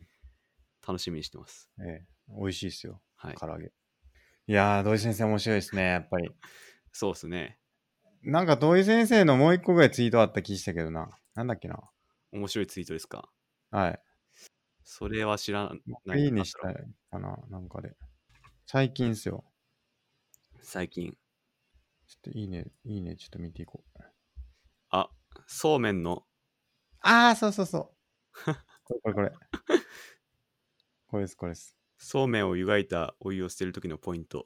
Speaker 2: 楽しみにしてます。
Speaker 1: い、ええ美味しいですよ
Speaker 2: はい。
Speaker 1: 唐揚げ、い、やー土井先生面白いですねやっぱり
Speaker 2: そうですね。
Speaker 1: なんか土井先生のもう一個ぐらいツイートあった気したけどななんだっけな
Speaker 2: 面白いツイートですか
Speaker 1: はい
Speaker 2: それは知らない。
Speaker 1: いいにした
Speaker 2: な
Speaker 1: い
Speaker 2: んだろ
Speaker 1: かななんかで最近っすよ
Speaker 2: う最近。
Speaker 1: ちょっといいねいいねちょっと見ていこう
Speaker 2: あ、そうめんの、
Speaker 1: ああ、そうそうそう。これ これこれ。これです、これです。
Speaker 2: そうめんを湯がいたお湯を捨てるときのポイント。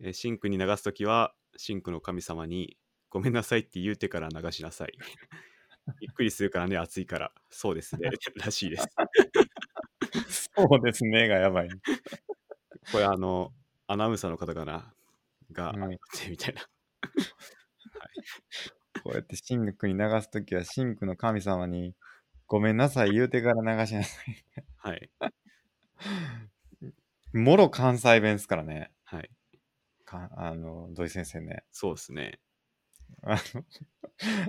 Speaker 2: えーシンクに流すときは、シンクの神様に、ごめんなさいって言うてから流しなさい。びっくりするからね、暑いから。そうです ね。らしいです。
Speaker 1: そうですね、がやばい。
Speaker 2: これ、あの、アナウンサーの方かなが、
Speaker 1: うん
Speaker 2: みたいな。
Speaker 1: こうやってシンクに流すときは、シンクの神様に、ごめんなさい、言うてから流しなさ
Speaker 2: はい。
Speaker 1: い。もろ関西弁ですからね。
Speaker 2: はい。
Speaker 1: かあの、土井先生ね。
Speaker 2: そうですね。
Speaker 1: あの、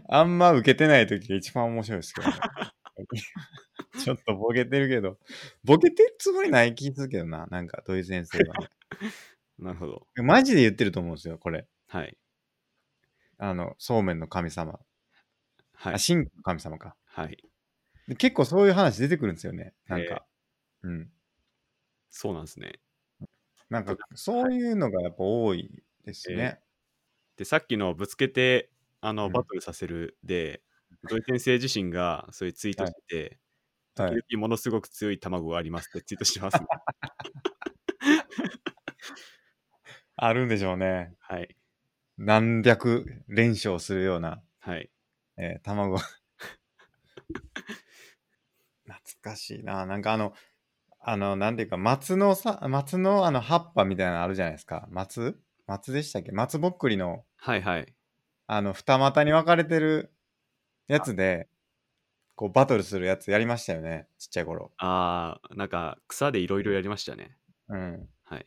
Speaker 1: あんま受けてないときが一番面白いですけどね。 ちょっとボケてるけど、ボケてるつもりない気するけどな、なんか土井先生は、
Speaker 2: なるほど。
Speaker 1: ね。マジで言ってると思うんですよ、これ。
Speaker 2: はい。
Speaker 1: あの、そうめんの神様。
Speaker 2: はい
Speaker 1: あ、。シンクの神様か。
Speaker 2: はい。
Speaker 1: で結構そういう話出てくるんですよね。なんか。うん。
Speaker 2: そうなんですね。
Speaker 1: なんか、そういうのがやっぱ多いですね。
Speaker 2: で、さっきのぶつけて、あ
Speaker 1: う
Speaker 2: の、
Speaker 1: ん
Speaker 2: バトルさせるで、土井先生自身がそういうツイートしてて、
Speaker 1: は
Speaker 2: 時
Speaker 1: い。
Speaker 2: 々ものすごく強い卵があります ってツイートしてますね、
Speaker 1: あるんでしょうね。
Speaker 2: はい。
Speaker 1: 何百連勝するような、
Speaker 2: はい。
Speaker 1: えー卵。 懐かしいな。なんかあの、あの、なんていうか、松のさ、松のあの葉っぱみたいなのあるじゃないですか。松松でしたっけ松ぼっくりの
Speaker 2: はいはい。
Speaker 1: あの、二股に分かれてるやつで、こう、バトルするやつやりましたよね。ちっちゃい頃。
Speaker 2: ああ、なんか草でいろいろやりましたね。
Speaker 1: うん。
Speaker 2: はい。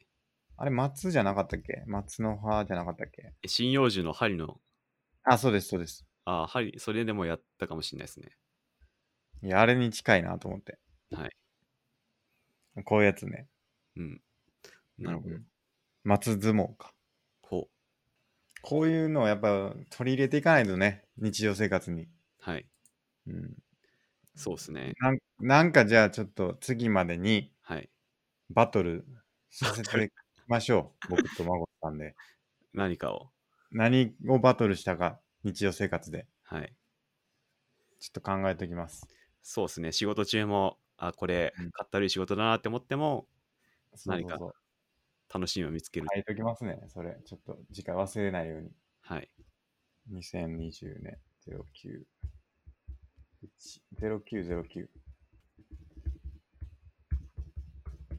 Speaker 1: あれ、松じゃなかったっけ松の葉じゃなかったっけ
Speaker 2: え針葉樹の針の、
Speaker 1: あ、そうです、そうです。
Speaker 2: ああ、針、それでもやったかもしれないですね。
Speaker 1: いや、あれに近いなと思って。
Speaker 2: はい。
Speaker 1: こういうやつね。
Speaker 2: うん。なるほど
Speaker 1: う。ん松相撲か。
Speaker 2: ほう。
Speaker 1: こういうのをやっぱ取り入れていかないとね、日常生活に。
Speaker 2: はい。
Speaker 1: うん、
Speaker 2: そうですね。
Speaker 1: なんなんかじゃあちょっと次までに
Speaker 2: はい。
Speaker 1: バトルさせていきま しょう。僕と孫さんで。
Speaker 2: 何かを。
Speaker 1: 何をバトルしたか、日常生活で。
Speaker 2: はい。
Speaker 1: ちょっと考えておきます。
Speaker 2: そうですね。仕事中も、あ、これ
Speaker 1: うん、
Speaker 2: かったるい仕事だなって思っても、
Speaker 1: そうそう
Speaker 2: 何か
Speaker 1: そう
Speaker 2: 楽しみを見つける。
Speaker 1: 書いておきますね。それ、ちょっと次回忘れないように。
Speaker 2: はい。
Speaker 1: 2020年09。0909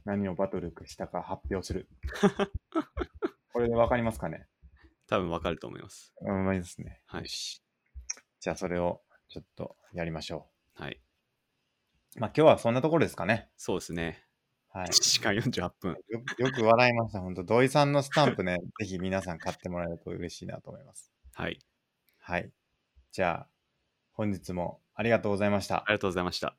Speaker 1: 何をバトルしたか発表 する。これでわかりますかね
Speaker 2: 多分わかると思います。
Speaker 1: うん、まいですね。
Speaker 2: はい
Speaker 1: よし。じゃあそれをちょっとやりましょ
Speaker 2: はい。
Speaker 1: う。まあ今日はそんなところですかね。
Speaker 2: そうですね。
Speaker 1: はい。
Speaker 2: 1時間48分。
Speaker 1: よ くよく笑いました。本当土井さんのスタンプね、ぜひ皆さん買ってもらえると嬉しいなと思います。
Speaker 2: はい。
Speaker 1: はい。じゃあ、本日もありがとうございました
Speaker 2: あ。りがとうございました。